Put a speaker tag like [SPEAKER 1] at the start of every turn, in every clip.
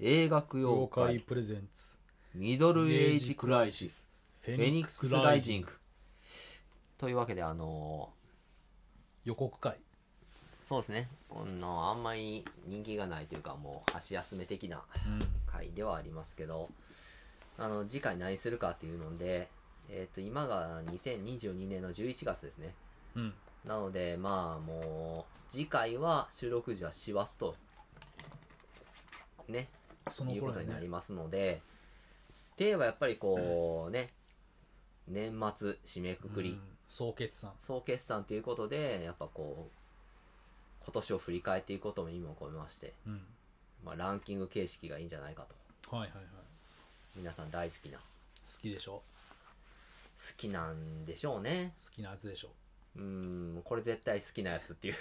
[SPEAKER 1] 映画供養
[SPEAKER 2] 妖怪
[SPEAKER 1] 会
[SPEAKER 2] プレゼンツ
[SPEAKER 1] ミドルエイジクライシス
[SPEAKER 2] フ
[SPEAKER 1] フェニックスライジングというわけであの
[SPEAKER 2] 予告会
[SPEAKER 1] ーそうですねこのあんまり人気がないというかもう箸休め的な回ではありますけどあの次回何するかっていうので、えー、と今が2022年の11月ですね
[SPEAKER 2] うん、うん、
[SPEAKER 1] なのでまあもう次回は収録時は師走とね
[SPEAKER 2] その
[SPEAKER 1] いう
[SPEAKER 2] 頃
[SPEAKER 1] こと
[SPEAKER 2] だ
[SPEAKER 1] にな
[SPEAKER 2] よ
[SPEAKER 1] り
[SPEAKER 2] ね
[SPEAKER 1] ますので、テーマやっぱりこうね、年末締めくくり、
[SPEAKER 2] うん総決算
[SPEAKER 1] 総決算ということで、やっぱこう、今年を振り返っていくことも意味を込めまして、
[SPEAKER 2] うん
[SPEAKER 1] まあ、ランキング形式がいいんじゃないかと。
[SPEAKER 2] はいはいはい
[SPEAKER 1] 皆さん大好きな、好
[SPEAKER 2] 好きでしょ
[SPEAKER 1] きなんでしょうね。
[SPEAKER 2] 好きなやつでしょ
[SPEAKER 1] うーん、これ絶対好きなやつっていう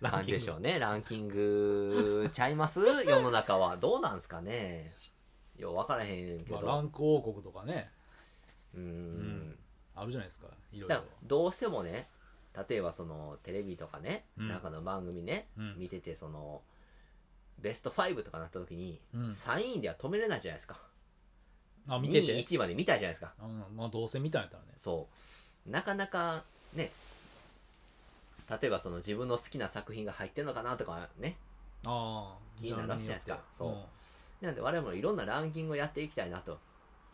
[SPEAKER 2] ランキング
[SPEAKER 1] 感じでしょうね。ランキングちゃいます世の中は。どうなんすかねよう分からへんけ
[SPEAKER 2] ま
[SPEAKER 1] ど。
[SPEAKER 2] あ、ランク王国とかね
[SPEAKER 1] うーん
[SPEAKER 2] んあるじゃないですかいろい
[SPEAKER 1] だ
[SPEAKER 2] ろ
[SPEAKER 1] からどうしてもね例えばそのテレビとかね、
[SPEAKER 2] うん
[SPEAKER 1] なんかの番組ね、
[SPEAKER 2] うん
[SPEAKER 1] 見ててそのベスト5とかなった時に、
[SPEAKER 2] うん
[SPEAKER 1] 3位では止めれないじゃないですか
[SPEAKER 2] あ見て
[SPEAKER 1] 2位
[SPEAKER 2] て
[SPEAKER 1] 1位まで見たいじゃないですか
[SPEAKER 2] うんまあどうせ見たんやったらね
[SPEAKER 1] そうなかなかね例えばその自分の好きな作品が入ってるのかなとかね
[SPEAKER 2] ああ
[SPEAKER 1] 気になるわけじゃないですかそう
[SPEAKER 2] うん
[SPEAKER 1] なんで我々もいろんなランキングをやっていきたいなと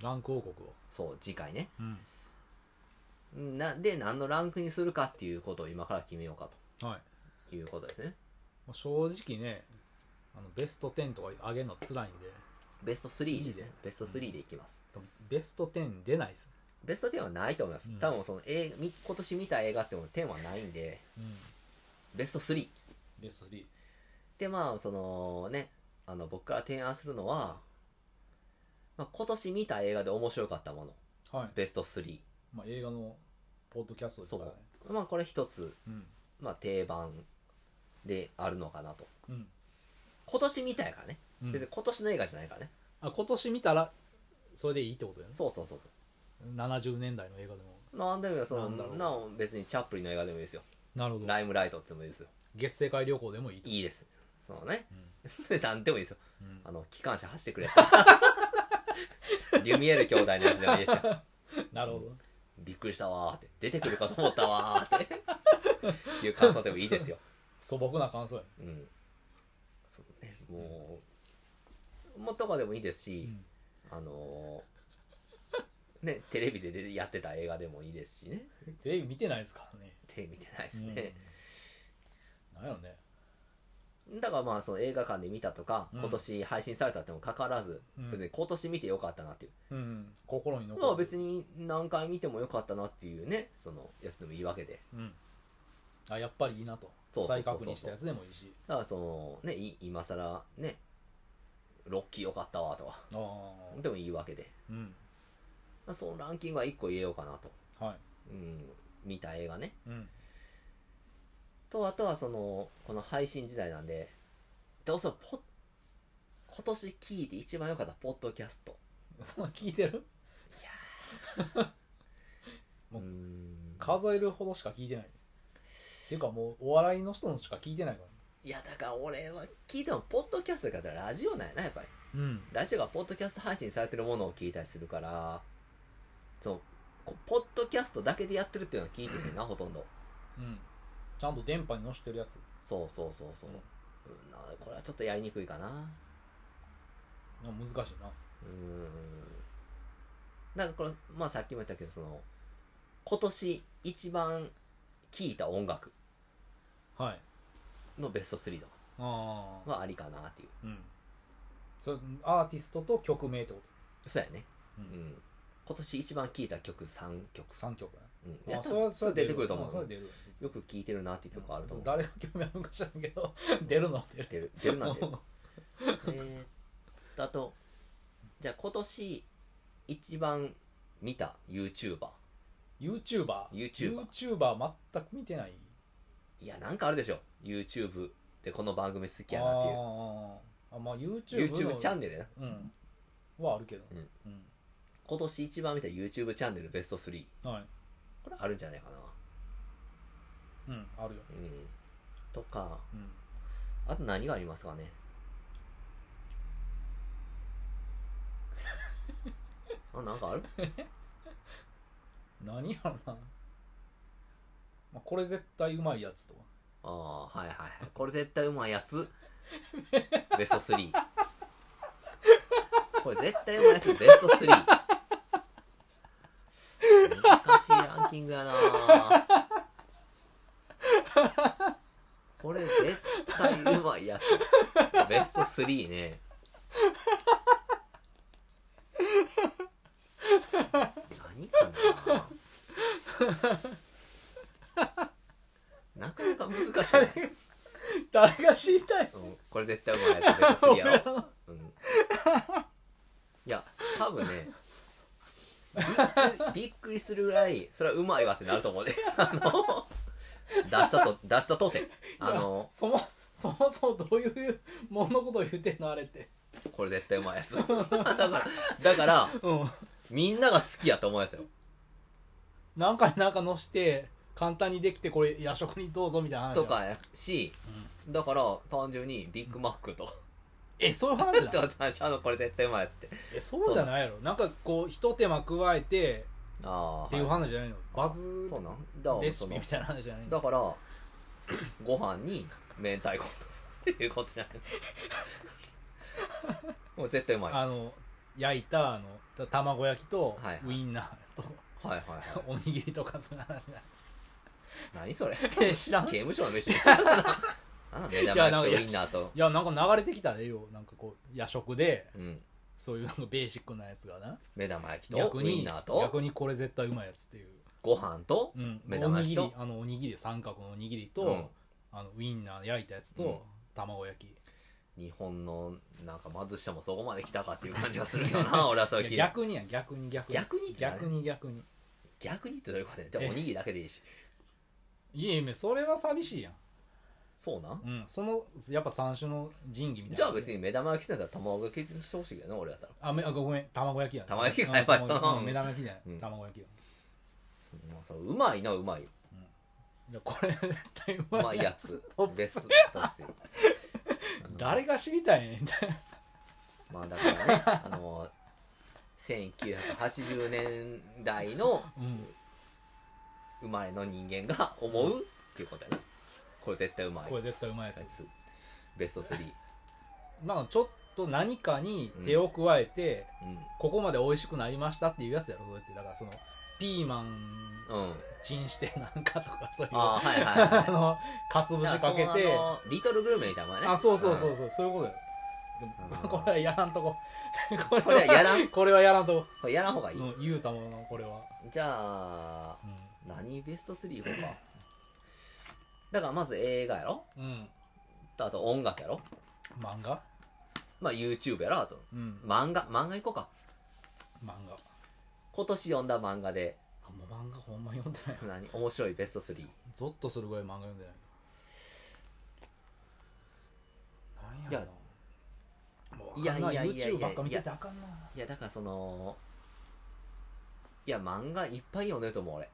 [SPEAKER 2] ランク王国を
[SPEAKER 1] そう次回ね
[SPEAKER 2] うん
[SPEAKER 1] なんで何のランクにするかっていうことを今から決めようか
[SPEAKER 2] はい
[SPEAKER 1] ということですね
[SPEAKER 2] まあ正直ねあのベスト10とか上げるの辛いんで
[SPEAKER 1] ベスト3で
[SPEAKER 2] いいね
[SPEAKER 1] ベスト3でいきます、
[SPEAKER 2] 多分ベスト10出ないです、
[SPEAKER 1] ベスト10はないと思います、
[SPEAKER 2] うん
[SPEAKER 1] 多分その映画み今年見た映画ってもう10はないんで
[SPEAKER 2] うん、
[SPEAKER 1] ベスト3
[SPEAKER 2] ベスト3
[SPEAKER 1] でまあそのねあの僕から提案するのは、まあ、今年見た映画で面白かったもの
[SPEAKER 2] はい、
[SPEAKER 1] ベスト3
[SPEAKER 2] まあ、映画のポッドキャストですからね
[SPEAKER 1] まあこれ一つ、
[SPEAKER 2] うん
[SPEAKER 1] まあ、定番であるのかなと
[SPEAKER 2] うん、
[SPEAKER 1] 今年見たやからね
[SPEAKER 2] うん
[SPEAKER 1] 別に今年の映画じゃないからね、
[SPEAKER 2] あ今年見たらそれでいいってことだよね
[SPEAKER 1] そうそうそうそ
[SPEAKER 2] 70年代の映画でも
[SPEAKER 1] うなんでもいいよそ
[SPEAKER 2] なんだろ
[SPEAKER 1] の
[SPEAKER 2] う
[SPEAKER 1] なお別にチャップリンの映画でもいいですよ
[SPEAKER 2] なるほ
[SPEAKER 1] ライムライトってもいいですよ
[SPEAKER 2] 月世界旅行でもいいと
[SPEAKER 1] いいですそのね、 なんでもいいですよ
[SPEAKER 2] うん
[SPEAKER 1] あの、機関車走ってくれ。 リュミエール兄弟のやつでもいいですよ。
[SPEAKER 2] なるほど
[SPEAKER 1] びっくりしたわーって。出てくるかと思ったわーって。いう感想でもいいですよ。
[SPEAKER 2] 素朴な感想や
[SPEAKER 1] うん。そうね、もう、もうとかでもいいですし、
[SPEAKER 2] うん
[SPEAKER 1] あのーね、テレビででやってた映画でもいいですしね。
[SPEAKER 2] テレビ見てないですからね
[SPEAKER 1] テレビ見てないですね。
[SPEAKER 2] うん、なんやろね
[SPEAKER 1] だからまあ、その映画館で見たとか、
[SPEAKER 2] うん
[SPEAKER 1] 今年配信されたってもかかわらず、
[SPEAKER 2] うん
[SPEAKER 1] 別に今年見てよかったなっていう。
[SPEAKER 2] うん心に残る
[SPEAKER 1] まあ別に何回見てもよかったなっていうね、そのやつでもいいわけで。
[SPEAKER 2] うん、あやっぱりいいなと
[SPEAKER 1] そうそうそう
[SPEAKER 2] 再
[SPEAKER 1] そう
[SPEAKER 2] 確認したやつでもいいし
[SPEAKER 1] だからそのね、い今更ね、ロッキーよかったわとか、
[SPEAKER 2] ああ
[SPEAKER 1] でもいいわけで。
[SPEAKER 2] うん
[SPEAKER 1] まあそのランキングは1個入れようかなと。
[SPEAKER 2] はい
[SPEAKER 1] うん、見た映画ね。
[SPEAKER 2] うん
[SPEAKER 1] と、あとはその、この配信時代なんで、どうせポッ、今年聞いて一番良かったポッドキャスト。
[SPEAKER 2] そんな聞いてるもう
[SPEAKER 1] うん
[SPEAKER 2] 数えるほどしか聞いてないっていうかもうお笑いの人のしか聞いてないか
[SPEAKER 1] いや、だから俺は聞いても、ポッドキャストだからラジオなんやな、やっぱり。
[SPEAKER 2] らうん
[SPEAKER 1] ラジオがポッドキャスト配信されてるものを聞いたりするから、そのこポッドキャストだけでやってるっていうのは聞いてるな、ほとんど。
[SPEAKER 2] うんちゃんと電波に乗してるやつ
[SPEAKER 1] そうそうそうそう。うんなこれはちょっとやりにくいかな。
[SPEAKER 2] あ難しいな
[SPEAKER 1] うーん。なんかこれ、まあさっきも言ったけど、その、今年一番聴いた音楽
[SPEAKER 2] はい
[SPEAKER 1] のベスト3とか
[SPEAKER 2] ああ
[SPEAKER 1] はありかなっていう。
[SPEAKER 2] うんそアーティストと曲名ってこ
[SPEAKER 1] そうやね。
[SPEAKER 2] うん
[SPEAKER 1] うん。今年一番聴いた曲3曲。
[SPEAKER 2] と3曲ね
[SPEAKER 1] うん。い
[SPEAKER 2] あ
[SPEAKER 1] や、
[SPEAKER 2] あ
[SPEAKER 1] 多分それ出てくると
[SPEAKER 2] ん
[SPEAKER 1] 思
[SPEAKER 2] それは
[SPEAKER 1] う。
[SPEAKER 2] 出る
[SPEAKER 1] よく聴いてるなっていう曲あると思う。
[SPEAKER 2] 誰が興味あるのか知らんけど 出るのは出る
[SPEAKER 1] 出る、出るなんて
[SPEAKER 2] う。ん
[SPEAKER 1] えー、だと、じゃあ今年一番見た YouTuber。
[SPEAKER 2] YouTuber
[SPEAKER 1] YouTuber
[SPEAKER 2] YouTuber 全く見てない
[SPEAKER 1] いや、なんかあるでしょ。YouTube でこの番組好き
[SPEAKER 2] あ
[SPEAKER 1] やなっ
[SPEAKER 2] ーあまあ YouTube
[SPEAKER 1] ていう。YouTube
[SPEAKER 2] の
[SPEAKER 1] チャンネルやな。
[SPEAKER 2] うんはあるけど
[SPEAKER 1] うん
[SPEAKER 2] うん
[SPEAKER 1] 今年一番見た YouTube チャンネルベスト3。
[SPEAKER 2] はい
[SPEAKER 1] これあるんじゃないかな。
[SPEAKER 2] うんあるよ
[SPEAKER 1] うん。とか、
[SPEAKER 2] うん
[SPEAKER 1] あと何がありますかね。あなんかある
[SPEAKER 2] 何やろな、まあ、これ絶対うまいやつとか
[SPEAKER 1] ああーはいはいはいこれ絶対うまいやつベスト3これ絶対うまいやつベスト3難しいランキングやなこれ絶対うまいやつベスト3ね何かななかなか難しいね
[SPEAKER 2] 誰が知りたい
[SPEAKER 1] うんこれ絶対うまいやつベスト3や ろ、うん、いや多分ねびっくりびっ くりするぐらいそれはうまいわってなると 思うねあの出したと出したとてあ
[SPEAKER 2] いや
[SPEAKER 1] の
[SPEAKER 2] そもそもそもどういうものことを言ってんのあれって
[SPEAKER 1] これ絶対うまいやつ だからだから
[SPEAKER 2] うん
[SPEAKER 1] みんなが好きやと思うやつよ
[SPEAKER 2] なんかになんかのして簡単にできてこれ夜食にどうぞみたいな話
[SPEAKER 1] とかやし、だから単純にビッグマックと、
[SPEAKER 2] えそういう 話
[SPEAKER 1] と
[SPEAKER 2] だ
[SPEAKER 1] 単純にあのこれ絶対うまいやつって
[SPEAKER 2] えそうじゃないやろなんかこうひと手間加えて
[SPEAKER 1] ああ
[SPEAKER 2] っていう話じゃないのバズ
[SPEAKER 1] そうなんだから
[SPEAKER 2] レ
[SPEAKER 1] そ
[SPEAKER 2] シ
[SPEAKER 1] の
[SPEAKER 2] ピみたいな話じゃないの
[SPEAKER 1] だから、 ご飯に明太子とっていうことじゃない もう絶対うまい。はい
[SPEAKER 2] あの焼いたあのた卵焼きと
[SPEAKER 1] はいはい
[SPEAKER 2] ウインナーと
[SPEAKER 1] はいはい。
[SPEAKER 2] おにぎりと かその話だ
[SPEAKER 1] 何 それ
[SPEAKER 2] え知らんい
[SPEAKER 1] 刑務所の 飯なんだ目玉
[SPEAKER 2] やなんか
[SPEAKER 1] 焼きとウインナーと。
[SPEAKER 2] やなんか流れてきたでよなんかこう夜食で
[SPEAKER 1] うん。
[SPEAKER 2] そういうなんかベーシックなやつがな
[SPEAKER 1] 目玉焼きと
[SPEAKER 2] 逆
[SPEAKER 1] ウイ
[SPEAKER 2] に
[SPEAKER 1] ンナーと
[SPEAKER 2] 逆にこれ絶対うまいやつっていう、
[SPEAKER 1] ご飯と
[SPEAKER 2] うん、
[SPEAKER 1] 目
[SPEAKER 2] お
[SPEAKER 1] 玉
[SPEAKER 2] に
[SPEAKER 1] 焼き
[SPEAKER 2] ぎ
[SPEAKER 1] と
[SPEAKER 2] りあのおにぎり三角のおにぎりと、
[SPEAKER 1] うん
[SPEAKER 2] あのウインナー焼いたやつと、
[SPEAKER 1] うん
[SPEAKER 2] 卵焼き
[SPEAKER 1] 日本のなんか貧しさもそこまで来たかっていう感じがするけどな、俺はそれ聞い
[SPEAKER 2] い
[SPEAKER 1] て
[SPEAKER 2] や逆にや逆に逆
[SPEAKER 1] 逆に
[SPEAKER 2] に
[SPEAKER 1] って何
[SPEAKER 2] 逆に逆に
[SPEAKER 1] 逆にってどういうことやじゃあおにぎりだけでいいし。
[SPEAKER 2] いやいやそれは寂しいやん、
[SPEAKER 1] そうなん
[SPEAKER 2] うん、そのやっぱ三種の神器みたいな
[SPEAKER 1] じゃあ別に目玉焼きってなったら卵焼きにしてほしいけどな、俺はさ。
[SPEAKER 2] あめあごめん卵焼きや
[SPEAKER 1] 卵焼きがやっぱり
[SPEAKER 2] うん卵
[SPEAKER 1] うん
[SPEAKER 2] うん目玉焼きじゃない、
[SPEAKER 1] うん
[SPEAKER 2] 卵焼きよ
[SPEAKER 1] もうそううまいな、うまいよ。
[SPEAKER 2] いやこれ絶対う
[SPEAKER 1] う
[SPEAKER 2] ま
[SPEAKER 1] まい
[SPEAKER 2] いや
[SPEAKER 1] やつベストですよ
[SPEAKER 2] 誰が知りたいねんみたいな
[SPEAKER 1] まあだからねあの1980年代の
[SPEAKER 2] うん
[SPEAKER 1] 生まれの人間が思うっていうことやなこれ絶対うまい
[SPEAKER 2] これ絶対うまいや
[SPEAKER 1] や
[SPEAKER 2] つ
[SPEAKER 1] つベスト3
[SPEAKER 2] なんかちょっと何かに手を加えて、
[SPEAKER 1] う
[SPEAKER 2] ここまで美味しくなりましたっていうやつやろそうやってだからそのピーマン
[SPEAKER 1] んうん
[SPEAKER 2] チンしてなんかとかそういう
[SPEAKER 1] ああ
[SPEAKER 2] あ
[SPEAKER 1] はいはいはい
[SPEAKER 2] のかつぶしかけ
[SPEAKER 1] だからそ
[SPEAKER 2] て
[SPEAKER 1] のあのリトルグルメみたいなもんやね
[SPEAKER 2] あそうそうそうそう、そういうことよで
[SPEAKER 1] うん
[SPEAKER 2] もこれはやらんとこ こ
[SPEAKER 1] これはやらん
[SPEAKER 2] これはやらんと
[SPEAKER 1] これやらんほうがい
[SPEAKER 2] こ、
[SPEAKER 1] い、
[SPEAKER 2] うん、言うたものこれは、
[SPEAKER 1] じゃあ
[SPEAKER 2] う
[SPEAKER 1] 何ベスト3いこうかだからまず映画やろ
[SPEAKER 2] ん、うん、
[SPEAKER 1] とあと音楽やろ
[SPEAKER 2] 漫画
[SPEAKER 1] まあ YouTube やろあと
[SPEAKER 2] うん
[SPEAKER 1] 漫画漫画いこうか
[SPEAKER 2] 漫画
[SPEAKER 1] 今年読んだ漫画で
[SPEAKER 2] あもう漫画ほんま読んでない
[SPEAKER 1] 何面白いベスト3い
[SPEAKER 2] ゾッとするぐらい漫画読んでないなんやろなもうい
[SPEAKER 1] や
[SPEAKER 2] やい
[SPEAKER 1] いや
[SPEAKER 2] や
[SPEAKER 1] い
[SPEAKER 2] い
[SPEAKER 1] や
[SPEAKER 2] や
[SPEAKER 1] いや
[SPEAKER 2] YouTube ばっか見ててあかんな
[SPEAKER 1] やだからそのいや漫画いっぱい読んでると思う俺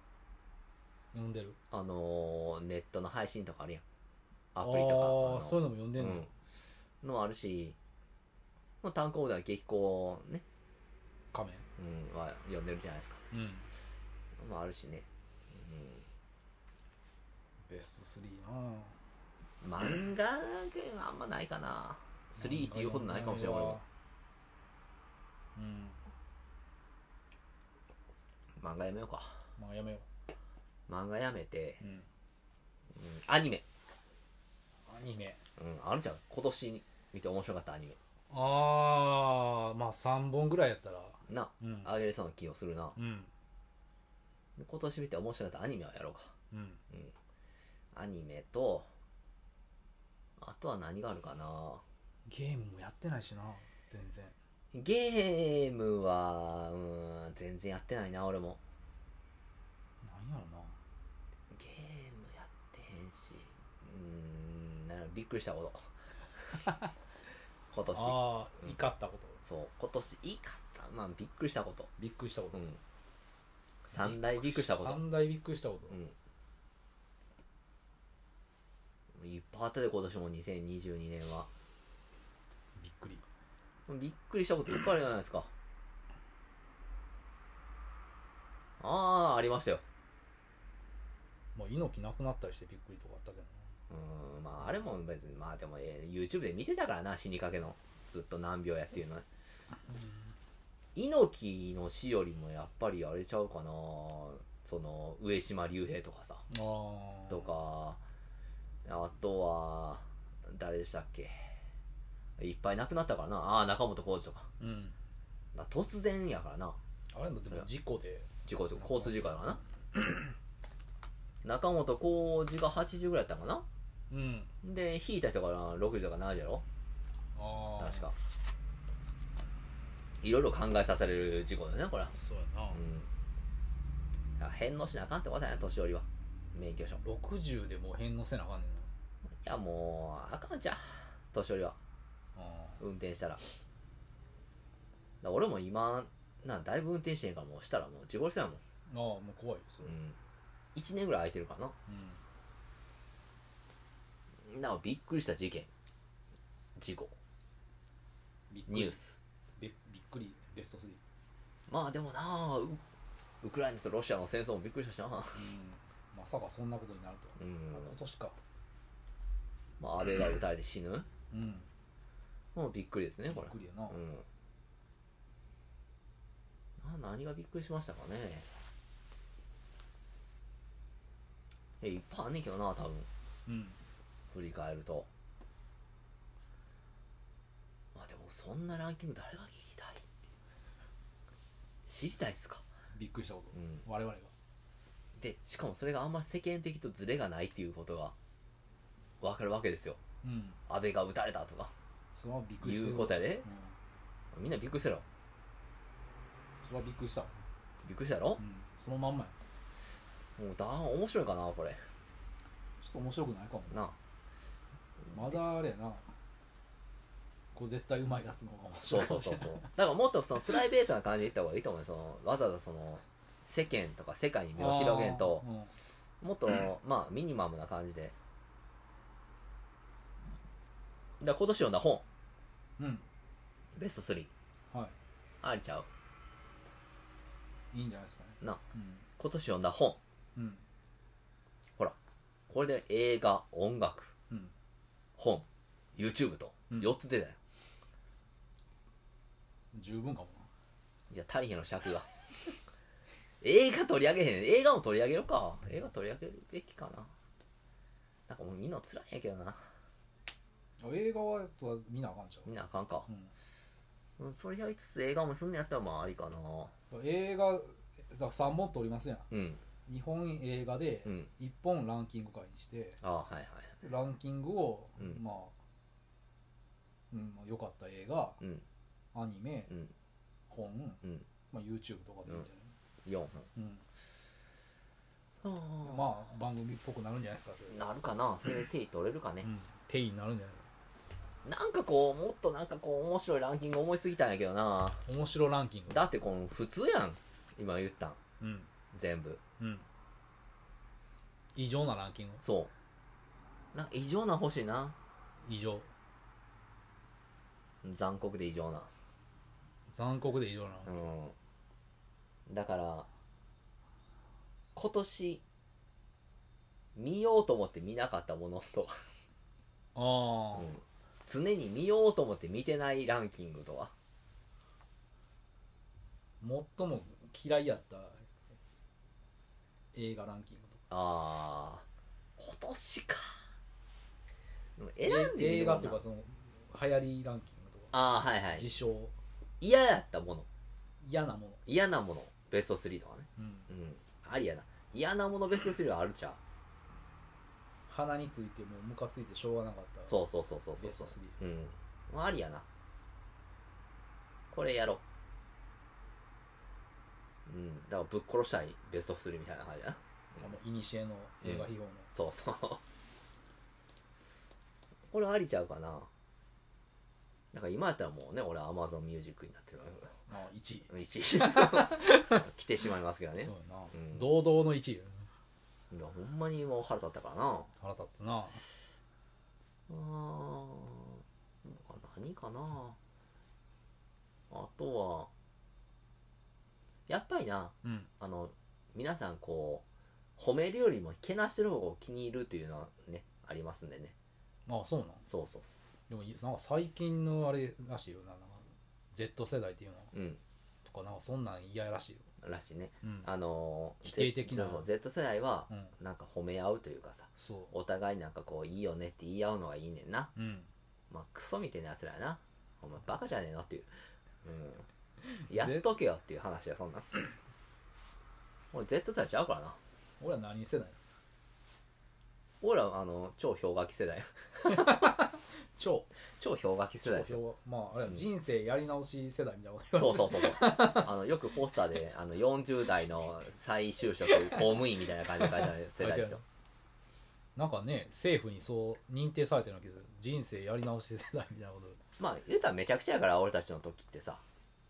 [SPEAKER 2] 読んでる
[SPEAKER 1] あのーネットの配信とかあるやんアプリとか
[SPEAKER 2] あ
[SPEAKER 1] あの
[SPEAKER 2] あそういうのも読んでんの、
[SPEAKER 1] うん、のあるしもう単行部では激行ね、
[SPEAKER 2] 仮面
[SPEAKER 1] うん、は読んでるじゃないですか
[SPEAKER 2] うん
[SPEAKER 1] まああるしね、
[SPEAKER 2] ベスト3なあ
[SPEAKER 1] うん、漫画系はあんまないかな3っていうことないかもしれない俺も
[SPEAKER 2] うん
[SPEAKER 1] 漫画やめようか
[SPEAKER 2] まあやめよ
[SPEAKER 1] 漫画やめて、
[SPEAKER 2] う、うん、
[SPEAKER 1] うん、アニメ
[SPEAKER 2] アニメ
[SPEAKER 1] うん、あるじゃん今年見て面白かったアニメ
[SPEAKER 2] ああまあ3本ぐらいやったら
[SPEAKER 1] な
[SPEAKER 2] うん
[SPEAKER 1] あげれそうな気をするな
[SPEAKER 2] うん
[SPEAKER 1] 今年見て面白かったアニメはやろうか
[SPEAKER 2] うん
[SPEAKER 1] アニメとあとは何があるかな
[SPEAKER 2] ゲームもやってないしな全然
[SPEAKER 1] ゲームはうーん全然やってないな俺も
[SPEAKER 2] なんやろな
[SPEAKER 1] ゲームやってへんしうーんなんやろびっくりしたこと 今年
[SPEAKER 2] ああ怒ったこと
[SPEAKER 1] そう今年いいかったまあびっくりしたこと
[SPEAKER 2] びっくりしたこ
[SPEAKER 1] う
[SPEAKER 2] と
[SPEAKER 1] ん三大びっくりしたこと
[SPEAKER 2] 三大びっくりしたこと
[SPEAKER 1] うん。いっぱいあったで、今年も2022年は。
[SPEAKER 2] びっくり
[SPEAKER 1] びっくりしたこといっぱいあるじゃないですか。ああ、ありましたよ。
[SPEAKER 2] まあ、猪木なくなったりしてびっくりとかあったけどな
[SPEAKER 1] うーん、まあ、あれも別に、まあでも、えー YouTube で見てたからな、死にかけの。ずっと難病やっていうのは。猪木の死よりもやっぱりあれちゃうかなその、上島竜兵とかさ、
[SPEAKER 2] あー
[SPEAKER 1] とか、あとは、誰でしたっけ。いっぱい亡くなったからな。ああ、中本浩二とか。
[SPEAKER 2] うん
[SPEAKER 1] だから突然やからな。
[SPEAKER 2] あれもでも事故で
[SPEAKER 1] 事故事故交通事故やからな中本浩二が80ぐらいやったんかな
[SPEAKER 2] うん
[SPEAKER 1] で引いた人が60とか70やろ
[SPEAKER 2] ああ
[SPEAKER 1] 確かいろいろ考えさせられる事故だよねこれは
[SPEAKER 2] そうやな
[SPEAKER 1] うんだから返納しなあかんってことやな年寄りは免許証い
[SPEAKER 2] 60でもう返納せなあかんねん
[SPEAKER 1] やもうあかんじゃん年寄りは
[SPEAKER 2] なあ
[SPEAKER 1] 運転したらだから俺も今なだいぶ運転してんからもうしたらもう事故りそうやもん、
[SPEAKER 2] ーあーもう怖いよそれ
[SPEAKER 1] うん、1年ぐらい空いてるからな
[SPEAKER 2] うん
[SPEAKER 1] なんかびっくりした事件事故
[SPEAKER 2] びっくり
[SPEAKER 1] ニュース
[SPEAKER 2] べびっくりベスト3
[SPEAKER 1] まあでもなあウウクライナとロシアの戦争もびっくりしたしな
[SPEAKER 2] うんまさかそんなことになるとは
[SPEAKER 1] うん
[SPEAKER 2] まあ今年か
[SPEAKER 1] まあ安倍が撃たれて死ぬ
[SPEAKER 2] うん
[SPEAKER 1] もうびっくりですね
[SPEAKER 2] び
[SPEAKER 1] こ
[SPEAKER 2] っ
[SPEAKER 1] れ
[SPEAKER 2] くりやな
[SPEAKER 1] うんな何がびっくりしましたかねえいっぱいあんねんけどな多分
[SPEAKER 2] うん
[SPEAKER 1] 振り返るとまあでもそんなランキング誰が聞きたい知りたいっすか
[SPEAKER 2] びっくりしたこと
[SPEAKER 1] うん
[SPEAKER 2] 我々が
[SPEAKER 1] でしかもそれがあんまり世間的とズレがないっていうことが分かるわけですよ
[SPEAKER 2] うん
[SPEAKER 1] 安倍が撃たれたとか
[SPEAKER 2] それはびっくり
[SPEAKER 1] い
[SPEAKER 2] して
[SPEAKER 1] う
[SPEAKER 2] る
[SPEAKER 1] ことやで
[SPEAKER 2] うん
[SPEAKER 1] みんなびっくりしたろ
[SPEAKER 2] それはびっくりしたわ
[SPEAKER 1] びっくりしたろ
[SPEAKER 2] う、んそのまんまや
[SPEAKER 1] もうだん面白いかなこれ
[SPEAKER 2] ちょっと面白くないかも
[SPEAKER 1] なあ
[SPEAKER 2] まだあれやなこう絶対うまいやつの方が面
[SPEAKER 1] そ
[SPEAKER 2] 白
[SPEAKER 1] う
[SPEAKER 2] いか
[SPEAKER 1] そう
[SPEAKER 2] もし
[SPEAKER 1] そう
[SPEAKER 2] れん
[SPEAKER 1] そうだからもっとそのプライベートな感じでいった方がいいと思うよそのわざわざその世間とか世界に目を広げんと
[SPEAKER 2] あーうん
[SPEAKER 1] もっと、まあミニマムな感じでだから今年読んだ本
[SPEAKER 2] うん
[SPEAKER 1] ベスト3
[SPEAKER 2] は
[SPEAKER 1] ありちゃう
[SPEAKER 2] いいいんじゃないですかね
[SPEAKER 1] なあ
[SPEAKER 2] うん
[SPEAKER 1] 今年読んだ本
[SPEAKER 2] うん
[SPEAKER 1] ほらこれで映画音楽
[SPEAKER 2] うん
[SPEAKER 1] 本 YouTube と
[SPEAKER 2] うん
[SPEAKER 1] 4つ出たよ、
[SPEAKER 2] 十分かも
[SPEAKER 1] いや足りへんの尺が映画取り上げへん映画も取り上げるか映画取り上げるべきかななんかもうみんな辛いんやけどな
[SPEAKER 2] なあ映画はとは見なあかんちゃ
[SPEAKER 1] みんなあかんか
[SPEAKER 2] う、う
[SPEAKER 1] うん、それやりつつ映画もすんのやったらまあありかな
[SPEAKER 2] うん映画だ3本撮りますやん
[SPEAKER 1] うん
[SPEAKER 2] 日本映画で
[SPEAKER 1] うん
[SPEAKER 2] 1本ランキング会にして
[SPEAKER 1] あはいはい
[SPEAKER 2] ランキングを、
[SPEAKER 1] うん
[SPEAKER 2] まあ、うん、まあ良かった映画
[SPEAKER 1] うん
[SPEAKER 2] アニメ
[SPEAKER 1] うん
[SPEAKER 2] 本、
[SPEAKER 1] うん
[SPEAKER 2] まあ、YouTube とかでいいんじ
[SPEAKER 1] 4本
[SPEAKER 2] ゃない、
[SPEAKER 1] あ
[SPEAKER 2] うん
[SPEAKER 1] あ
[SPEAKER 2] まあ番組っぽくなるんじゃないですかそれ
[SPEAKER 1] なるかなそれで手に取れるかね
[SPEAKER 2] う、ん定位になるんじゃな
[SPEAKER 1] なんかこうもっとなんかこう面白いランキング思いついたんやけどない
[SPEAKER 2] 面白ランキング
[SPEAKER 1] だってこの普通やん今言ったん
[SPEAKER 2] うん
[SPEAKER 1] 全部
[SPEAKER 2] うん異常なランキング
[SPEAKER 1] そうなんか異常な欲しいな
[SPEAKER 2] 異常
[SPEAKER 1] 残酷で異常な
[SPEAKER 2] 残酷で異常な
[SPEAKER 1] うんだから今年見ようと思って見なかったものとは、
[SPEAKER 2] ああ、
[SPEAKER 1] うん常に見ようと思って見てないランキングとは
[SPEAKER 2] 最も嫌いやった映画ランキングとか
[SPEAKER 1] あー今年かでも選んでみ
[SPEAKER 2] え映
[SPEAKER 1] る
[SPEAKER 2] 画
[SPEAKER 1] もん
[SPEAKER 2] と
[SPEAKER 1] な
[SPEAKER 2] かその流行りランキングとか
[SPEAKER 1] ああはいはい
[SPEAKER 2] 自称
[SPEAKER 1] 嫌やったもの
[SPEAKER 2] 嫌なもの、
[SPEAKER 1] 嫌なものベスト3とかね
[SPEAKER 2] うん、
[SPEAKER 1] うんありやな嫌なものベスト3はあるちゃう
[SPEAKER 2] 鼻についてもうムカついてしょうがなかった
[SPEAKER 1] そうそうそうそうそう
[SPEAKER 2] ベス
[SPEAKER 1] う
[SPEAKER 2] ト3
[SPEAKER 1] ん。まあ、ありやな。これやろう。うん。だからぶっ殺したいベスト3みたいな感じやな。
[SPEAKER 2] あのいにしえの映画秘宝の、
[SPEAKER 1] そうそう。これありちゃうかな。なんか今やったらもうね、俺 Amazon Music になってるわ
[SPEAKER 2] まあ1位
[SPEAKER 1] 1位。 来てしまいますけどね
[SPEAKER 2] そう。やな、
[SPEAKER 1] うん
[SPEAKER 2] 堂々の1位
[SPEAKER 1] いや、ほんまにもう腹立ったからな。
[SPEAKER 2] 腹立つな
[SPEAKER 1] うーん何かなあとはやっぱりな
[SPEAKER 2] うん
[SPEAKER 1] あの皆さんこう褒めるよりもけなしてる方が気に入るというのはねありますんでね
[SPEAKER 2] あそうなん
[SPEAKER 1] そうそう
[SPEAKER 2] でもなんか最近のあれらしいよななんか Z 世代っていうの
[SPEAKER 1] そううん
[SPEAKER 2] とかなんかそんなん嫌らしいよ、
[SPEAKER 1] らしいね
[SPEAKER 2] うん、
[SPEAKER 1] あのー
[SPEAKER 2] 否定的な
[SPEAKER 1] そう Z 世代は
[SPEAKER 2] うん
[SPEAKER 1] なんか褒め合うというかさ
[SPEAKER 2] そ
[SPEAKER 1] お互いなんかこういいよねって言い合うのがいいねんな
[SPEAKER 2] ううん
[SPEAKER 1] まあクソみたいなやつらやなお前バカじゃねえのっていう、うん、やっとけよっていう話やそんなん俺 Z 世代ちゃうからな
[SPEAKER 2] 俺は何世代
[SPEAKER 1] 俺らあの超氷河期世代
[SPEAKER 2] 超
[SPEAKER 1] 超氷河期世代ですよ
[SPEAKER 2] 超まああれは
[SPEAKER 1] うん
[SPEAKER 2] 人生やり直し世代みたいなこと言われ
[SPEAKER 1] そうそうそうそうあのよくポスターであの40代の再就職公務員みたいな感じで書いてある世代ですよ
[SPEAKER 2] なんかね政府にそう認定されてるわけですよ人生やり直し世代みたいなこと
[SPEAKER 1] まあ言うたらめちゃくちゃやから俺たちの時ってさ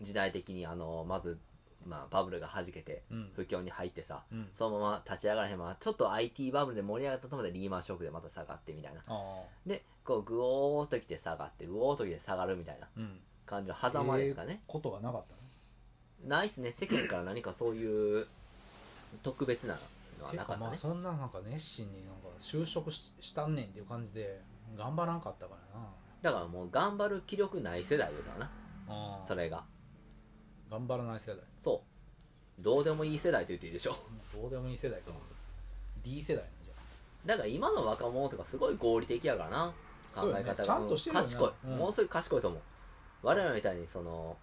[SPEAKER 1] 時代的にあのまず、まあ、バブルがはじけて
[SPEAKER 2] うん
[SPEAKER 1] 不況に入ってさ
[SPEAKER 2] うん
[SPEAKER 1] そのまま立ち上がらへんままちょっと IT バブルで盛り上がったところでリーマンショックでまた下がってみたいな
[SPEAKER 2] ああ
[SPEAKER 1] でこうグオーっときて下がってグオーっときて下がるみたいな
[SPEAKER 2] うん
[SPEAKER 1] 感じの狭間ですかね、
[SPEAKER 2] ことがなかったね
[SPEAKER 1] ないっすね世間から何かそういう特別なのは
[SPEAKER 2] て
[SPEAKER 1] なか
[SPEAKER 2] か
[SPEAKER 1] った
[SPEAKER 2] まあ
[SPEAKER 1] ね
[SPEAKER 2] そんななんか熱心になんか就職ししたんねんっていう感じで頑張らんかったからな
[SPEAKER 1] だからもう頑張る気力ない世代だからな
[SPEAKER 2] あ
[SPEAKER 1] それが
[SPEAKER 2] 頑張らない世代
[SPEAKER 1] そうどうでもいい世代と言っていいでしょ
[SPEAKER 2] どうでもいい世代か D 世代なんじゃ
[SPEAKER 1] だから今の若者とかすごい合理的やからな
[SPEAKER 2] そ
[SPEAKER 1] 考
[SPEAKER 2] うよ
[SPEAKER 1] え
[SPEAKER 2] ね
[SPEAKER 1] 方が
[SPEAKER 2] ちゃんとしてるよね
[SPEAKER 1] 賢い、
[SPEAKER 2] うん
[SPEAKER 1] もうすぐ賢いと思う我々みたいにその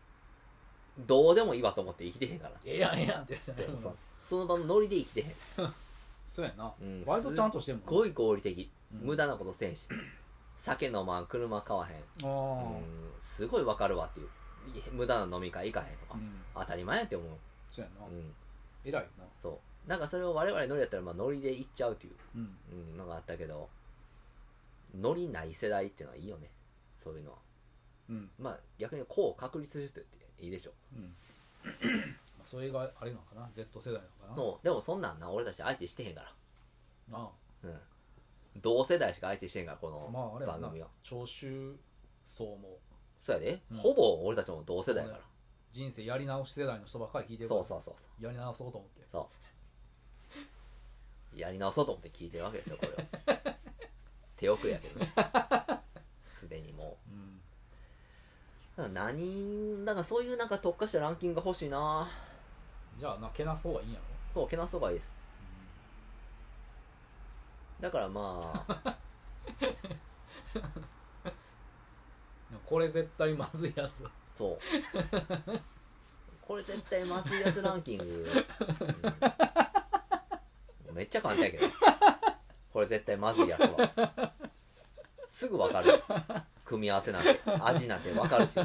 [SPEAKER 1] どうでもいいわと思って生きてへんから
[SPEAKER 2] ええやんええやんって言うじゃない
[SPEAKER 1] そうそうその場のノリで生きてへん
[SPEAKER 2] そうやな、
[SPEAKER 1] うん
[SPEAKER 2] 割とちゃんとしてる
[SPEAKER 1] す
[SPEAKER 2] もん
[SPEAKER 1] ごい合理的、
[SPEAKER 2] うん
[SPEAKER 1] 無駄なことせんし酒飲まん車買わへん、
[SPEAKER 2] ああ
[SPEAKER 1] うんすごいわかるわっていうい無駄な飲み会行かへんとか、
[SPEAKER 2] うん、
[SPEAKER 1] 当たり前やって思う、
[SPEAKER 2] そうやな、
[SPEAKER 1] うん、
[SPEAKER 2] 偉いな
[SPEAKER 1] そうなんかそれを我々ノリやったらまあノリで行っちゃうっていう、
[SPEAKER 2] うん
[SPEAKER 1] うん、のがあったけどノリない世代っていうのはいいよねそういうのは
[SPEAKER 2] うん
[SPEAKER 1] まあ逆にこう確立するっていいでしょ
[SPEAKER 2] うん それがあれなのかな Z 世代なのかな
[SPEAKER 1] そうでもそんなんな俺たち相手してへんか
[SPEAKER 2] あ
[SPEAKER 1] ら、うん、同世代しか相手してへんからこ
[SPEAKER 2] あまああれ
[SPEAKER 1] の
[SPEAKER 2] や
[SPEAKER 1] 番
[SPEAKER 2] な
[SPEAKER 1] 組は、
[SPEAKER 2] 聴衆層も
[SPEAKER 1] そうやで、
[SPEAKER 2] うん
[SPEAKER 1] ほぼ俺たちも同世代やから、
[SPEAKER 2] 人生やり直し世代の人ばっかり聞いてるか
[SPEAKER 1] そ
[SPEAKER 2] ら
[SPEAKER 1] うそうそうそう
[SPEAKER 2] やり直そうと思って
[SPEAKER 1] やり直そうと思って聞いてるわけですよこれを 手遅れやけどねすでにも
[SPEAKER 2] うん
[SPEAKER 1] うだから何だからそういうなんか特化したランキングが欲しいな
[SPEAKER 2] じゃあなけなす方がいいんやろ
[SPEAKER 1] そうけなす方がいいですだからまあ
[SPEAKER 2] でもこれ絶対まずいやつ
[SPEAKER 1] そうこれ絶対マスイヤスランキング、うんめっちゃ簡単やけどこれ絶対まずいやつはすぐわかる組み合わせなんて味なんてわかるし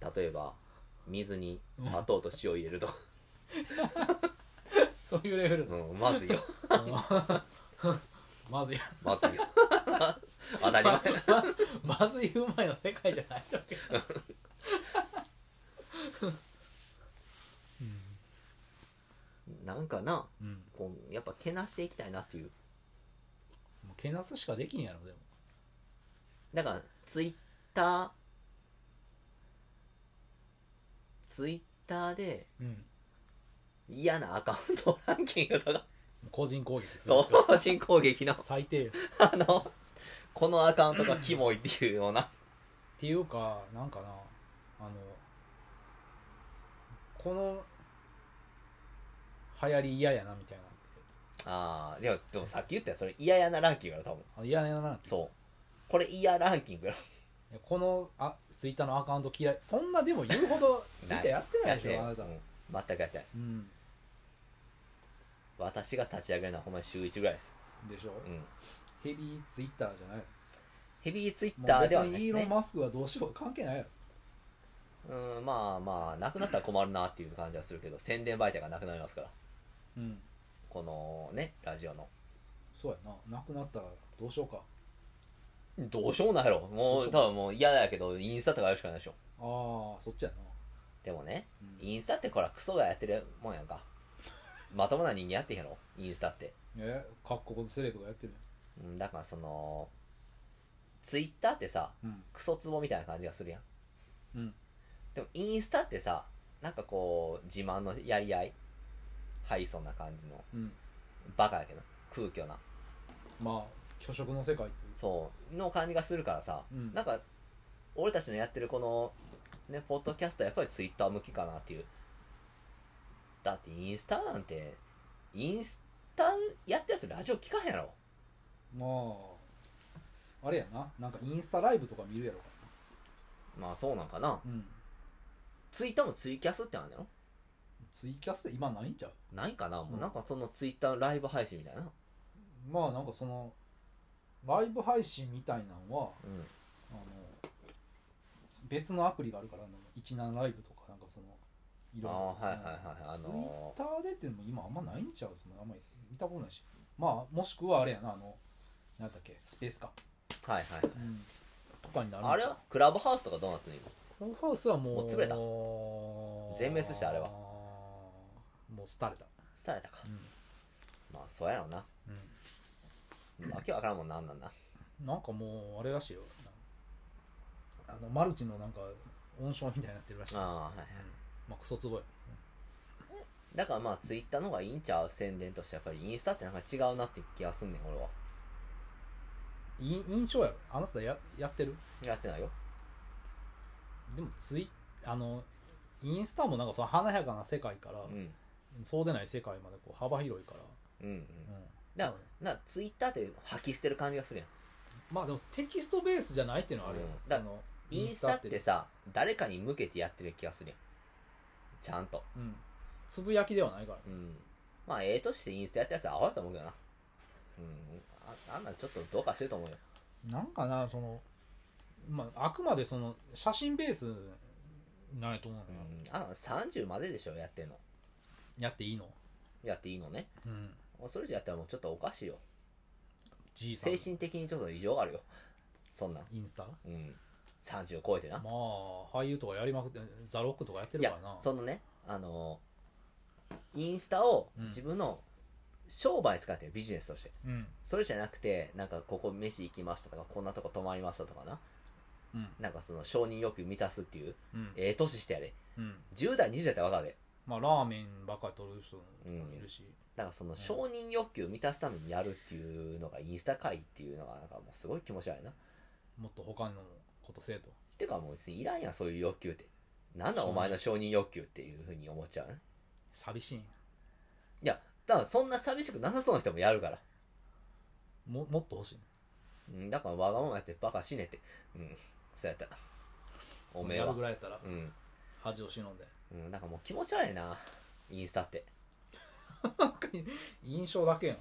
[SPEAKER 1] 例えば水に砂糖と塩入れるとか、
[SPEAKER 2] そういうレベ ルだ
[SPEAKER 1] うん、まずいよ
[SPEAKER 2] まずい
[SPEAKER 1] まずいよ当たり前
[SPEAKER 2] まずいうまいの世界じゃないわけだ
[SPEAKER 1] なんかな
[SPEAKER 2] うん、うん、
[SPEAKER 1] こうやっぱけなしていきたいなっていう
[SPEAKER 2] もうけなすしかできんやろでも
[SPEAKER 1] だからツイッターツイッターで
[SPEAKER 2] うん
[SPEAKER 1] 嫌なアカウントランキングとか
[SPEAKER 2] 個人攻撃ですね
[SPEAKER 1] そう個人攻撃の
[SPEAKER 2] 最低よ
[SPEAKER 1] あのこのアカウントがキモいっていうような
[SPEAKER 2] っていうかなんかなあのこの流行り嫌やなみたいな
[SPEAKER 1] ああでもでもさっき言ったよそれ嫌やなランキングやろ多分
[SPEAKER 2] あ嫌やなって
[SPEAKER 1] そうこれ嫌ランキングや
[SPEAKER 2] このあツイッターのアカウント嫌いそんなでも言うほどツイッターやって
[SPEAKER 1] ろ
[SPEAKER 2] ないでしょあ
[SPEAKER 1] や
[SPEAKER 2] な
[SPEAKER 1] って
[SPEAKER 2] た
[SPEAKER 1] うん全くやってないです
[SPEAKER 2] うん
[SPEAKER 1] 私が立ち上げるのはほんまに週1ぐらいです、
[SPEAKER 2] でしょ
[SPEAKER 1] うん、
[SPEAKER 2] ヘビーツイッターじゃない
[SPEAKER 1] ヘビーツイッタ
[SPEAKER 2] もう
[SPEAKER 1] ーでは
[SPEAKER 2] 別
[SPEAKER 1] ないで
[SPEAKER 2] にイ
[SPEAKER 1] す
[SPEAKER 2] ーロン・
[SPEAKER 1] ね
[SPEAKER 2] マスクはどうしよう関係ないやろ
[SPEAKER 1] うんまあまあなくなったら困るなっていう感じはするけど宣伝媒体がなくなりますから
[SPEAKER 2] うん
[SPEAKER 1] このねラジオの
[SPEAKER 2] そうやななくなったらどうしようか
[SPEAKER 1] どうしようもないやろもう
[SPEAKER 2] どうしよう
[SPEAKER 1] 多分もう嫌だけどインスタとかやるしかないでしょ
[SPEAKER 2] ああそっちやな
[SPEAKER 1] でもね
[SPEAKER 2] うん
[SPEAKER 1] インスタってこらクソがやってるもんやんか まともな人間やってへんやろインスタって、
[SPEAKER 2] え各国セレブがやってる
[SPEAKER 1] うん、だからそのツイッターってさ
[SPEAKER 2] やんうん
[SPEAKER 1] クソツボみたいな感じがするやん
[SPEAKER 2] うん
[SPEAKER 1] でもインスタってさなんかこう自慢のやり合いはいそんな感じの
[SPEAKER 2] うん
[SPEAKER 1] バカやけど空虚な
[SPEAKER 2] まあ虚飾の世界っていう
[SPEAKER 1] そうの感じがするからさ、
[SPEAKER 2] うん
[SPEAKER 1] なんか俺たちのやってるこのねポッドキャストはやっぱりツイッター向きかなっていうだってインスタなんてインスタやったやつラジオ聞かへんやろ
[SPEAKER 2] まああれやななんかインスタライブとか見るやろか
[SPEAKER 1] まあそうなんかな
[SPEAKER 2] らうん
[SPEAKER 1] ツイッターもツイキャスってあるんだよ
[SPEAKER 2] ツイキャスって今ないんちゃう
[SPEAKER 1] ないかなも
[SPEAKER 2] う
[SPEAKER 1] うんなんかそのツイッターのライブ配信みたいな
[SPEAKER 2] まあなんかそのライブ配信みたいなんは
[SPEAKER 1] うん
[SPEAKER 2] あの別のアプリがあるからあの17ライブとかなんかそのい
[SPEAKER 1] あーはいはいはいあ
[SPEAKER 2] ツイッ
[SPEAKER 1] の
[SPEAKER 2] ターでっていうのも今あんまないんちゃうそのあんまり見たことないしまあもしくはあれやなあのなんだっけスペースか、
[SPEAKER 1] ーはいはい
[SPEAKER 2] うん、とかになるんちゃう
[SPEAKER 1] あれはクラブハウスとかどうなってんの今
[SPEAKER 2] クラブハウスはもう
[SPEAKER 1] もう潰れた全
[SPEAKER 2] 全
[SPEAKER 1] 滅したあれは
[SPEAKER 2] もう廃れた
[SPEAKER 1] されたか
[SPEAKER 2] う
[SPEAKER 1] まあそうやろうな、
[SPEAKER 2] ん、
[SPEAKER 1] わけわからんもんなんなんだ
[SPEAKER 2] なんかもうあれらしいよあのマルチのなんか温床みたいになってるらしい、うん、
[SPEAKER 1] ああーはい
[SPEAKER 2] まあクソつぼよ
[SPEAKER 1] だからまあツイッターの方がいいんちゃう宣伝としてやっぱりインスタってなんか違うなって気がすんねん俺はい
[SPEAKER 2] 印象やろあなたややってる
[SPEAKER 1] やってないよ
[SPEAKER 2] でもツイあのインスタもなんかその華やかな世界から、
[SPEAKER 1] うん
[SPEAKER 2] そうでない世界までこう幅広いから、
[SPEAKER 1] うんうん
[SPEAKER 2] うん
[SPEAKER 1] だ
[SPEAKER 2] そうね
[SPEAKER 1] からなツイッターって吐き捨てる感じがするやん
[SPEAKER 2] まあでもテキストベースじゃないっていうのはあるよ、
[SPEAKER 1] うんだ
[SPEAKER 2] その
[SPEAKER 1] インスタってさ誰かに向けてやってる気がするやんちゃんと
[SPEAKER 2] うんつぶやきではないから
[SPEAKER 1] うんまあええとしてインスタやったやつはアホやと思うけどなうんああんなんちょっとどうかしてると思うよ
[SPEAKER 2] なんかなそのまああくまでその写真ベースなんやと思う
[SPEAKER 1] う
[SPEAKER 2] のよ、
[SPEAKER 1] んあんなん30まででしょやってんの
[SPEAKER 2] やっていいの
[SPEAKER 1] やっていいのね
[SPEAKER 2] うん
[SPEAKER 1] それじゃやったらもうちょっとおかしいよ
[SPEAKER 2] じいさ
[SPEAKER 1] 精
[SPEAKER 2] ん
[SPEAKER 1] 神的にちょっと異常があるよそんなん
[SPEAKER 2] インスタ
[SPEAKER 1] うん30超えてな
[SPEAKER 2] まあ俳優とかやりまくってザ・ロックとかやって
[SPEAKER 1] い
[SPEAKER 2] るか
[SPEAKER 1] や
[SPEAKER 2] らな
[SPEAKER 1] そのねあのインスタを
[SPEAKER 2] うん
[SPEAKER 1] 自分の商売に使ってるビジネスとして
[SPEAKER 2] うん
[SPEAKER 1] それじゃなくてなんかここ飯行きましたとかこんなとこ泊まりましたとかな
[SPEAKER 2] うん
[SPEAKER 1] なんかその承認欲求満たすっていう
[SPEAKER 2] うん
[SPEAKER 1] ええ年してやれ
[SPEAKER 2] うん
[SPEAKER 1] 10代20代ってわかるで
[SPEAKER 2] まあラーメンばっかり取る人もいるし、
[SPEAKER 1] だからその承認欲求満たすためにやるっていうのがインスタ会っていうのがなんかもうすごい気持ち悪いなっ
[SPEAKER 2] もっと他のことせえと
[SPEAKER 1] ていうかもう別にいらんやんそういう欲求ってなんだお前の承認欲求っていうふうに思っちゃうね
[SPEAKER 2] 寂しいんや
[SPEAKER 1] いやだからそんな寂しくなさそうな人もやるから
[SPEAKER 2] ももっと欲しい
[SPEAKER 1] うん、だからわがままやってバカ死ねって。うん。そうやった。おめえ
[SPEAKER 2] そのや
[SPEAKER 1] は
[SPEAKER 2] るぐ。らいやったら
[SPEAKER 1] うん。
[SPEAKER 2] 恥を忍んで
[SPEAKER 1] うん、なんかもう気持ち悪いな。インスタって。
[SPEAKER 2] 印象だけやん、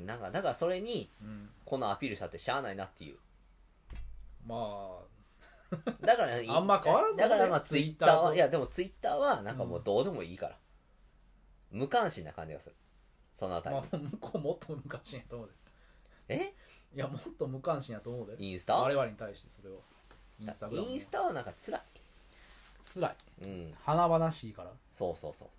[SPEAKER 1] うん、なんか、だからそれに、
[SPEAKER 2] うん、
[SPEAKER 1] このアピールしたってしゃあないなっていう。
[SPEAKER 2] まあ
[SPEAKER 1] だから、い
[SPEAKER 2] あんま変わらんの
[SPEAKER 1] だ
[SPEAKER 2] ね
[SPEAKER 1] からまあツイッタ
[SPEAKER 2] Twitter
[SPEAKER 1] ー
[SPEAKER 2] と
[SPEAKER 1] は、いやでもツイッターはなんかもうどうでもいいから。無関心な感じがする。そのあたり
[SPEAKER 2] ま
[SPEAKER 1] に。
[SPEAKER 2] あ向こうもっと無関心やと思うで
[SPEAKER 1] え
[SPEAKER 2] いやもっと無関心やと思うで
[SPEAKER 1] インスタ
[SPEAKER 2] 我々に対してそれをインスタグラム
[SPEAKER 1] インスタはなんか辛い。
[SPEAKER 2] つらい
[SPEAKER 1] うん。
[SPEAKER 2] 華々しいから
[SPEAKER 1] そうそうそ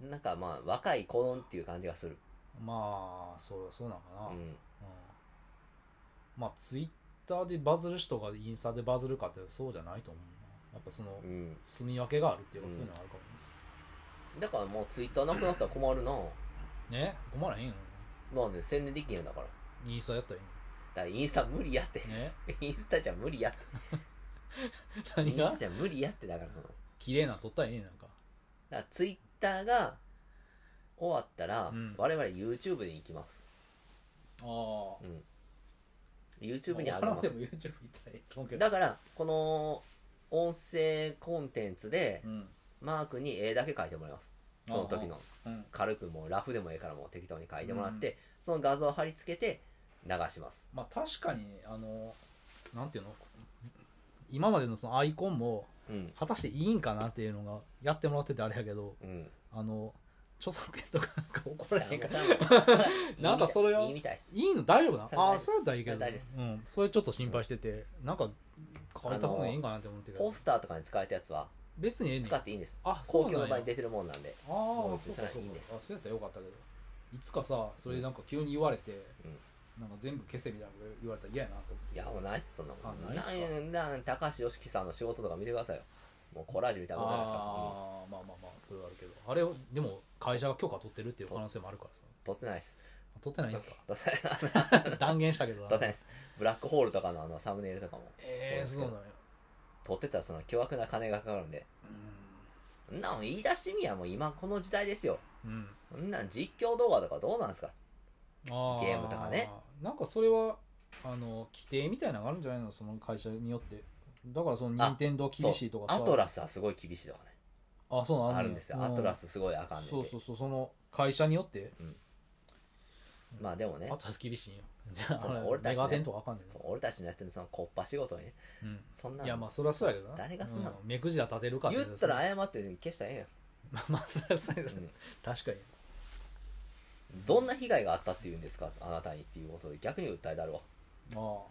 [SPEAKER 1] う。なんかまあ、若い子っていう感じがする。
[SPEAKER 2] まあそうそうなんかな、
[SPEAKER 1] う
[SPEAKER 2] うん
[SPEAKER 1] ん。
[SPEAKER 2] まあツイッターでバズる人がインスタでバズるかってそうじゃないと思うなやっぱその
[SPEAKER 1] うん。
[SPEAKER 2] 住み分けがあるっていうか
[SPEAKER 1] うん
[SPEAKER 2] そういうのがあるかも
[SPEAKER 1] だからもうツイッターなくなったら困るな。
[SPEAKER 2] ねね困らへんよ
[SPEAKER 1] なんで宣伝できへんやんだから。
[SPEAKER 2] インスタやったらいい
[SPEAKER 1] だからインスタ無理やって。
[SPEAKER 2] のにね
[SPEAKER 1] インスタじゃ無理やって。イ
[SPEAKER 2] 何
[SPEAKER 1] ンス
[SPEAKER 2] が
[SPEAKER 1] タじゃ無理やって。だからその。だか
[SPEAKER 2] 綺麗なの撮ったらいいなんから
[SPEAKER 1] ツイッターが終わったら、
[SPEAKER 2] うん
[SPEAKER 1] 我々 YouTube に行きます。
[SPEAKER 2] あ
[SPEAKER 1] うん。YouTube に上げ
[SPEAKER 2] まあ
[SPEAKER 1] ま
[SPEAKER 2] でも
[SPEAKER 1] す。
[SPEAKER 2] YouTube 行ったらいいと思うけど
[SPEAKER 1] だから、この音声コンテンツで、
[SPEAKER 2] うん
[SPEAKER 1] マークに絵だけ描いてもらいます。その時の。
[SPEAKER 2] うん
[SPEAKER 1] 軽くもうラフでもええからもう適当に描いてもらって、その画像を貼り付けて流します。
[SPEAKER 2] まあ確かにあのなんていうの今までのそのアイコンも
[SPEAKER 1] うん。
[SPEAKER 2] 果たしていいんかなっていうのがやってもらっててあれやけど
[SPEAKER 1] うん。
[SPEAKER 2] あの著作権とかなんか怒らへんから
[SPEAKER 1] な
[SPEAKER 2] なんかそれを
[SPEAKER 1] いいみたいです。
[SPEAKER 2] いいの大丈夫な
[SPEAKER 1] それは大丈夫
[SPEAKER 2] ああーそれだったらいいけど
[SPEAKER 1] 大丈夫です
[SPEAKER 2] うん、それちょっと心配しててなんか変えた方がいいんかなって思ってるけ
[SPEAKER 1] ポ
[SPEAKER 2] ど
[SPEAKER 1] スターとかに使われたやつは
[SPEAKER 2] 別にええねん
[SPEAKER 1] 使っていいんです。
[SPEAKER 2] あそ
[SPEAKER 1] 公
[SPEAKER 2] うなん
[SPEAKER 1] 共
[SPEAKER 2] や
[SPEAKER 1] の場に出てるもんなんで。
[SPEAKER 2] ああ
[SPEAKER 1] う
[SPEAKER 2] そうかそ
[SPEAKER 1] それ
[SPEAKER 2] うか
[SPEAKER 1] はいいんです
[SPEAKER 2] あそうやったらよかったけどいつかさそれなんか急に言われて、なんか全部消せみたいなこと言われたら嫌やなと思って
[SPEAKER 1] いや、もうないっす、そんなも
[SPEAKER 2] あ
[SPEAKER 1] ん。
[SPEAKER 2] ないっ
[SPEAKER 1] な
[SPEAKER 2] す
[SPEAKER 1] んなん、高橋良樹さんの仕事とか見てくださいよ。もうコラージュみたいなことじゃないですか、うん
[SPEAKER 2] あーまあまあまあそれはあるけどあれをでも会社が許可取ってるっていう可能性もあるからさ
[SPEAKER 1] 撮ってないです
[SPEAKER 2] 取ってないんですか
[SPEAKER 1] 撮ってない
[SPEAKER 2] 断言したけどな
[SPEAKER 1] 撮ってないですブラックホールとかのあのサムネイルとかも
[SPEAKER 2] ええー、そ
[SPEAKER 1] な
[SPEAKER 2] うなんの
[SPEAKER 1] です
[SPEAKER 2] よ
[SPEAKER 1] けど撮ってたらその巨悪な金がかかるんでんなん言い出してみやもう今この時代ですよ
[SPEAKER 2] うん、うん、
[SPEAKER 1] んなん実況動画とかどうなんですか
[SPEAKER 2] あ
[SPEAKER 1] ゲームとかね
[SPEAKER 2] なんかそれはあの規定みたいなのがあるんじゃないのその会社によってだからその任天堂厳しいとか
[SPEAKER 1] アトラ
[SPEAKER 2] ス
[SPEAKER 1] スはすごい厳しいとかね
[SPEAKER 2] あそうなの
[SPEAKER 1] あるんですよアトラ
[SPEAKER 2] ス
[SPEAKER 1] スすごいあかんねんて
[SPEAKER 2] そうそうそうその会社によって
[SPEAKER 1] まあでもね
[SPEAKER 2] アトラス厳しいんよじゃあ
[SPEAKER 1] そう
[SPEAKER 2] あの
[SPEAKER 1] 俺たちね
[SPEAKER 2] メガテンとかあかんねんな
[SPEAKER 1] そう俺たちのやってるそのコッパ仕事にね
[SPEAKER 2] うん
[SPEAKER 1] そんない
[SPEAKER 2] やまあそれはそうやけどな
[SPEAKER 1] 誰がそんなの
[SPEAKER 2] う目くじら立てるか
[SPEAKER 1] 言ったら謝って消したらえ
[SPEAKER 2] まあまあそれはそうや
[SPEAKER 1] え
[SPEAKER 2] け
[SPEAKER 1] やん、う
[SPEAKER 2] ど
[SPEAKER 1] ん
[SPEAKER 2] 確かに
[SPEAKER 1] どんな被害があったっていうんですかあなたにっていうことで逆に訴えだろう
[SPEAKER 2] あ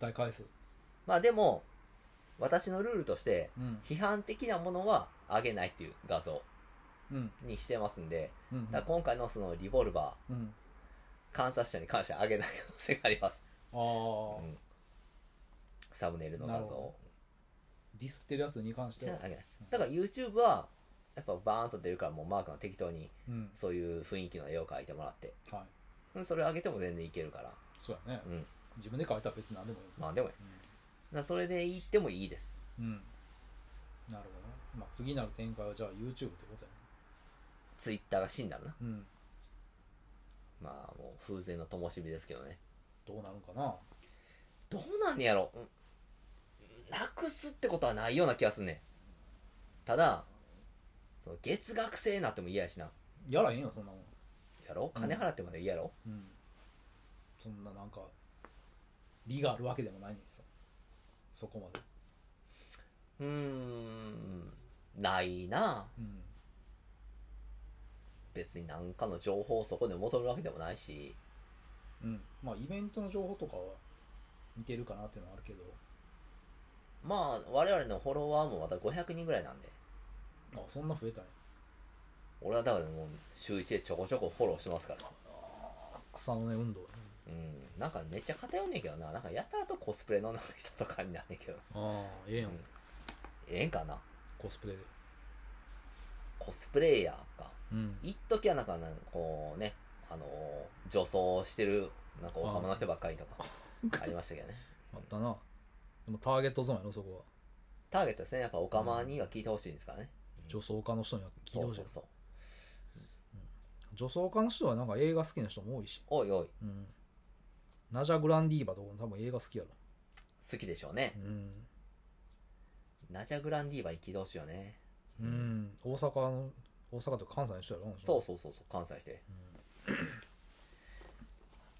[SPEAKER 2] あ訴え返す
[SPEAKER 1] まあでも私のルールとして
[SPEAKER 2] うん
[SPEAKER 1] 批判的なものは上げないっていう画像
[SPEAKER 2] うん
[SPEAKER 1] にしてますんで
[SPEAKER 2] うん
[SPEAKER 1] だから今回のそのリボルバ
[SPEAKER 2] うん
[SPEAKER 1] ー監察者に関しては上げない可能性があります、
[SPEAKER 2] あ
[SPEAKER 1] う
[SPEAKER 2] あ
[SPEAKER 1] んサムネイルの
[SPEAKER 2] な
[SPEAKER 1] 画
[SPEAKER 2] る
[SPEAKER 1] 像
[SPEAKER 2] ほ
[SPEAKER 1] を
[SPEAKER 2] ディスってるやつに関し
[SPEAKER 1] 上
[SPEAKER 2] て
[SPEAKER 1] げな
[SPEAKER 2] はい
[SPEAKER 1] だから YouTube はやっぱバーンと出るからもうマークの適当に
[SPEAKER 2] うん
[SPEAKER 1] そういう雰囲気の絵を描いてもらって
[SPEAKER 2] はい
[SPEAKER 1] うんそれ上げても全然いけるから
[SPEAKER 2] そうやね
[SPEAKER 1] うん
[SPEAKER 2] 自分で書いたら別に何でもいい
[SPEAKER 1] まあでもねだからそれで言ってもいいです
[SPEAKER 2] うんうんなるほどねまあ次なる展開はじゃあ YouTube ってことやね
[SPEAKER 1] Twitter が死んだらな
[SPEAKER 2] うん
[SPEAKER 1] まあもう風前の灯火ですけどね
[SPEAKER 2] どうなるんかな
[SPEAKER 1] どうなんねやろうんなくすってことはないような気がすんねんただその月額制になっても嫌やしな
[SPEAKER 2] やらへんよそんなもん
[SPEAKER 1] やろ金払ってまで嫌やろ、
[SPEAKER 2] うんそんななんか利があるわけでもないんですよそこまで
[SPEAKER 1] うーんないな
[SPEAKER 2] うん
[SPEAKER 1] 別に何かの情報をそこで求めるわけでもないし
[SPEAKER 2] うん、まあイベントの情報とかは見てるかなっていうのはあるけど
[SPEAKER 1] まあ我々のフォロワーもまた500人ぐらいなんで
[SPEAKER 2] あそんな増えたんや
[SPEAKER 1] 俺はだからもう週1でちょこちょこフォローしてますから
[SPEAKER 2] 草の根運動
[SPEAKER 1] うんなんかめっちゃ偏んねんけどななんかやたらとコスプレの人とかになんねんけど
[SPEAKER 2] ああええやん、
[SPEAKER 1] うんええんかな
[SPEAKER 2] コスプレで
[SPEAKER 1] コスプレイヤーか
[SPEAKER 2] うん
[SPEAKER 1] 一時はなんかなんかこうねあのー女装してるなんかオカマの人ばっかりとかありましたけどね
[SPEAKER 2] あったなでもターゲットゾーンやろそこは
[SPEAKER 1] ターゲットですねやっぱオカマには聞いてほしいんですからね、
[SPEAKER 2] 女装家の人には聞いて
[SPEAKER 1] そ
[SPEAKER 2] ほ
[SPEAKER 1] う
[SPEAKER 2] しい
[SPEAKER 1] そうそう
[SPEAKER 2] 女装家の人はなんか映画好きな人も多いし、
[SPEAKER 1] おいおい
[SPEAKER 2] うん、ナジャ・グランディーバとかも多分映画好きやろ
[SPEAKER 1] 好きでしょうね
[SPEAKER 2] うん、
[SPEAKER 1] ナジャ・グランディーバに聞いてほしいよね
[SPEAKER 2] うん、大阪の大阪とか関西の人やろ
[SPEAKER 1] そうそうそうそう関西で、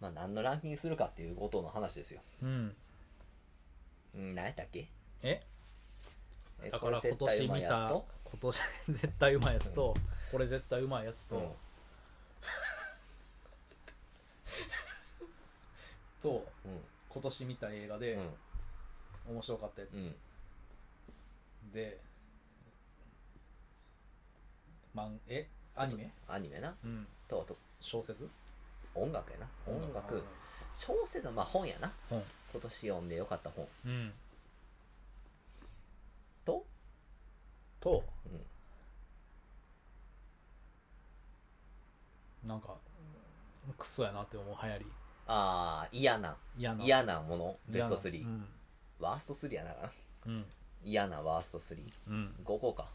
[SPEAKER 1] まあ何のランキングするかっていうことの話ですよ、
[SPEAKER 2] ううん
[SPEAKER 1] うん、何やったっけ
[SPEAKER 2] え
[SPEAKER 1] え
[SPEAKER 2] だか
[SPEAKER 1] これ
[SPEAKER 2] ら今
[SPEAKER 1] 絶対
[SPEAKER 2] 年
[SPEAKER 1] うま
[SPEAKER 2] 見
[SPEAKER 1] い
[SPEAKER 2] た
[SPEAKER 1] やつ
[SPEAKER 2] 今
[SPEAKER 1] と
[SPEAKER 2] 年 絶対うまいやつと、これ絶対うまいやつと、
[SPEAKER 1] うん
[SPEAKER 2] と
[SPEAKER 1] うん
[SPEAKER 2] 今年見た映画
[SPEAKER 1] う
[SPEAKER 2] で
[SPEAKER 1] ん
[SPEAKER 2] 面白かったやつ
[SPEAKER 1] うん
[SPEAKER 2] で、マンえアニメ、
[SPEAKER 1] アニメな
[SPEAKER 2] うん、
[SPEAKER 1] とあと
[SPEAKER 2] 小説
[SPEAKER 1] 音楽やな音楽、小説はまあ本やな
[SPEAKER 2] 本
[SPEAKER 1] 今年読んでよかった本
[SPEAKER 2] うん
[SPEAKER 1] と、
[SPEAKER 2] と
[SPEAKER 1] うん、
[SPEAKER 2] なんかクソやなって思う流行り
[SPEAKER 1] ああ嫌な
[SPEAKER 2] 嫌な
[SPEAKER 1] 嫌なものベ
[SPEAKER 2] 嫌
[SPEAKER 1] ス
[SPEAKER 2] な
[SPEAKER 1] ト3、
[SPEAKER 2] うん
[SPEAKER 1] ワースト3やなかな
[SPEAKER 2] うん
[SPEAKER 1] 嫌なワースト35
[SPEAKER 2] うん
[SPEAKER 1] 個か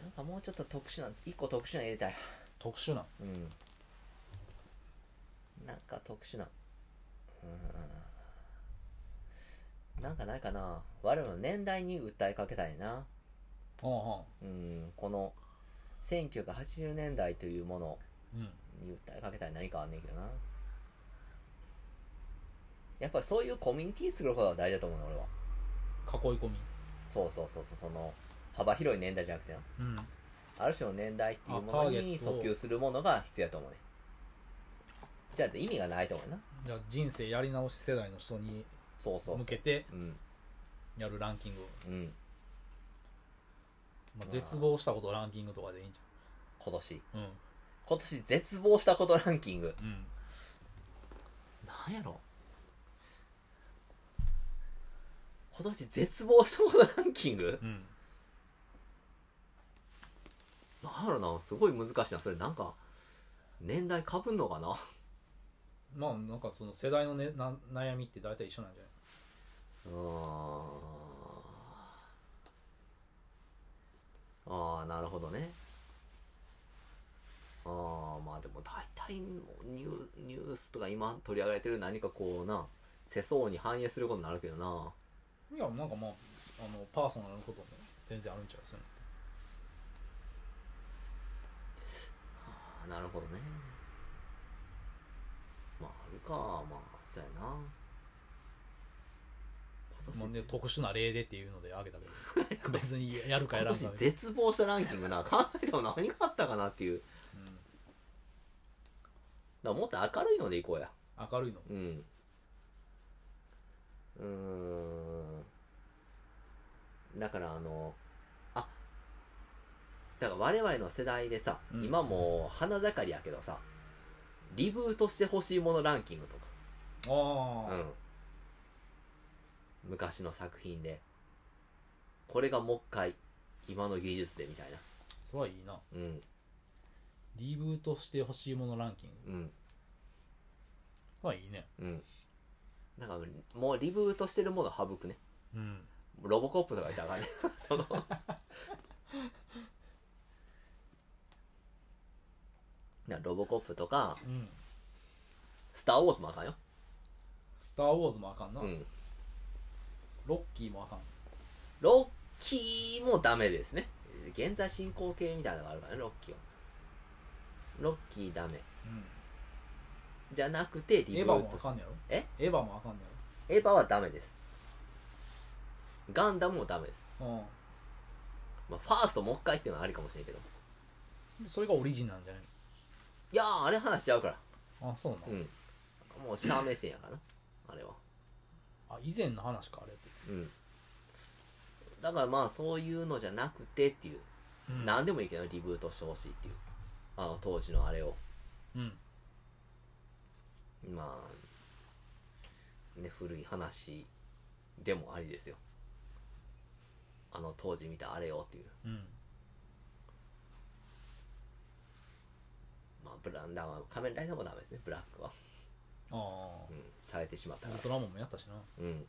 [SPEAKER 1] なんかもうちょっと特殊な1個特殊なの入れたい
[SPEAKER 2] 特殊な
[SPEAKER 1] うんなんか特殊なうんなんかないかな我々の年代に訴えかけたいな
[SPEAKER 2] うんうん
[SPEAKER 1] うんこの1980年代というもの
[SPEAKER 2] うん
[SPEAKER 1] に訴えかけたら何かあんねんけどなやっぱりそういうコミュニティ作ることが大事だと思うね俺は
[SPEAKER 2] 囲い込み
[SPEAKER 1] そうそうそうそうその幅広い年代じゃなくてな
[SPEAKER 2] うん
[SPEAKER 1] ある種の年代っていうも
[SPEAKER 2] あタ
[SPEAKER 1] の
[SPEAKER 2] ーゲ
[SPEAKER 1] に
[SPEAKER 2] ットを
[SPEAKER 1] 訴求するものが必要だと思うねじゃあ意味がないと思うな
[SPEAKER 2] じゃあ人生やり直し世代の人に
[SPEAKER 1] そうそう
[SPEAKER 2] 向
[SPEAKER 1] そう
[SPEAKER 2] けて
[SPEAKER 1] うん
[SPEAKER 2] やるランキング、
[SPEAKER 1] うん
[SPEAKER 2] まあ、絶望したことランキングとかでいいんじ
[SPEAKER 1] 今年
[SPEAKER 2] ゃんうん
[SPEAKER 1] 今年絶望したことランキング
[SPEAKER 2] うん
[SPEAKER 1] なんやろ今年絶望したものランキング
[SPEAKER 2] うん
[SPEAKER 1] なんやろな、すごい難しいな。それなんか、年代かぶんのかな
[SPEAKER 2] まあなんかその世代の、ね、な悩みって大体一緒なんじゃないう
[SPEAKER 1] ーん。ああ、なるほどね。ああ、まあでも大体ニューニュースとか今取り上げられてる何かこうな、世相に反映することになるけどな。
[SPEAKER 2] いやなんかまああのパーソナルのことも全然あるんちゃうそうい
[SPEAKER 1] あ
[SPEAKER 2] うの
[SPEAKER 1] ーなるほどねまああるかまあそうやな
[SPEAKER 2] まあ
[SPEAKER 1] 今
[SPEAKER 2] ね
[SPEAKER 1] 年
[SPEAKER 2] 特殊な例でっていうのであげたけ ど別にやるかやら
[SPEAKER 1] 今
[SPEAKER 2] んか
[SPEAKER 1] 年絶望したランキングな考えても何があったかなっていう
[SPEAKER 2] うん
[SPEAKER 1] だからもっと明るいのでいこうや
[SPEAKER 2] 明るいの
[SPEAKER 1] うんうーんだからあのあだから我々の世代でさ、
[SPEAKER 2] うん
[SPEAKER 1] 今もう花盛りやけどさリブートしてほしいものランキングとか
[SPEAKER 2] ああ、
[SPEAKER 1] うん、昔の作品でこれがもう一回今の技術でみたいな
[SPEAKER 2] それはいいな
[SPEAKER 1] うん
[SPEAKER 2] リブートしてほしいものランキング
[SPEAKER 1] うん
[SPEAKER 2] それはいいね
[SPEAKER 1] うんなんかもうリブートしてるもの省くね
[SPEAKER 2] うん
[SPEAKER 1] ロボコップとか言ったらあかんね そのなロボコップとか
[SPEAKER 2] うん
[SPEAKER 1] 「スター・ウォーズ」もあかんよ、
[SPEAKER 2] スター・ウォーズもあかんな、
[SPEAKER 1] うん、
[SPEAKER 2] ロッキーもあかん
[SPEAKER 1] ロッキーもダメですね現在進行形みたいなのがあるからねロッキーはロッキーダメ
[SPEAKER 2] う
[SPEAKER 1] じゃなくて
[SPEAKER 2] ん
[SPEAKER 1] リ
[SPEAKER 2] エヴァ
[SPEAKER 1] ブー
[SPEAKER 2] も
[SPEAKER 1] ト
[SPEAKER 2] あかんねやろ
[SPEAKER 1] え
[SPEAKER 2] エヴァもあかんね
[SPEAKER 1] エヴァはダメですガンダムもダメです、
[SPEAKER 2] やろ
[SPEAKER 1] まあ、ファーストもう一回っていうのはありかもしれんけど
[SPEAKER 2] うんそれがオリジンなんじゃない
[SPEAKER 1] いやーあれ話しちゃうから
[SPEAKER 2] のあそうなの、
[SPEAKER 1] うんもうシャア目線やからなあれは
[SPEAKER 2] あ以前の話かあれって、
[SPEAKER 1] うんだからまあそういうのじゃなくてっていう、
[SPEAKER 2] うん
[SPEAKER 1] 何でもいいけどリブートしてほしいっていうあの当時のあれを
[SPEAKER 2] うん
[SPEAKER 1] まあね古い話でもありですよあの当時見たあれをっていう
[SPEAKER 2] うん
[SPEAKER 1] まあブランダーは仮面ライダーもダメですねブラックは、
[SPEAKER 2] ああ
[SPEAKER 1] うん、されてしまった
[SPEAKER 2] ウ
[SPEAKER 1] から
[SPEAKER 2] ルトラマンもやったしな
[SPEAKER 1] うん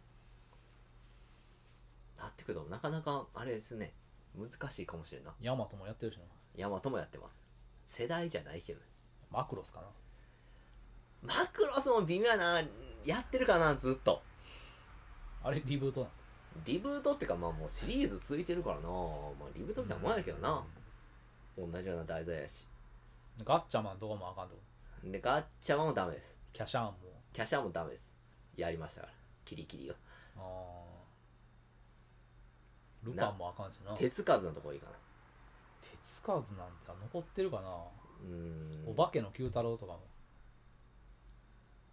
[SPEAKER 1] なってくるとなかなかあれですね難しいかもしれんな
[SPEAKER 2] ヤマトもやってるしな
[SPEAKER 1] ヤマトもやってます世代じゃないけどね
[SPEAKER 2] マクロスかな
[SPEAKER 1] マクロスも微妙やなやってるかなずっと
[SPEAKER 2] あれリブートなの
[SPEAKER 1] リブートってかまあもうシリーズ続いてるからな、まあ、リブートみたいなもんやけどな、同じような題材やし
[SPEAKER 2] ガッチャマンとかもあかんと
[SPEAKER 1] でガッチャマンもダメです
[SPEAKER 2] キャシャーンも
[SPEAKER 1] キャシャもダメですやりましたからキリキリを
[SPEAKER 2] あールパンもあかんしな
[SPEAKER 1] 手つかずのとこいいかな
[SPEAKER 2] 手つかずなんて残ってるか
[SPEAKER 1] う
[SPEAKER 2] な、
[SPEAKER 1] ー
[SPEAKER 2] お
[SPEAKER 1] ん
[SPEAKER 2] 化けの九太郎とかも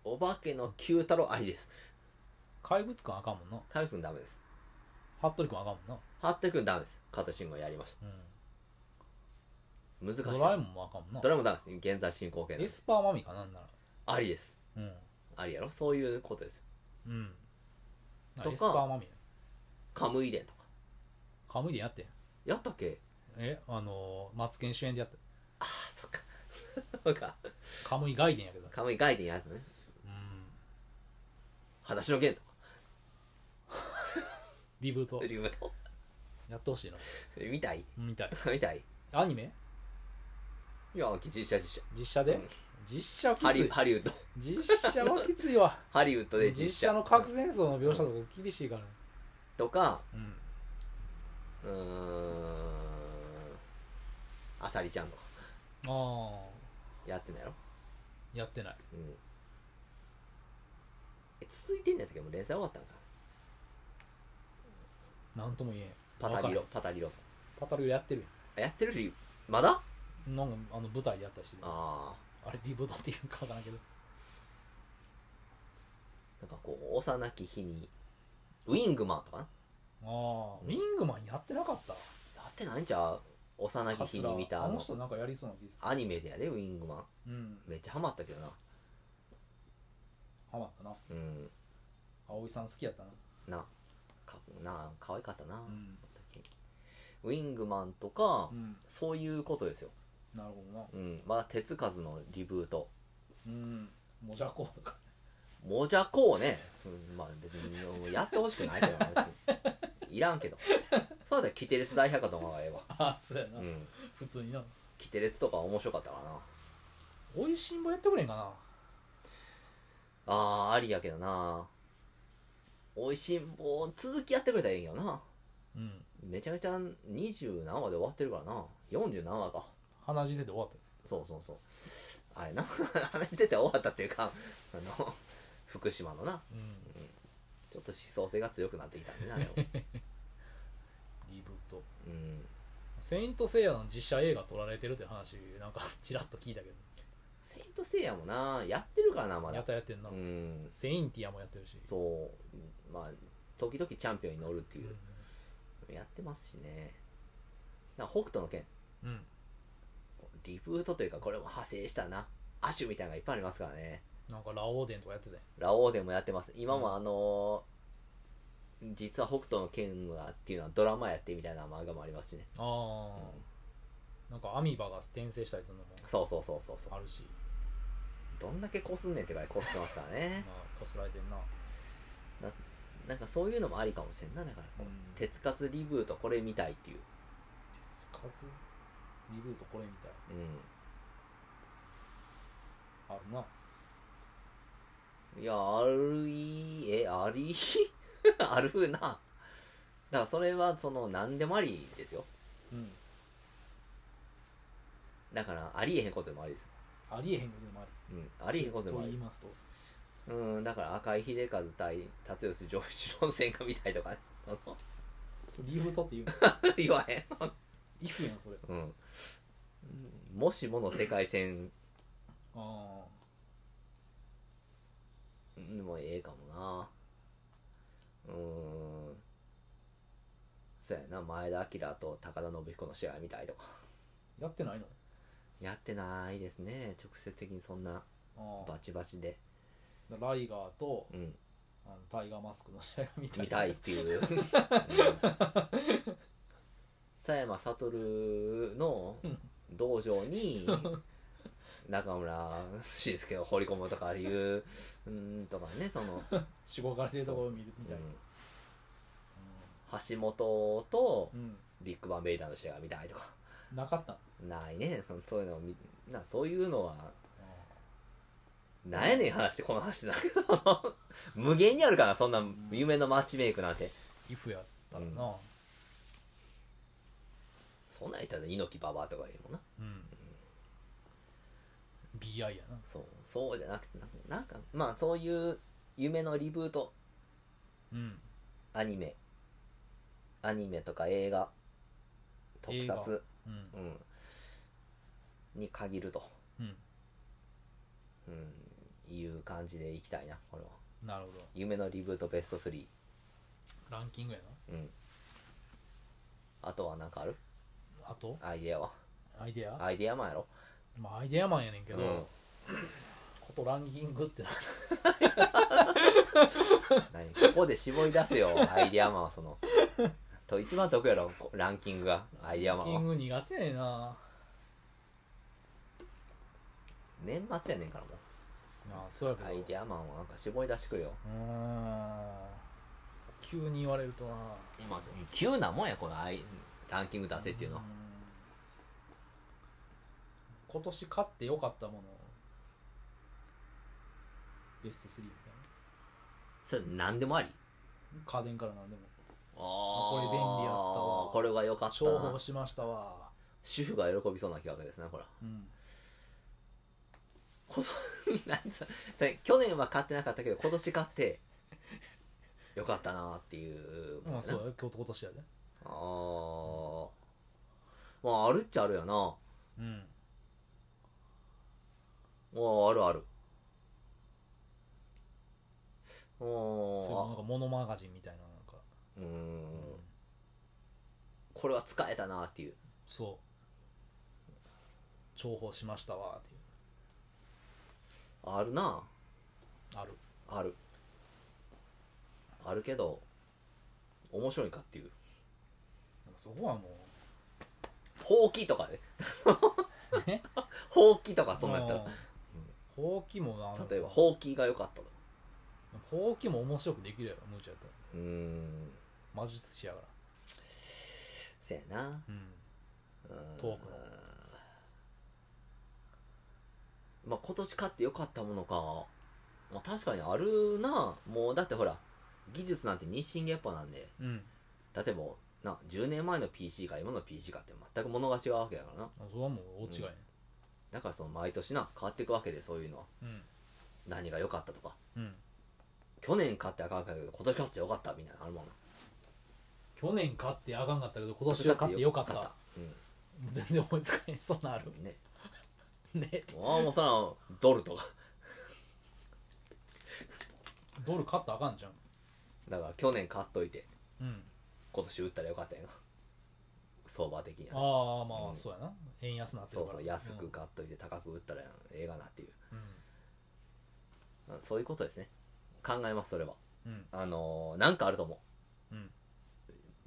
[SPEAKER 1] お化けの九太郎ありです
[SPEAKER 2] 怪物くんあかんもんな
[SPEAKER 1] カイス君ダメです
[SPEAKER 2] 服部くんあかんもんな
[SPEAKER 1] ハッテ君ダメです加藤慎吾やりました
[SPEAKER 2] うん
[SPEAKER 1] 難しい
[SPEAKER 2] ドラえもんもあかんもん
[SPEAKER 1] ど
[SPEAKER 2] な
[SPEAKER 1] れもダメです現在進行形なん
[SPEAKER 2] エ
[SPEAKER 1] です
[SPEAKER 2] スパーマミかなんなら
[SPEAKER 1] ありです
[SPEAKER 2] うん
[SPEAKER 1] ありやろそういうことです
[SPEAKER 2] うんあ
[SPEAKER 1] とか
[SPEAKER 2] エスパーマミ
[SPEAKER 1] カムイ伝とか
[SPEAKER 2] カムイでやってん
[SPEAKER 1] やったっけ
[SPEAKER 2] えあのーマツケン主演でやって
[SPEAKER 1] ああそっか そうか
[SPEAKER 2] カムイ外伝やけど
[SPEAKER 1] カムイ外伝やつね
[SPEAKER 2] うん
[SPEAKER 1] 裸足の剣とか
[SPEAKER 2] リブート
[SPEAKER 1] リブート
[SPEAKER 2] やってほしいな
[SPEAKER 1] 見たい
[SPEAKER 2] みたい
[SPEAKER 1] 見たい
[SPEAKER 2] アニメ
[SPEAKER 1] いや実写実写
[SPEAKER 2] 実写で、
[SPEAKER 1] うん
[SPEAKER 2] 実写はき
[SPEAKER 1] ハ
[SPEAKER 2] つ
[SPEAKER 1] リ
[SPEAKER 2] い
[SPEAKER 1] ハリウッド
[SPEAKER 2] 実写はきつ いわ
[SPEAKER 1] ハリウッドで実
[SPEAKER 2] 実
[SPEAKER 1] 写
[SPEAKER 2] 写の核戦争の描写とか厳しいから
[SPEAKER 1] とか
[SPEAKER 2] うん
[SPEAKER 1] うーんあさりちゃんとか
[SPEAKER 2] あ
[SPEAKER 1] やってんのやろ
[SPEAKER 2] あやってない
[SPEAKER 1] うんえ続いてんのやったっけどもう連載終わったんか
[SPEAKER 2] なんとも言えん
[SPEAKER 1] パタリ
[SPEAKER 2] わ
[SPEAKER 1] ロ
[SPEAKER 2] か
[SPEAKER 1] パタリロ
[SPEAKER 2] るパタリロやってる
[SPEAKER 1] あやってるしまだ
[SPEAKER 2] やんなんかあの舞台でやったりしてるあ
[SPEAKER 1] ああ
[SPEAKER 2] れリブートっていうかわからんけど
[SPEAKER 1] なんかこう幼き日にウィングマンとかな
[SPEAKER 2] ああウィングマンやってなかった
[SPEAKER 1] やってないんちゃう幼き日に見た
[SPEAKER 2] あ
[SPEAKER 1] あ
[SPEAKER 2] の
[SPEAKER 1] の
[SPEAKER 2] 人なんかやりそうな気がす
[SPEAKER 1] アニメでやでウィングマン
[SPEAKER 2] るうん
[SPEAKER 1] めっちゃハマったけどな
[SPEAKER 2] ハマったな
[SPEAKER 1] うん
[SPEAKER 2] 葵さん好きやったな
[SPEAKER 1] なかな可愛かったな、
[SPEAKER 2] うん
[SPEAKER 1] ウィングマンとか、
[SPEAKER 2] うん
[SPEAKER 1] そういうことですよ、
[SPEAKER 2] なるほどな
[SPEAKER 1] うん、まだ手つかずのリブート
[SPEAKER 2] うんもじゃこうか
[SPEAKER 1] もじゃこをね、うん、まあ別にもうやってほしくないけどな別にいらんけどそうだよキテレツ大百科とかがええわ、
[SPEAKER 2] あ そうや
[SPEAKER 1] う
[SPEAKER 2] な、
[SPEAKER 1] ん、
[SPEAKER 2] 普通にな
[SPEAKER 1] キテレツとか面白かったからな
[SPEAKER 2] おいしんぼやってくれんかな
[SPEAKER 1] あーありやけどなおいしんぼ続きやってくれたらいいけどな
[SPEAKER 2] うん
[SPEAKER 1] めちゃめちゃ20何話で終わってるからな40何話か
[SPEAKER 2] 鼻血出て終わった
[SPEAKER 1] そうそうそうあれな 話してて終わったっていうかあの福島のな
[SPEAKER 2] うん
[SPEAKER 1] ちょっと思想性が強くなってきたんで なあれも
[SPEAKER 2] リブート
[SPEAKER 1] うん
[SPEAKER 2] 「セイント・セイヤ」の実写映画撮られてるって話なんか ちらっと聞いたけど
[SPEAKER 1] セイントセイヤもなやってるからなま
[SPEAKER 2] や
[SPEAKER 1] だ
[SPEAKER 2] ったやってんな、
[SPEAKER 1] うん
[SPEAKER 2] セインティアもやってるし、
[SPEAKER 1] そうまあ時々チャンピオンに乗るっていううんやってますしねなんか北斗の拳
[SPEAKER 2] うん
[SPEAKER 1] リブートというかこれも派生したな亜種みたいなのがいっぱいありますからね
[SPEAKER 2] なんかラオウデンとかやってたよ
[SPEAKER 1] ラオウでもやってます今
[SPEAKER 2] うん
[SPEAKER 1] もあのー実は北斗の拳がっていうのはドラマやってみたいな漫画もありますしね
[SPEAKER 2] ああ、なんかアミバが転生したりするのも
[SPEAKER 1] そうそうそうそうそう
[SPEAKER 2] あるし、
[SPEAKER 1] どんだけこすんねんってぐらいこすってますから
[SPEAKER 2] ま
[SPEAKER 1] ね
[SPEAKER 2] あ、こすられてんな
[SPEAKER 1] なんかそういうのもありかもしれんなだから、
[SPEAKER 2] うん
[SPEAKER 1] 手つかずリブートこれ見たいっていう
[SPEAKER 2] つかずリブートこれみたいあるな
[SPEAKER 1] うんいやあるいえあり あるなだからそれはその何でもありですよ
[SPEAKER 2] うん
[SPEAKER 1] だからありえへんことでもありです
[SPEAKER 2] ありえへんことでもある
[SPEAKER 1] うんありえへんことでもあ
[SPEAKER 2] と
[SPEAKER 1] り
[SPEAKER 2] 言い
[SPEAKER 1] です
[SPEAKER 2] ますと
[SPEAKER 1] うんだから赤井秀和対辰吉丈一郎戦が見たいとかね
[SPEAKER 2] リブートって言うの
[SPEAKER 1] 言わへん
[SPEAKER 2] リフやんそれ
[SPEAKER 1] うんもしもの世界戦
[SPEAKER 2] あ
[SPEAKER 1] うんもうええかもなうーんそうやな前田明と高田信彦の試合みたいとか
[SPEAKER 2] あやってないの
[SPEAKER 1] やってないですね直接的にそんな
[SPEAKER 2] あ
[SPEAKER 1] バチバチで、
[SPEAKER 2] あライガーと
[SPEAKER 1] うん、
[SPEAKER 2] あのタイガーマスクの試合が見たい
[SPEAKER 1] 見たいって いううん佐山悟の道場に中村慎介を放り込むとかいううんとかねその、うん
[SPEAKER 2] しごかれてるところを見るみたい
[SPEAKER 1] 橋本と
[SPEAKER 2] うん、うん
[SPEAKER 1] ビッグバンベイダーの試合が見たいとか
[SPEAKER 2] なかった
[SPEAKER 1] ないねそのそういうのを見なそういうのは
[SPEAKER 2] あ
[SPEAKER 1] なんやねん話ってこの話だけど 無限にあるからそんな夢のマッチメイクなんて
[SPEAKER 2] ーイフやったらな
[SPEAKER 1] そんなん言ったら猪木ババアとか言うもんな
[SPEAKER 2] うん、BI やな
[SPEAKER 1] そうそうじゃなくてなんかなんかまあそういう夢のリブート
[SPEAKER 2] うん
[SPEAKER 1] アニメアニメとか映画特撮
[SPEAKER 2] うん
[SPEAKER 1] うん、に限ると、
[SPEAKER 2] うん
[SPEAKER 1] うん、いう感じでいきたいなこれは
[SPEAKER 2] なるほど
[SPEAKER 1] 夢のリブートベスト3、
[SPEAKER 2] ランキングや
[SPEAKER 1] うん、あとは何かある
[SPEAKER 2] なあと
[SPEAKER 1] アイデアは
[SPEAKER 2] アイデア
[SPEAKER 1] アイデアマンやろ
[SPEAKER 2] まあアイデアマンやねんけど、
[SPEAKER 1] うん
[SPEAKER 2] ことランキングってな
[SPEAKER 1] 何ここで絞り出 せよアイデアマンはそのと一番得やろこランキングがアイデア
[SPEAKER 2] ラ
[SPEAKER 1] マ
[SPEAKER 2] ンキ
[SPEAKER 1] ン
[SPEAKER 2] ン
[SPEAKER 1] は
[SPEAKER 2] グ苦手やねんな
[SPEAKER 1] 年末やねんからも
[SPEAKER 2] ああそうやけ
[SPEAKER 1] う
[SPEAKER 2] ど
[SPEAKER 1] アイデアマンはなんか絞り出してくれよ
[SPEAKER 2] うーん急に言われるとな
[SPEAKER 1] まあ急なもんやこのアイランキング出せっていうのは
[SPEAKER 2] ーん今年買ってよかったものベスト3みたい
[SPEAKER 1] それ何でもあり
[SPEAKER 2] な家電から何でも
[SPEAKER 1] あ
[SPEAKER 2] これ便利やったわ
[SPEAKER 1] これは良かった
[SPEAKER 2] 重
[SPEAKER 1] な
[SPEAKER 2] 宝しましたわ
[SPEAKER 1] 主婦が喜びそうな気がするですねこれ
[SPEAKER 2] うん
[SPEAKER 1] こそなんつそれ去年は買ってなかったけど今年買ってよかったなっていうもん
[SPEAKER 2] ま
[SPEAKER 1] や
[SPEAKER 2] あ
[SPEAKER 1] な
[SPEAKER 2] そうや今日今年やで
[SPEAKER 1] あーまああるっちゃあるよな
[SPEAKER 2] うん
[SPEAKER 1] おーあるあるお
[SPEAKER 2] そういうなん
[SPEAKER 1] お
[SPEAKER 2] かモノマガジンみたいななんか
[SPEAKER 1] うーんこれは使えたなっていう
[SPEAKER 2] そう重宝しましたわっていう
[SPEAKER 1] あるな
[SPEAKER 2] ある
[SPEAKER 1] あるあるけど面白いかっていう
[SPEAKER 2] でもそこは も
[SPEAKER 1] ほうきとかで
[SPEAKER 2] うね
[SPEAKER 1] ほうきとかそんなんやったら
[SPEAKER 2] もうほうきもな
[SPEAKER 1] 例えばほうきが良かったと
[SPEAKER 2] ほうきも面白くできるやろむーちゃんやった
[SPEAKER 1] うーん
[SPEAKER 2] ら魔術師やから
[SPEAKER 1] せやな
[SPEAKER 2] うん
[SPEAKER 1] うん
[SPEAKER 2] トーク
[SPEAKER 1] まあ今年買って良かったものか、まあ、確かにあるなもうだってほら技術なんて日進月歩なんで
[SPEAKER 2] のうん
[SPEAKER 1] 例えばな10年前の PC か今の PC かって全く物が違うわけだからな
[SPEAKER 2] それはもう大違いね
[SPEAKER 1] だからその毎年な変わっていくわけでそういうのは
[SPEAKER 2] うん
[SPEAKER 1] 何が良かったとか
[SPEAKER 2] うん
[SPEAKER 1] 去年買ってあかんかったけど今年買って良かったみたいなのあるもんな
[SPEAKER 2] 去年買ってあかんかったけど今年は買ってよかった
[SPEAKER 1] 買
[SPEAKER 2] 全然思いつかへんそんなんある
[SPEAKER 1] うんね
[SPEAKER 2] ね
[SPEAKER 1] ああもうそらドルとか
[SPEAKER 2] ドル買ったらあかんじゃん
[SPEAKER 1] だから去年買っといて
[SPEAKER 2] うん
[SPEAKER 1] 今年売ったらよかったやな相場的には
[SPEAKER 2] ああまあ、
[SPEAKER 1] うん
[SPEAKER 2] そうやな円安なって
[SPEAKER 1] そ
[SPEAKER 2] る
[SPEAKER 1] う
[SPEAKER 2] から
[SPEAKER 1] そう安く買っといて高く売ったらええがなっていう
[SPEAKER 2] うん
[SPEAKER 1] そういうことですね考えますそれは
[SPEAKER 2] うん
[SPEAKER 1] あのーなんかあると思
[SPEAKER 2] うん
[SPEAKER 1] う、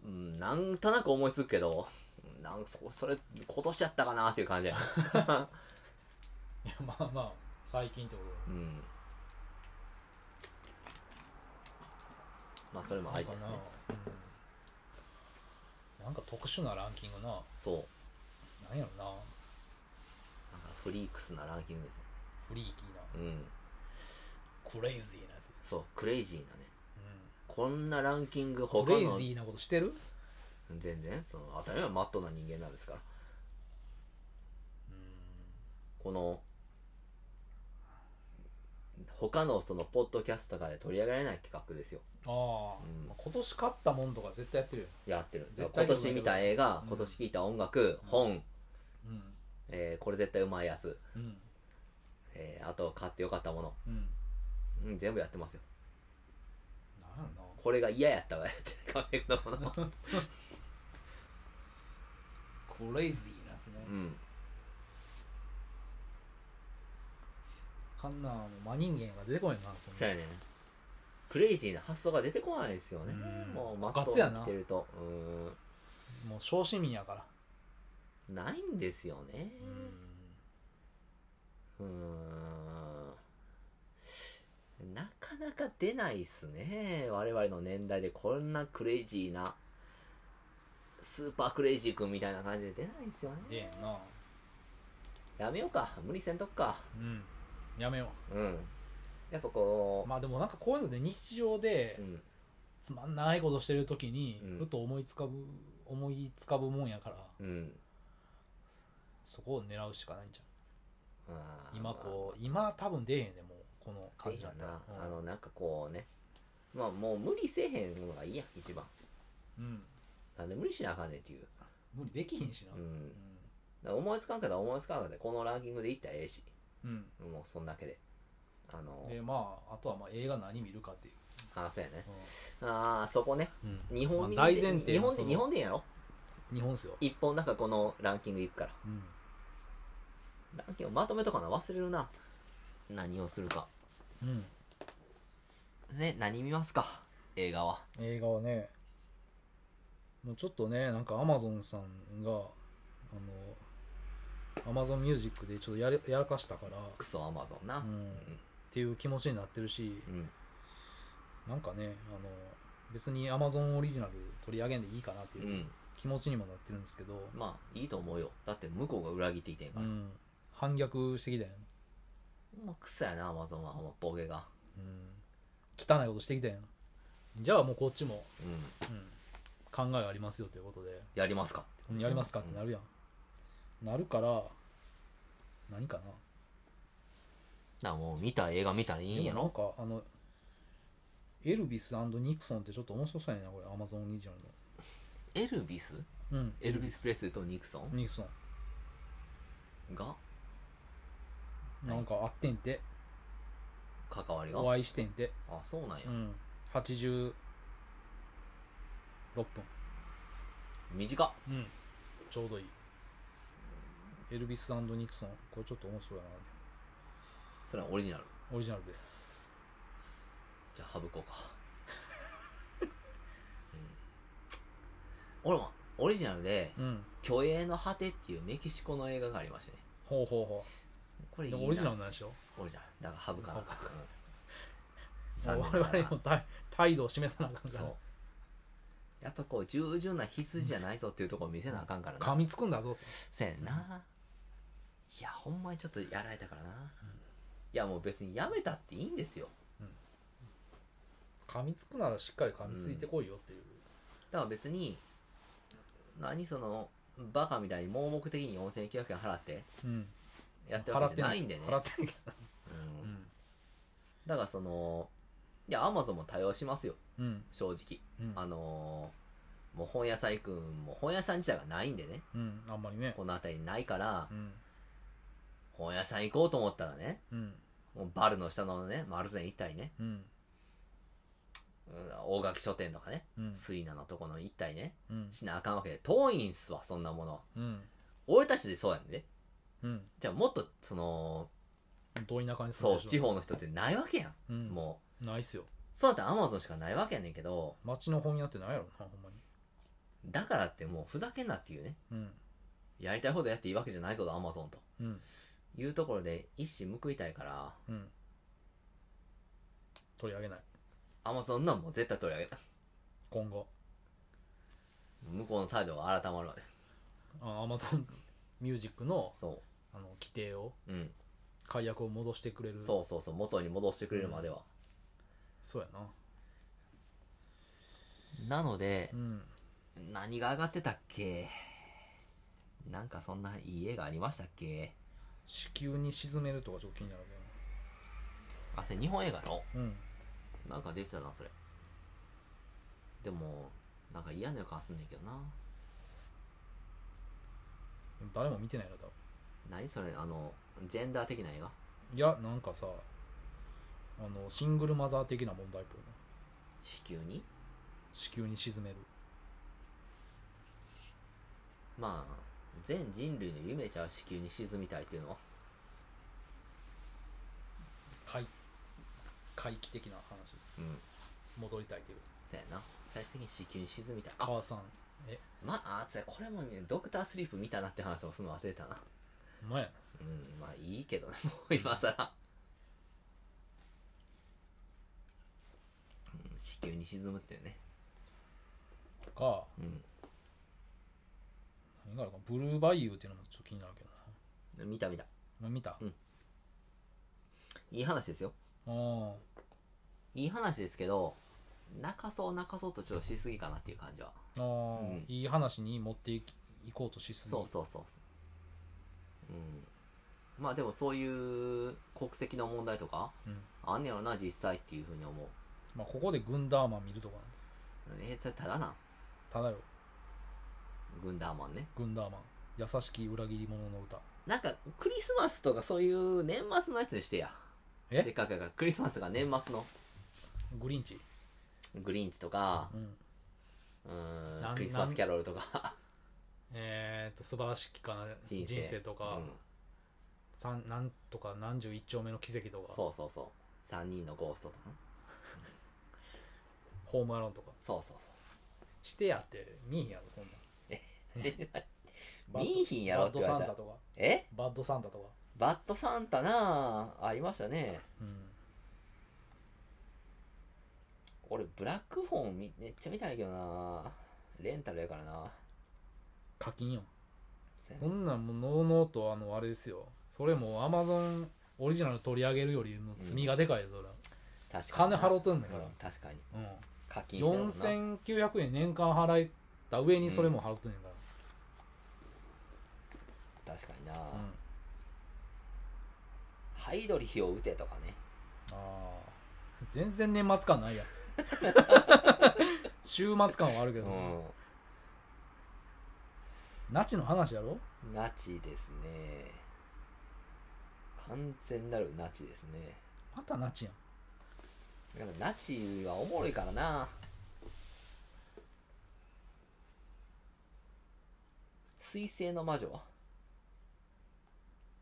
[SPEAKER 1] うん、なんとなく思いつくけどなんそそれ今年やったかなっていう感じや、
[SPEAKER 2] いやまあまあ最近ってこ
[SPEAKER 1] うん、まあそれも
[SPEAKER 2] と
[SPEAKER 1] ありですね
[SPEAKER 2] うん、なんか特殊なランキングな
[SPEAKER 1] そう
[SPEAKER 2] なんやろな
[SPEAKER 1] なんかフリークスなランキングですね
[SPEAKER 2] フリーキーな
[SPEAKER 1] うん
[SPEAKER 2] クレイジーなやつ、
[SPEAKER 1] そうクレイジーなね
[SPEAKER 2] う
[SPEAKER 1] こんなランキング
[SPEAKER 2] ん、
[SPEAKER 1] 他
[SPEAKER 2] クレイジ
[SPEAKER 1] の
[SPEAKER 2] ーなことしてる
[SPEAKER 1] 全然その当たり前はマットな人間なんですから
[SPEAKER 2] うん
[SPEAKER 1] この他のそのポッドキャストとかで取り上げられない企画ですよ
[SPEAKER 2] ああ、
[SPEAKER 1] うん
[SPEAKER 2] まあ今年買ったもんとか絶対やってるよ、
[SPEAKER 1] やってるんですよ
[SPEAKER 2] 絶
[SPEAKER 1] 今
[SPEAKER 2] 対取り
[SPEAKER 1] 年
[SPEAKER 2] 上げ
[SPEAKER 1] 見
[SPEAKER 2] る
[SPEAKER 1] た映画、
[SPEAKER 2] うん
[SPEAKER 1] 今年聞いた音楽、本、
[SPEAKER 2] うん
[SPEAKER 1] えーこれ絶対うまいやつ、
[SPEAKER 2] うん
[SPEAKER 1] えーあと買ってよかったもの、
[SPEAKER 2] うん
[SPEAKER 1] うん、全部やってますよ
[SPEAKER 2] なんやろな
[SPEAKER 1] これが嫌やったわや って考えたもの
[SPEAKER 2] クレイジーなやつね、
[SPEAKER 1] うん
[SPEAKER 2] かんなもう真人間が出てこないなそん
[SPEAKER 1] そう
[SPEAKER 2] な
[SPEAKER 1] やねクレイジーな発想が出てこないですよね、
[SPEAKER 2] うん
[SPEAKER 1] もうマ
[SPEAKER 2] ガ
[SPEAKER 1] ット
[SPEAKER 2] ツやな
[SPEAKER 1] 来てるとうん
[SPEAKER 2] もう小市民やから
[SPEAKER 1] ないんですよね
[SPEAKER 2] うん
[SPEAKER 1] うーんなかなか出ないっすね我々の年代でこんなクレイジーなスーパークレイジー君みたいな感じで出ないっすよね
[SPEAKER 2] でやんな
[SPEAKER 1] やめようか無理せんとくか
[SPEAKER 2] うんやめよ
[SPEAKER 1] うんやっぱこ
[SPEAKER 2] うまあでもなんかこういうので日常
[SPEAKER 1] う、
[SPEAKER 2] で
[SPEAKER 1] うん、
[SPEAKER 2] つまんないことしてる時に、
[SPEAKER 1] うん
[SPEAKER 2] ふと思いつかぶ思いつかぶもんやから
[SPEAKER 1] うん
[SPEAKER 2] そこを狙うしかないんじ
[SPEAKER 1] あー
[SPEAKER 2] ゃん今こう今多分出えへんでもうこの
[SPEAKER 1] まあ
[SPEAKER 2] 感じだったら
[SPEAKER 1] せえへんなあのなんかこうねまあもう無理せえへんのがいいやん一番
[SPEAKER 2] うん、うん
[SPEAKER 1] なんで無理しなあかんねんっていう、
[SPEAKER 2] 無理できひんしな
[SPEAKER 1] う
[SPEAKER 2] うん
[SPEAKER 1] ん、だから思いつかんかったら思いつかんかったでこのランキングでいったらええし
[SPEAKER 2] うん、
[SPEAKER 1] もうそんだけであの
[SPEAKER 2] でまああとはまあ映画何見るかっていう、
[SPEAKER 1] あそうやねああそこね
[SPEAKER 2] うん
[SPEAKER 1] 日本
[SPEAKER 2] まあ大前提
[SPEAKER 1] 日本
[SPEAKER 2] そ
[SPEAKER 1] で
[SPEAKER 2] の
[SPEAKER 1] 日本でやろ
[SPEAKER 2] 日本っすよ、
[SPEAKER 1] 一本なんかこのランキングいくから
[SPEAKER 2] うん、
[SPEAKER 1] ランキングまとめとかな忘れるな何をするか
[SPEAKER 2] うん、
[SPEAKER 1] ね何見ますか映画は
[SPEAKER 2] 映画はねもうちょっとねなんかアマゾンさんがあのアマゾンミュージックでちょっとやれやらかしたから、
[SPEAKER 1] クソアマゾン
[SPEAKER 2] う、
[SPEAKER 1] なん
[SPEAKER 2] っていう気持ちになってるし
[SPEAKER 1] うん、
[SPEAKER 2] なんかねあの別にアマゾンオリジナル取り上げんでいいかなって
[SPEAKER 1] うん
[SPEAKER 2] いう気持ちにもなってるんですけど、
[SPEAKER 1] まあいいと思うよだって向こうが裏切っていてん
[SPEAKER 2] う
[SPEAKER 1] から、
[SPEAKER 2] ん、反逆してきたやん、
[SPEAKER 1] もうクソやなアマゾンはほんまボケが
[SPEAKER 2] うん、汚いことしてきたやんじゃあもうこっちも、
[SPEAKER 1] うん
[SPEAKER 2] うん、考えありますよということで
[SPEAKER 1] やりますか
[SPEAKER 2] やりますかってなるやん、なるから何かな
[SPEAKER 1] なもう見た映画見たらいいんや
[SPEAKER 2] でもなん
[SPEAKER 1] ろ
[SPEAKER 2] かあのエルビスニクソンってちょっと面白そうやなこれアマゾンオリジナ
[SPEAKER 1] エルビス
[SPEAKER 2] ルのうん
[SPEAKER 1] エルビス・プレスリーとニクソ
[SPEAKER 2] ニクソ
[SPEAKER 1] ンが
[SPEAKER 2] ンなんかあってんて
[SPEAKER 1] 関わりが
[SPEAKER 2] お会いしてんて
[SPEAKER 1] あそうなんや
[SPEAKER 2] うん86分
[SPEAKER 1] 短っ
[SPEAKER 2] うんちょうどいいエルビスニクソンこれちょっと面白いな
[SPEAKER 1] それはオリジナル
[SPEAKER 2] オリジナルです
[SPEAKER 1] じゃあ省こうか、俺もオリジナルで
[SPEAKER 2] うん
[SPEAKER 1] 「虚栄の果て」っていうメキシコの映画がありましてね
[SPEAKER 2] ほうほうほ
[SPEAKER 1] これいい
[SPEAKER 2] うで
[SPEAKER 1] な
[SPEAKER 2] もオリジナルなんでしょ
[SPEAKER 1] オリジナルだから省かなあかった、 残
[SPEAKER 2] もう
[SPEAKER 1] 念ながら
[SPEAKER 2] 我々の態態度を示さなあかんか
[SPEAKER 1] そ
[SPEAKER 2] ら
[SPEAKER 1] うやっぱこう従順な必須じゃないぞっていうところを見せなあかんからな
[SPEAKER 2] 噛みつくんだぞと
[SPEAKER 1] せやな、いやほんまにちょっとやられたからな、いやもう別にやめたっていいんですよ
[SPEAKER 2] 噛みつくならしっかり噛みついてこいよっていう、
[SPEAKER 1] だから別に何そのバカみたいに盲目的に4900円払って
[SPEAKER 2] うん、
[SPEAKER 1] やってる
[SPEAKER 2] 払
[SPEAKER 1] わ
[SPEAKER 2] っ
[SPEAKER 1] け
[SPEAKER 2] て
[SPEAKER 1] じゃ
[SPEAKER 2] な
[SPEAKER 1] ないいんでね
[SPEAKER 2] 払ってんけ
[SPEAKER 1] うん
[SPEAKER 2] どうん
[SPEAKER 1] だからそのいやアマゾンも対応しますよ
[SPEAKER 2] うん
[SPEAKER 1] 正直、
[SPEAKER 2] うん
[SPEAKER 1] あのーもう本屋さん行くんも本屋さん自体がないんでね
[SPEAKER 2] うんあんまりね
[SPEAKER 1] この辺りにないから、
[SPEAKER 2] うん
[SPEAKER 1] 本屋さん行こうと思ったらね
[SPEAKER 2] うん
[SPEAKER 1] もうバルの下のね丸善行ったりね、
[SPEAKER 2] う
[SPEAKER 1] う
[SPEAKER 2] ん
[SPEAKER 1] ん大垣書店とかね
[SPEAKER 2] うん
[SPEAKER 1] 水菜のとこの行ったりね
[SPEAKER 2] うん
[SPEAKER 1] しなあかんわけで遠いんすわそんなもの
[SPEAKER 2] うん
[SPEAKER 1] 俺たちでそうやんで、
[SPEAKER 2] うん
[SPEAKER 1] じゃあもっとその
[SPEAKER 2] ど田舎に住
[SPEAKER 1] そう
[SPEAKER 2] んでる
[SPEAKER 1] 地方の人ってないわけやん、
[SPEAKER 2] うん
[SPEAKER 1] もう
[SPEAKER 2] ないっすよ
[SPEAKER 1] そうだったらアマゾンしかないわけやねんけど
[SPEAKER 2] 町の本屋ってないやろなほんまに
[SPEAKER 1] だからってもうふざけんなっていうね
[SPEAKER 2] うん
[SPEAKER 1] やりたいほどやっていいわけじゃないぞアマゾンと
[SPEAKER 2] うん
[SPEAKER 1] いうところで一矢報いたいから
[SPEAKER 2] うん取り上げない
[SPEAKER 1] アマゾンのはもう絶対取り上げ ない
[SPEAKER 2] 今後
[SPEAKER 1] 向こうの態度が改まるわね
[SPEAKER 2] アマ ゾンミュージックの
[SPEAKER 1] そ
[SPEAKER 2] あの規定を
[SPEAKER 1] ううん
[SPEAKER 2] 解約を戻してくれる
[SPEAKER 1] そうそうそう元に戻してくれるまでは、
[SPEAKER 2] そうやな
[SPEAKER 1] なので
[SPEAKER 2] うん
[SPEAKER 1] 何が上がってたっけなんかそんないい絵がありましたっけ
[SPEAKER 2] 子宮に沈めるとかちょっと気になる
[SPEAKER 1] あそれ日本映画の
[SPEAKER 2] けどな
[SPEAKER 1] なんか出てたなそれでもなんか嫌な予感すんねんけどな
[SPEAKER 2] うん誰も見てないのだ
[SPEAKER 1] 何それあのジェンダー的な映画
[SPEAKER 2] いやなんかさあのシングルマザー的な問題っぽいな
[SPEAKER 1] 子宮に
[SPEAKER 2] 子宮に沈める
[SPEAKER 1] まあ全人類の夢ちゃう子宮に沈みたいっていうのは
[SPEAKER 2] 回回帰的な話
[SPEAKER 1] うん
[SPEAKER 2] 戻りたいという
[SPEAKER 1] そやな最終的に子宮に沈みたいあ
[SPEAKER 2] 母さんえ
[SPEAKER 1] まああつやこれもねドクタースリープ見たなって話もするの忘れたな
[SPEAKER 2] お前や
[SPEAKER 1] うんまあいいけどね もう今さら、うん、子宮に沈むっていうね
[SPEAKER 2] とか
[SPEAKER 1] うん
[SPEAKER 2] 何があるかブルーバイユーっていうのもちょっと気になるけどな
[SPEAKER 1] 見た見た
[SPEAKER 2] お前見た、
[SPEAKER 1] う
[SPEAKER 2] うん
[SPEAKER 1] いい話ですよ
[SPEAKER 2] ん、
[SPEAKER 1] いい話ですけど泣かそう泣かそうとちょっとしすぎかなっていう感じは
[SPEAKER 2] ああ、
[SPEAKER 1] うん
[SPEAKER 2] いい話に持っていき行こうとしすぎ
[SPEAKER 1] そうそうそうそううんまあでもそういう国籍の問題とか
[SPEAKER 2] う、ん
[SPEAKER 1] あんねやろな実際っていうふうに思う
[SPEAKER 2] まあ、ここでグンダーマン見るとかなんだ
[SPEAKER 1] えー、それただな
[SPEAKER 2] ただよ
[SPEAKER 1] グンダーマンね
[SPEAKER 2] グンダーマン優しき裏切り者の歌
[SPEAKER 1] なんかクリスマスとかそういう年末のやつにしてや
[SPEAKER 2] え
[SPEAKER 1] せっかくやからクリスマスが年末の
[SPEAKER 2] グリンチ、
[SPEAKER 1] グリンチとか
[SPEAKER 2] うん、
[SPEAKER 1] うー
[SPEAKER 2] なんん
[SPEAKER 1] クリスマスキャロルとか
[SPEAKER 2] えー、っと素晴らしきかな人生とか
[SPEAKER 1] う、ん
[SPEAKER 2] さん、なんとか何十一丁目の奇跡とか
[SPEAKER 1] そうそうそう3人のゴーストとか
[SPEAKER 2] ホームアローンとか
[SPEAKER 1] そうそう
[SPEAKER 2] してやって見えへんやろそんなん
[SPEAKER 1] そう見いひんやろ
[SPEAKER 2] バ
[SPEAKER 1] っ
[SPEAKER 2] ッ
[SPEAKER 1] て
[SPEAKER 2] ド
[SPEAKER 1] 言
[SPEAKER 2] サ
[SPEAKER 1] わ
[SPEAKER 2] ン
[SPEAKER 1] れ
[SPEAKER 2] タ
[SPEAKER 1] たら
[SPEAKER 2] とか
[SPEAKER 1] え
[SPEAKER 2] バッドサンタとか
[SPEAKER 1] バッドサンタなあありましたね
[SPEAKER 2] うん
[SPEAKER 1] 俺ブラックフォンみめっちゃ見たいけどなレンタルやからな
[SPEAKER 2] 課金よ
[SPEAKER 1] せや
[SPEAKER 2] そ
[SPEAKER 1] なん
[SPEAKER 2] なんもうノーノーとあのあれですよそれもうアマゾンオリジナル取り上げるよりの罪がでかいよそれは
[SPEAKER 1] 確かに
[SPEAKER 2] 金
[SPEAKER 1] な
[SPEAKER 2] 払うとんねんか
[SPEAKER 1] うん確かに
[SPEAKER 2] ら、
[SPEAKER 1] 課金してるもんな
[SPEAKER 2] うん、4900円年間払えた上にそれも払うとんねんから、
[SPEAKER 1] 確かにな、
[SPEAKER 2] うん
[SPEAKER 1] ハイドリヒを打てとかね
[SPEAKER 2] ああ全然年末感ない やん週末感はあるけど、
[SPEAKER 1] う
[SPEAKER 2] ナチの話やろ
[SPEAKER 1] んナチですね完全なるナチですね
[SPEAKER 2] またナチやん
[SPEAKER 1] やっぱナチはおもろいからな水星の魔女は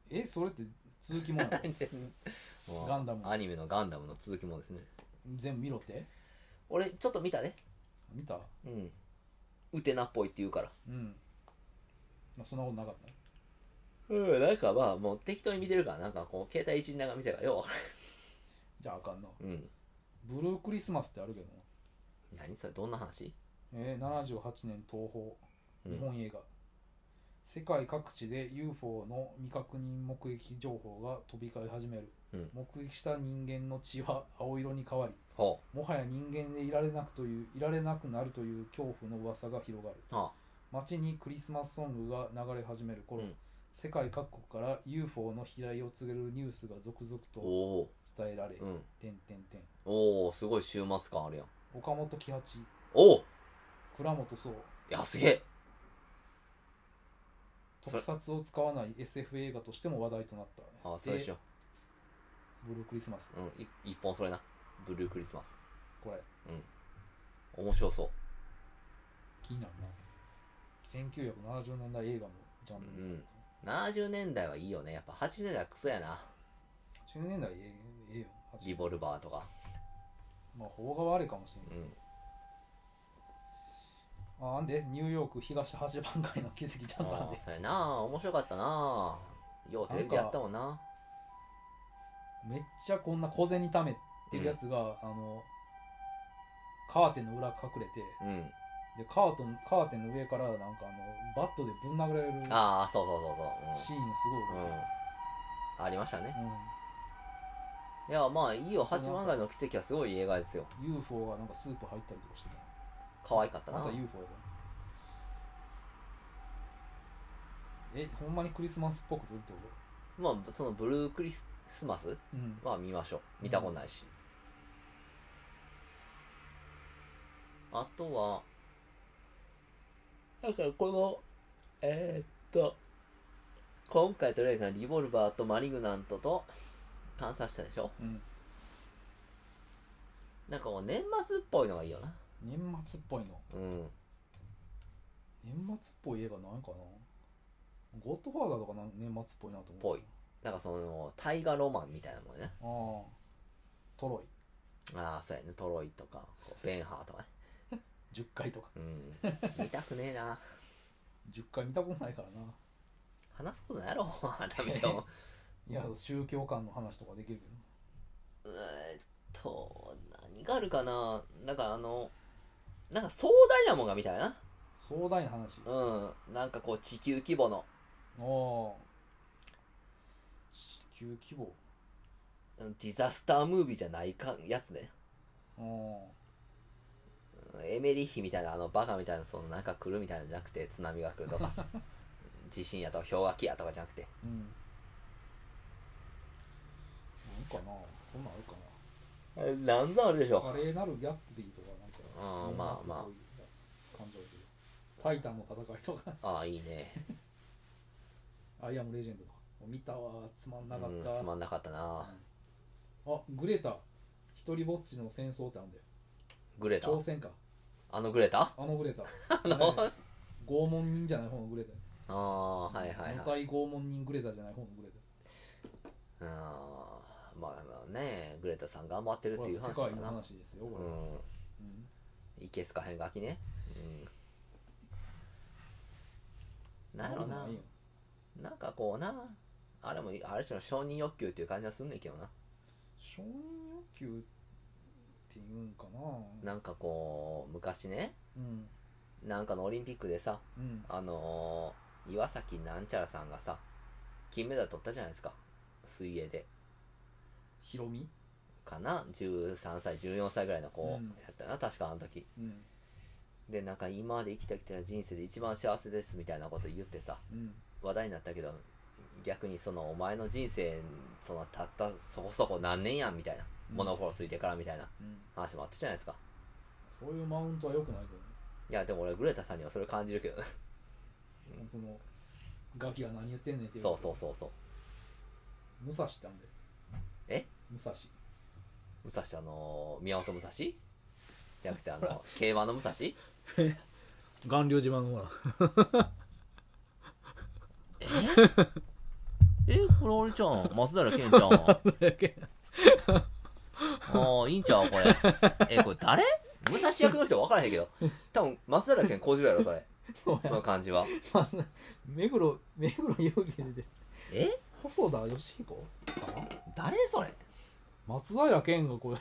[SPEAKER 2] えそれって続き もんガンダム
[SPEAKER 1] アニメのガンダムの続きもですね
[SPEAKER 2] 全部見ろって
[SPEAKER 1] 俺ちょっと見たね
[SPEAKER 2] 見た
[SPEAKER 1] うんうウテナっぽいって言うから。
[SPEAKER 2] うん。まあ、そんなことなかった。
[SPEAKER 1] うん、なんかまあ、もう適当に見てるから、なんかこう、携帯一時長見てるから、ようわか
[SPEAKER 2] じゃああかんな。
[SPEAKER 1] らん。うん。
[SPEAKER 2] ブルークリスマスってあるけどな。
[SPEAKER 1] 何それ、どんな話
[SPEAKER 2] えー、78年東宝
[SPEAKER 1] うん
[SPEAKER 2] 日本映画、世界各地で UFO の未確認目撃情報が飛び交い始める、
[SPEAKER 1] うん
[SPEAKER 2] 目撃した人間の血は青色に変わり
[SPEAKER 1] ほ
[SPEAKER 2] もはや人間でいられなくといういられなくなるという恐怖の噂が広がる
[SPEAKER 1] う。は
[SPEAKER 2] 街にクリスマスソングが流れ始める頃、
[SPEAKER 1] うん
[SPEAKER 2] 世界各国から UFO の飛来を告げるニュースが続々
[SPEAKER 1] あ、
[SPEAKER 2] と
[SPEAKER 1] おお
[SPEAKER 2] 伝えられ
[SPEAKER 1] ー。うん。
[SPEAKER 2] てんてんてん
[SPEAKER 1] おおすごい週末感あるやん。
[SPEAKER 2] 岡本喜八
[SPEAKER 1] おお
[SPEAKER 2] 倉本壮
[SPEAKER 1] いや、すげえそれ
[SPEAKER 2] 特撮を使わない SF 映画としても話題となった、ね、
[SPEAKER 1] ああ、それでしょ。
[SPEAKER 2] ブルークリスマス
[SPEAKER 1] うん、い一本それな。ブルークリスマス。
[SPEAKER 2] これ
[SPEAKER 1] 面白そう。
[SPEAKER 2] 気になるな1970年代映画のジャン
[SPEAKER 1] う
[SPEAKER 2] ル、
[SPEAKER 1] ん70年代はいいよね。やっぱ80年代はクソやな。
[SPEAKER 2] 10年代ええええよ
[SPEAKER 1] リボルバーとか。
[SPEAKER 2] まあ邦画はあれかもしれない
[SPEAKER 1] うん。
[SPEAKER 2] ああんでニューヨーク東8番街の奇跡ちゃ
[SPEAKER 1] あ
[SPEAKER 2] んとあん
[SPEAKER 1] あ
[SPEAKER 2] で
[SPEAKER 1] ー、そうやな。面白かったな。ようテレビでやったもんな。
[SPEAKER 2] めっちゃこんな小銭貯めてるやつが、あのカーテンの裏隠れて
[SPEAKER 1] うん。
[SPEAKER 2] でカートンカーテンの上からなんかあのバットでぶん殴られるシーン
[SPEAKER 1] ああ、そうそうそう
[SPEAKER 2] す
[SPEAKER 1] そう。
[SPEAKER 2] ご
[SPEAKER 1] う
[SPEAKER 2] い
[SPEAKER 1] ん。う
[SPEAKER 2] 多い、
[SPEAKER 1] ん。ありましたね。
[SPEAKER 2] うん
[SPEAKER 1] いや、まあいいよ。八幡街の奇跡はすごいいい映画ですよ。
[SPEAKER 2] UFO がなんかスープ入ったりとかしてた
[SPEAKER 1] 可愛かった
[SPEAKER 2] ま
[SPEAKER 1] な
[SPEAKER 2] た。UFO やからえほんまにクリスマスっぽくするってこ
[SPEAKER 1] まあ、そのブルークリスマス
[SPEAKER 2] とうん
[SPEAKER 1] は見ましょう。見たことないし。あとは、なんかこの、えーっと、今回とりあえずリボルバーとマリグナントと観察したでしょ
[SPEAKER 2] うん
[SPEAKER 1] なんかこう年末っぽいのがいいよな。
[SPEAKER 2] 年末っぽいの
[SPEAKER 1] うん。
[SPEAKER 2] 年末っぽい映画ないかなゴッドファーザーとかなん年末っぽいなと思
[SPEAKER 1] ぽ
[SPEAKER 2] う
[SPEAKER 1] いなんかその、大河ロマンみたいなもんね。
[SPEAKER 2] ああトロ
[SPEAKER 1] ああ、そうやね。トロイとか、こうベンハーとかね。
[SPEAKER 2] イ10回とか
[SPEAKER 1] うん。見たくねえな。
[SPEAKER 2] 10回見たことないからな
[SPEAKER 1] 話すことないやろ、 改めても。
[SPEAKER 2] いや宗教観の話とかできるけど
[SPEAKER 1] えーっと、何があるかなだからあの、なんか壮大なもんがみたいな。
[SPEAKER 2] 壮大な話あ
[SPEAKER 1] うん。なんかこう地球規模の、
[SPEAKER 2] あ地球規模
[SPEAKER 1] うんディザスタームービーじゃないか、やつね。
[SPEAKER 2] あ
[SPEAKER 1] うんエメリッヒみたいな、あのバカみたいな、そのなんか来るみたいなのじゃなくて、津波が来ると か。地震やとか氷河期やとかじゃなくて。
[SPEAKER 2] あうんなんかなそんなんあるかな
[SPEAKER 1] なんざあるでしょ。
[SPEAKER 2] 華麗なるギャッツビーとかなんか
[SPEAKER 1] ああ、まあま
[SPEAKER 2] あ感情でタイタンの戦いとか
[SPEAKER 1] あ。ああ、いいね。
[SPEAKER 2] アイアムレジェンドとか見たわつまんなかった、
[SPEAKER 1] うんつまんなかったな。
[SPEAKER 2] あグレータ一人ぼっちの戦争ってあるんだよ
[SPEAKER 1] グレタ
[SPEAKER 2] 朝鮮か
[SPEAKER 1] あのグレタ あ
[SPEAKER 2] あのグレータあの拷問人じゃない方のグレー
[SPEAKER 1] あ
[SPEAKER 2] タ
[SPEAKER 1] ー、はいはい
[SPEAKER 2] 母
[SPEAKER 1] はい。
[SPEAKER 2] 体拷問人グレータじゃない方のグレータ
[SPEAKER 1] あーまあね、グレタさん頑張ってるっ
[SPEAKER 2] こ
[SPEAKER 1] て
[SPEAKER 2] れ
[SPEAKER 1] いう
[SPEAKER 2] 世
[SPEAKER 1] 話
[SPEAKER 2] 界
[SPEAKER 1] か
[SPEAKER 2] の
[SPEAKER 1] な。
[SPEAKER 2] 話ですよこれ、
[SPEAKER 1] う
[SPEAKER 2] うん
[SPEAKER 1] ん。いけすかへんガキね。うん。なんやろ
[SPEAKER 2] ん
[SPEAKER 1] な
[SPEAKER 2] ことい。よ
[SPEAKER 1] なんかこうな。あれも、ある種の承認欲求っていう感じはすんねんけどな。
[SPEAKER 2] 承認欲求っていうんかな
[SPEAKER 1] なんかこう、昔ね、
[SPEAKER 2] うん
[SPEAKER 1] なんかのオリンピックでさ、
[SPEAKER 2] うん
[SPEAKER 1] あのー岩崎なんちゃらさんがさ、金メダル取ったじゃないですか。水泳で。
[SPEAKER 2] ヒロミ
[SPEAKER 1] かな13歳14歳ぐらいの子
[SPEAKER 2] うん
[SPEAKER 1] やったな、確かあの時
[SPEAKER 2] うん
[SPEAKER 1] でなんか今まで生きてきた人生で一番幸せですみたいなこと言ってさ
[SPEAKER 2] うん
[SPEAKER 1] 話題になったけど逆にそのお前の人生そのたったそこそこ何年やんみたいな
[SPEAKER 2] うん
[SPEAKER 1] 物心ついてからみたいな
[SPEAKER 2] うん
[SPEAKER 1] 話もあったじゃないですか
[SPEAKER 2] そういうマウントは良くないけ
[SPEAKER 1] いやでも俺グレタさんにはそれ感じるけ どね
[SPEAKER 2] ど、ね、そのガキが何言ってんねんっていう
[SPEAKER 1] そうそうそうそう
[SPEAKER 2] 武蔵ってあんだよ
[SPEAKER 1] え
[SPEAKER 2] 武蔵
[SPEAKER 1] 武蔵あのー宮本武蔵じゃなくてあの 競馬の武蔵
[SPEAKER 2] 顔料島のほら
[SPEAKER 1] ええこれ俺ちゃん松平健ちゃんああ、いいんちゃうこれ。え、これ誰武蔵役の人分からへんけど多分松平健幸次郎やろそれ
[SPEAKER 2] そう
[SPEAKER 1] そ
[SPEAKER 2] や
[SPEAKER 1] の感じは
[SPEAKER 2] まあ 目黒目黒容疑で出てる
[SPEAKER 1] え
[SPEAKER 2] 細田義彦かな
[SPEAKER 1] 誰それ
[SPEAKER 2] 松平健がこう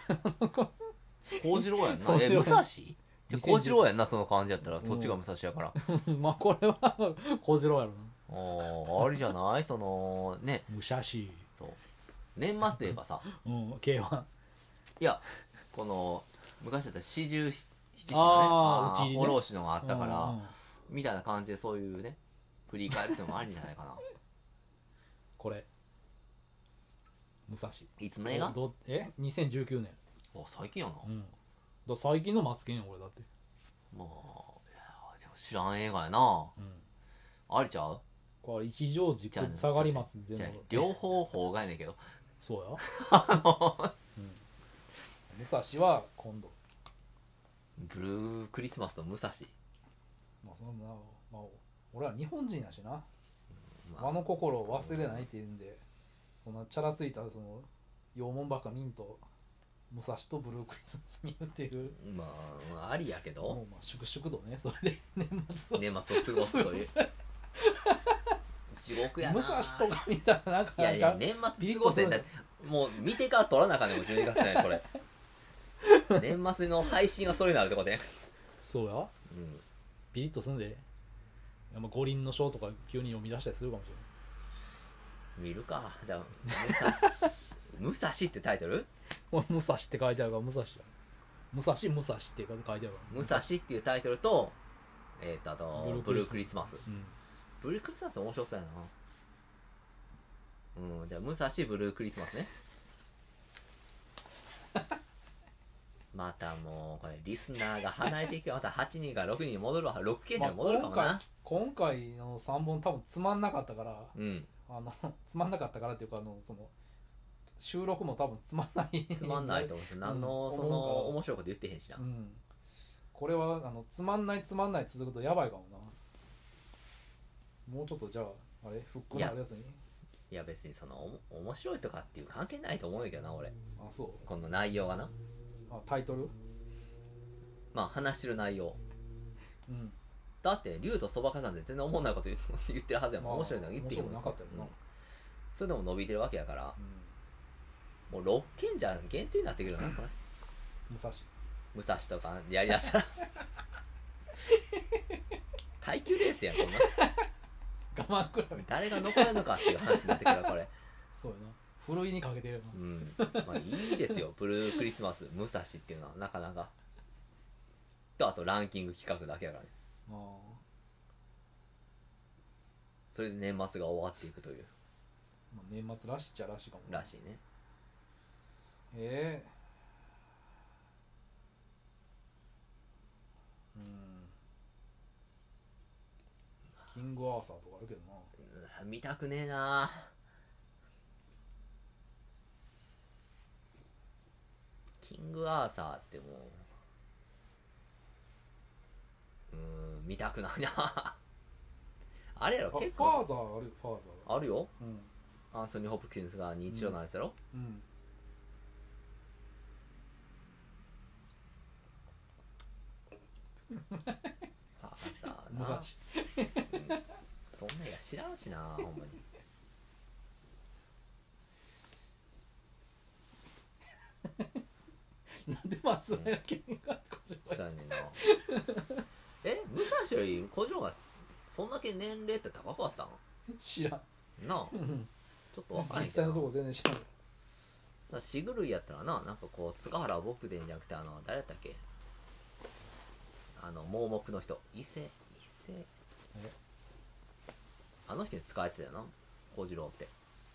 [SPEAKER 1] 幸次郎やん な
[SPEAKER 2] 幸
[SPEAKER 1] え
[SPEAKER 2] 次郎
[SPEAKER 1] 武蔵って幸次郎やんなその感じやったらそっちが武蔵やから
[SPEAKER 2] まあこれは小次郎やろな
[SPEAKER 1] おーあれじゃないそのね
[SPEAKER 2] 武蔵
[SPEAKER 1] そう年末で言えばさ
[SPEAKER 2] うん K1
[SPEAKER 1] いやこの昔だったら四十七士のねあ
[SPEAKER 2] あーうちに
[SPEAKER 1] ー
[SPEAKER 2] ね
[SPEAKER 1] おろしのがあったか
[SPEAKER 2] う
[SPEAKER 1] ら
[SPEAKER 2] ん
[SPEAKER 1] みたいな感じでそういうね振り返るってのもありじゃないか な
[SPEAKER 2] これ武蔵
[SPEAKER 1] いつの映画
[SPEAKER 2] どえ2019年
[SPEAKER 1] お最近やな
[SPEAKER 2] うんだ最近のマツケンや俺だって
[SPEAKER 1] まあいやでも知らん映画やな
[SPEAKER 2] うん
[SPEAKER 1] ありちゃう
[SPEAKER 2] これ一乗軸
[SPEAKER 1] じゃあ
[SPEAKER 2] 下がり松で
[SPEAKER 1] じゃあ
[SPEAKER 2] の
[SPEAKER 1] 両方法外やねんけど
[SPEAKER 2] そうや うん武蔵は今度
[SPEAKER 1] ブルークリスマスと武蔵
[SPEAKER 2] まあそんな、まあ、俺は日本人やしな
[SPEAKER 1] ま
[SPEAKER 2] 和
[SPEAKER 1] あ
[SPEAKER 2] の心を忘れないっていうんでそんなチャラついたその洋門ばっかミンと武蔵とブルークリスマス見るっていう
[SPEAKER 1] まあありやけど
[SPEAKER 2] もうまあ粛々とねそれで年末を
[SPEAKER 1] 年末を過ごすという地獄やな
[SPEAKER 2] 武蔵とか見たらなん
[SPEAKER 1] い
[SPEAKER 2] か
[SPEAKER 1] やい
[SPEAKER 2] ちゃ
[SPEAKER 1] や
[SPEAKER 2] う
[SPEAKER 1] 年末過ごせんだってもう見てから撮らなあかんねんもう12月ねこ れ年末の配信がそれになるってことね、
[SPEAKER 2] そうや
[SPEAKER 1] うん、
[SPEAKER 2] ピリッとすんでいやまあ五輪の章とか急に読み出したりするかもしれない
[SPEAKER 1] 見るかじゃあ武蔵武蔵ってタイトル
[SPEAKER 2] これ武蔵って書いてあるから武蔵や武蔵武蔵って書いてあるから
[SPEAKER 1] 武蔵っていうタイトルとえっ、とあとブ
[SPEAKER 2] ブル
[SPEAKER 1] ルー
[SPEAKER 2] ー
[SPEAKER 1] ク
[SPEAKER 2] ク
[SPEAKER 1] リ
[SPEAKER 2] リ
[SPEAKER 1] スマス
[SPEAKER 2] うん
[SPEAKER 1] ブルークリスマス面白そうやなうんじゃあ武蔵ブルークリスマス ねまたもうこれリスナーが離れていくよまた8人から6人に戻るわ6件には戻るかもな、
[SPEAKER 2] まあ今回の3本多分つまんなかったから
[SPEAKER 1] うん
[SPEAKER 2] あの つまんなかったからっていうかあのその収録も多分つまんない
[SPEAKER 1] つまんないと思うし、何の、
[SPEAKER 2] うん
[SPEAKER 1] そ
[SPEAKER 2] 思うから
[SPEAKER 1] の、面白いこと言ってへんしな
[SPEAKER 2] う。んこれはあのつまんないつまんない続くとやばいかもなもうちょっとじゃああれ復興のあるやつに
[SPEAKER 1] いや、別に、その、おも面白いとかっていう関係ないと思うんやけどな、俺。
[SPEAKER 2] あそう
[SPEAKER 1] この内容がな。
[SPEAKER 2] あタイトル
[SPEAKER 1] まあ、話してる内容。
[SPEAKER 2] うん
[SPEAKER 1] だって、竜とそばかさんで全然思んないこと言う 言ってるはずやもん。面白いの言っていいもん
[SPEAKER 2] 面白くなかったよな、
[SPEAKER 1] うんそれでも伸びてるわけやから、
[SPEAKER 2] うん
[SPEAKER 1] もう6件じゃ限定になってくるよな、これ。
[SPEAKER 2] 武蔵
[SPEAKER 1] 武蔵とかやりだしたら。耐久レースやん、こんな。
[SPEAKER 2] 我慢比べ
[SPEAKER 1] 誰が残れるのかっていう話になってくるわ、これ。
[SPEAKER 2] そうやなふるいにかけてるよな
[SPEAKER 1] うん。まあ、いいですよ。ブルークリスマス、武蔵っていうのは、なかなか。と、あとランキング企画だけやからね。
[SPEAKER 2] ああ
[SPEAKER 1] それで年末が終わっていくという、
[SPEAKER 2] まあ年末らしいっちゃらしいかもな
[SPEAKER 1] らしいね。
[SPEAKER 2] ええうんキングアーサーとかあるけどな
[SPEAKER 1] うわ見たくねえなキングアーサーってもう、うーん、見たくないな あれやろ、
[SPEAKER 2] あ
[SPEAKER 1] 結
[SPEAKER 2] ファ
[SPEAKER 1] 構。
[SPEAKER 2] ーザーあるファーザーが
[SPEAKER 1] あるよ。
[SPEAKER 2] うん
[SPEAKER 1] アンソニー・ホプキンスが日曜のあれやろ、
[SPEAKER 2] うん
[SPEAKER 1] ファーザー
[SPEAKER 2] 武
[SPEAKER 1] な
[SPEAKER 2] 蔵
[SPEAKER 1] そんなんや知らんしなほんま に
[SPEAKER 2] なんで松平健が腰を
[SPEAKER 1] そうやねんなえ武蔵より小城がそんだけ年齢って高かった
[SPEAKER 2] 知らん
[SPEAKER 1] んなあ
[SPEAKER 2] うん
[SPEAKER 1] ちょっと分から
[SPEAKER 2] 実
[SPEAKER 1] へんけどな
[SPEAKER 2] 際のとこ全然知らん
[SPEAKER 1] だからシグルイやったらななんかこう塚原牧伝じゃなくてあの誰やったっけあの盲目の人伊勢伊勢
[SPEAKER 2] え
[SPEAKER 1] あの人に使えてたよな小次郎って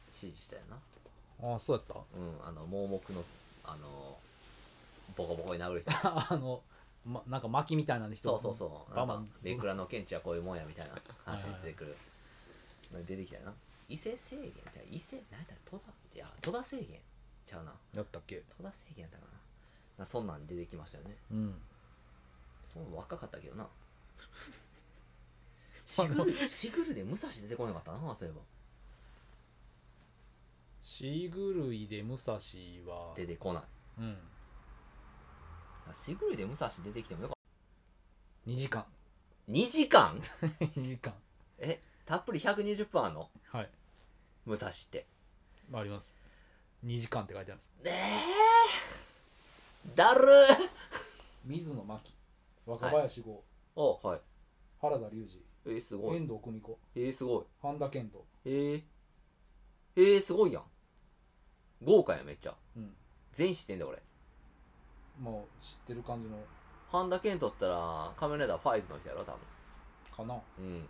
[SPEAKER 1] 指示したよな
[SPEAKER 2] ああそうやっ
[SPEAKER 1] うんあの盲目のあのボコボコに殴る人
[SPEAKER 2] たあの、ま、なんか薪みたいな人
[SPEAKER 1] そうそうそうな
[SPEAKER 2] バ
[SPEAKER 1] ん
[SPEAKER 2] ンバ
[SPEAKER 1] か
[SPEAKER 2] ン
[SPEAKER 1] めくらの見地はこういうもんやみたいな話に出てくるなんか出てきたよな伊勢制限じゃあ伊勢何やった戸田いや戸田制限ちゃうな
[SPEAKER 2] やったっけ
[SPEAKER 1] 戸田制限やったかななそんなん出てきましたよね
[SPEAKER 2] うん
[SPEAKER 1] その若かったけど なシグルシグルで武蔵出てこなかったなそういえば
[SPEAKER 2] シーグルイで武蔵は
[SPEAKER 1] 出てこない
[SPEAKER 2] うん
[SPEAKER 1] しぐるで武蔵出てきてもよかっ
[SPEAKER 2] 2時 間
[SPEAKER 1] た2時間
[SPEAKER 2] 2時間
[SPEAKER 1] えたっぷり120分あんの
[SPEAKER 2] はい
[SPEAKER 1] 武蔵って
[SPEAKER 2] あります2時間って書いてあるんです
[SPEAKER 1] えー、だるー
[SPEAKER 2] 水野真紀若林剛、
[SPEAKER 1] おはい
[SPEAKER 2] 原田龍
[SPEAKER 1] えー、す
[SPEAKER 2] 二
[SPEAKER 1] ごい
[SPEAKER 2] 遠藤久美子
[SPEAKER 1] えー、すごい
[SPEAKER 2] 半田健人
[SPEAKER 1] えー、えー、すごいやん豪華やめっちゃ
[SPEAKER 2] うん
[SPEAKER 1] 全知ってんだ俺
[SPEAKER 2] もう知ってる感じの
[SPEAKER 1] 半田健人っつったら仮面ライダーファイズの人やろ多
[SPEAKER 2] かな
[SPEAKER 1] 分うん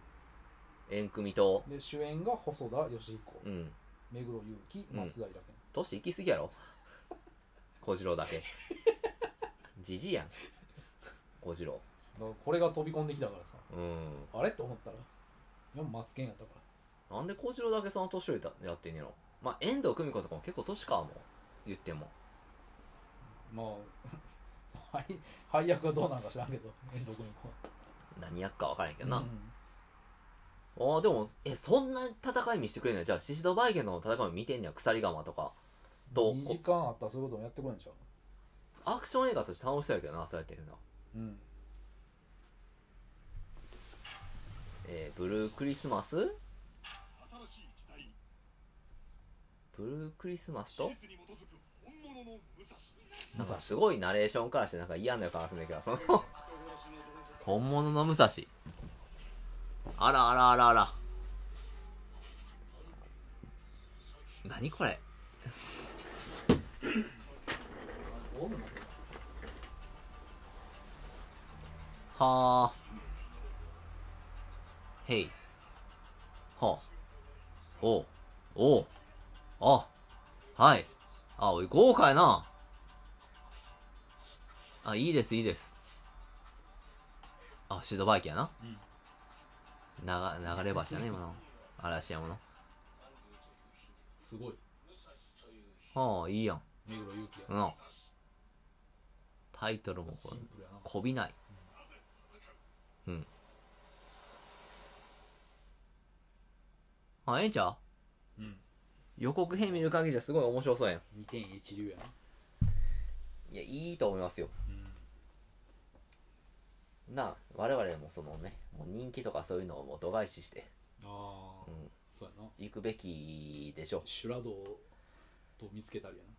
[SPEAKER 1] 縁組と
[SPEAKER 2] で主演が細田義彦、
[SPEAKER 1] うん
[SPEAKER 2] 目黒祐希
[SPEAKER 1] うん
[SPEAKER 2] 松平健、
[SPEAKER 1] 年行き過ぎやろ小次郎だけじじいやん小次郎
[SPEAKER 2] だからこれが飛び込んできたからさ
[SPEAKER 1] うん
[SPEAKER 2] あれと思ったらいや松健やったか
[SPEAKER 1] なんで小次郎だけその年老いたやってんねやろまあ遠藤久美子とかも結構年かも言っても
[SPEAKER 2] らまあ 配配役がどうなんか知らんけど遠藤久美子は
[SPEAKER 1] 何やっか分からへんけどな、
[SPEAKER 2] うん
[SPEAKER 1] ああでもえそんな戦い見せてくれないじゃあ宍戸バイゲンの戦い見てんねや鎖釜とかと
[SPEAKER 2] 2時間あったらそういうこともやってこないでしょ
[SPEAKER 1] アクション映画として楽しそうやけどなそうやってるの
[SPEAKER 2] うん
[SPEAKER 1] えーブルークリスマス
[SPEAKER 3] 新しい時代
[SPEAKER 1] ブルークリスマス
[SPEAKER 3] 史
[SPEAKER 1] と
[SPEAKER 3] 実に基づく本物の武蔵
[SPEAKER 1] なんかすごいナレーションからしてなんか嫌な予感がするんだけどその 本物の武蔵あらあらあらあら何これ
[SPEAKER 2] どうすんの
[SPEAKER 1] はあ。へい。はあ。おう。おう。あ。はい。あ、おい、豪華やな。あ、いいです、いいです。あ、シュートバイキやな。流流れ橋やね、今の。嵐山
[SPEAKER 2] すごい
[SPEAKER 1] の。ああ、いいやん。
[SPEAKER 2] 目黒祐希や
[SPEAKER 1] うん。タイトルもこ
[SPEAKER 2] シ
[SPEAKER 1] れ
[SPEAKER 2] ン、プルやな
[SPEAKER 1] こびない。うん。あ、ええんちゃう
[SPEAKER 2] うん
[SPEAKER 1] 予告編見る限りじゃすごい面白そうやん。
[SPEAKER 2] 二点一流やない
[SPEAKER 1] や、いいと思いますよ。なあ、我々もそのね、もう人気とかそういうのをもう度外視して、
[SPEAKER 2] あ
[SPEAKER 1] う
[SPEAKER 2] あ
[SPEAKER 1] ん、
[SPEAKER 2] そうやな
[SPEAKER 1] 行くべきでしょう。
[SPEAKER 2] 修羅道と見つけたりやな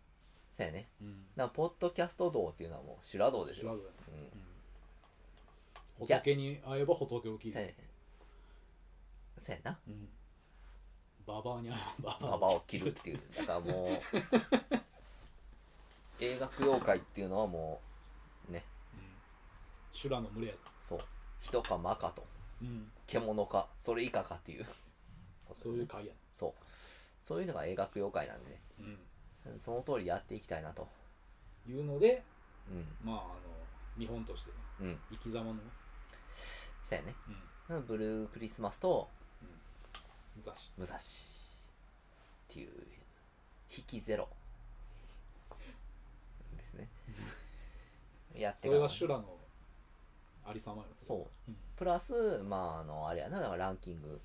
[SPEAKER 1] そうやね。
[SPEAKER 2] うん
[SPEAKER 1] なあポッドキャスト道っていうのはもう修羅道でし
[SPEAKER 2] 修羅
[SPEAKER 1] ょ。
[SPEAKER 2] 道やな
[SPEAKER 1] うん。
[SPEAKER 2] うん仏に会えば仏を聞い
[SPEAKER 1] そうや
[SPEAKER 2] て
[SPEAKER 1] ね。そうやな。
[SPEAKER 2] うんババアに会えばバ
[SPEAKER 1] バ
[SPEAKER 2] バ
[SPEAKER 1] バを切るっていうだからもう 映画供養会っていうのはもうね
[SPEAKER 2] 修羅の群れやと
[SPEAKER 1] そう人か魔かと
[SPEAKER 2] うん
[SPEAKER 1] 獣かそれ以下かっていう
[SPEAKER 2] そういう会や
[SPEAKER 1] そうそういうのが映画供養会なんでね
[SPEAKER 2] うん
[SPEAKER 1] その通りやっていきたいなと
[SPEAKER 2] いうので
[SPEAKER 1] うん
[SPEAKER 2] まああの日本として
[SPEAKER 1] うん
[SPEAKER 2] 生き様の
[SPEAKER 1] そうやね
[SPEAKER 2] うん
[SPEAKER 1] うんブルークリスマスと
[SPEAKER 2] 雑誌
[SPEAKER 1] 武蔵っていう引きゼロです ねやって
[SPEAKER 2] そ
[SPEAKER 1] から
[SPEAKER 2] れが修羅のありさまやろ
[SPEAKER 1] そう
[SPEAKER 2] うん
[SPEAKER 1] プラスまああのあれやなだからランキング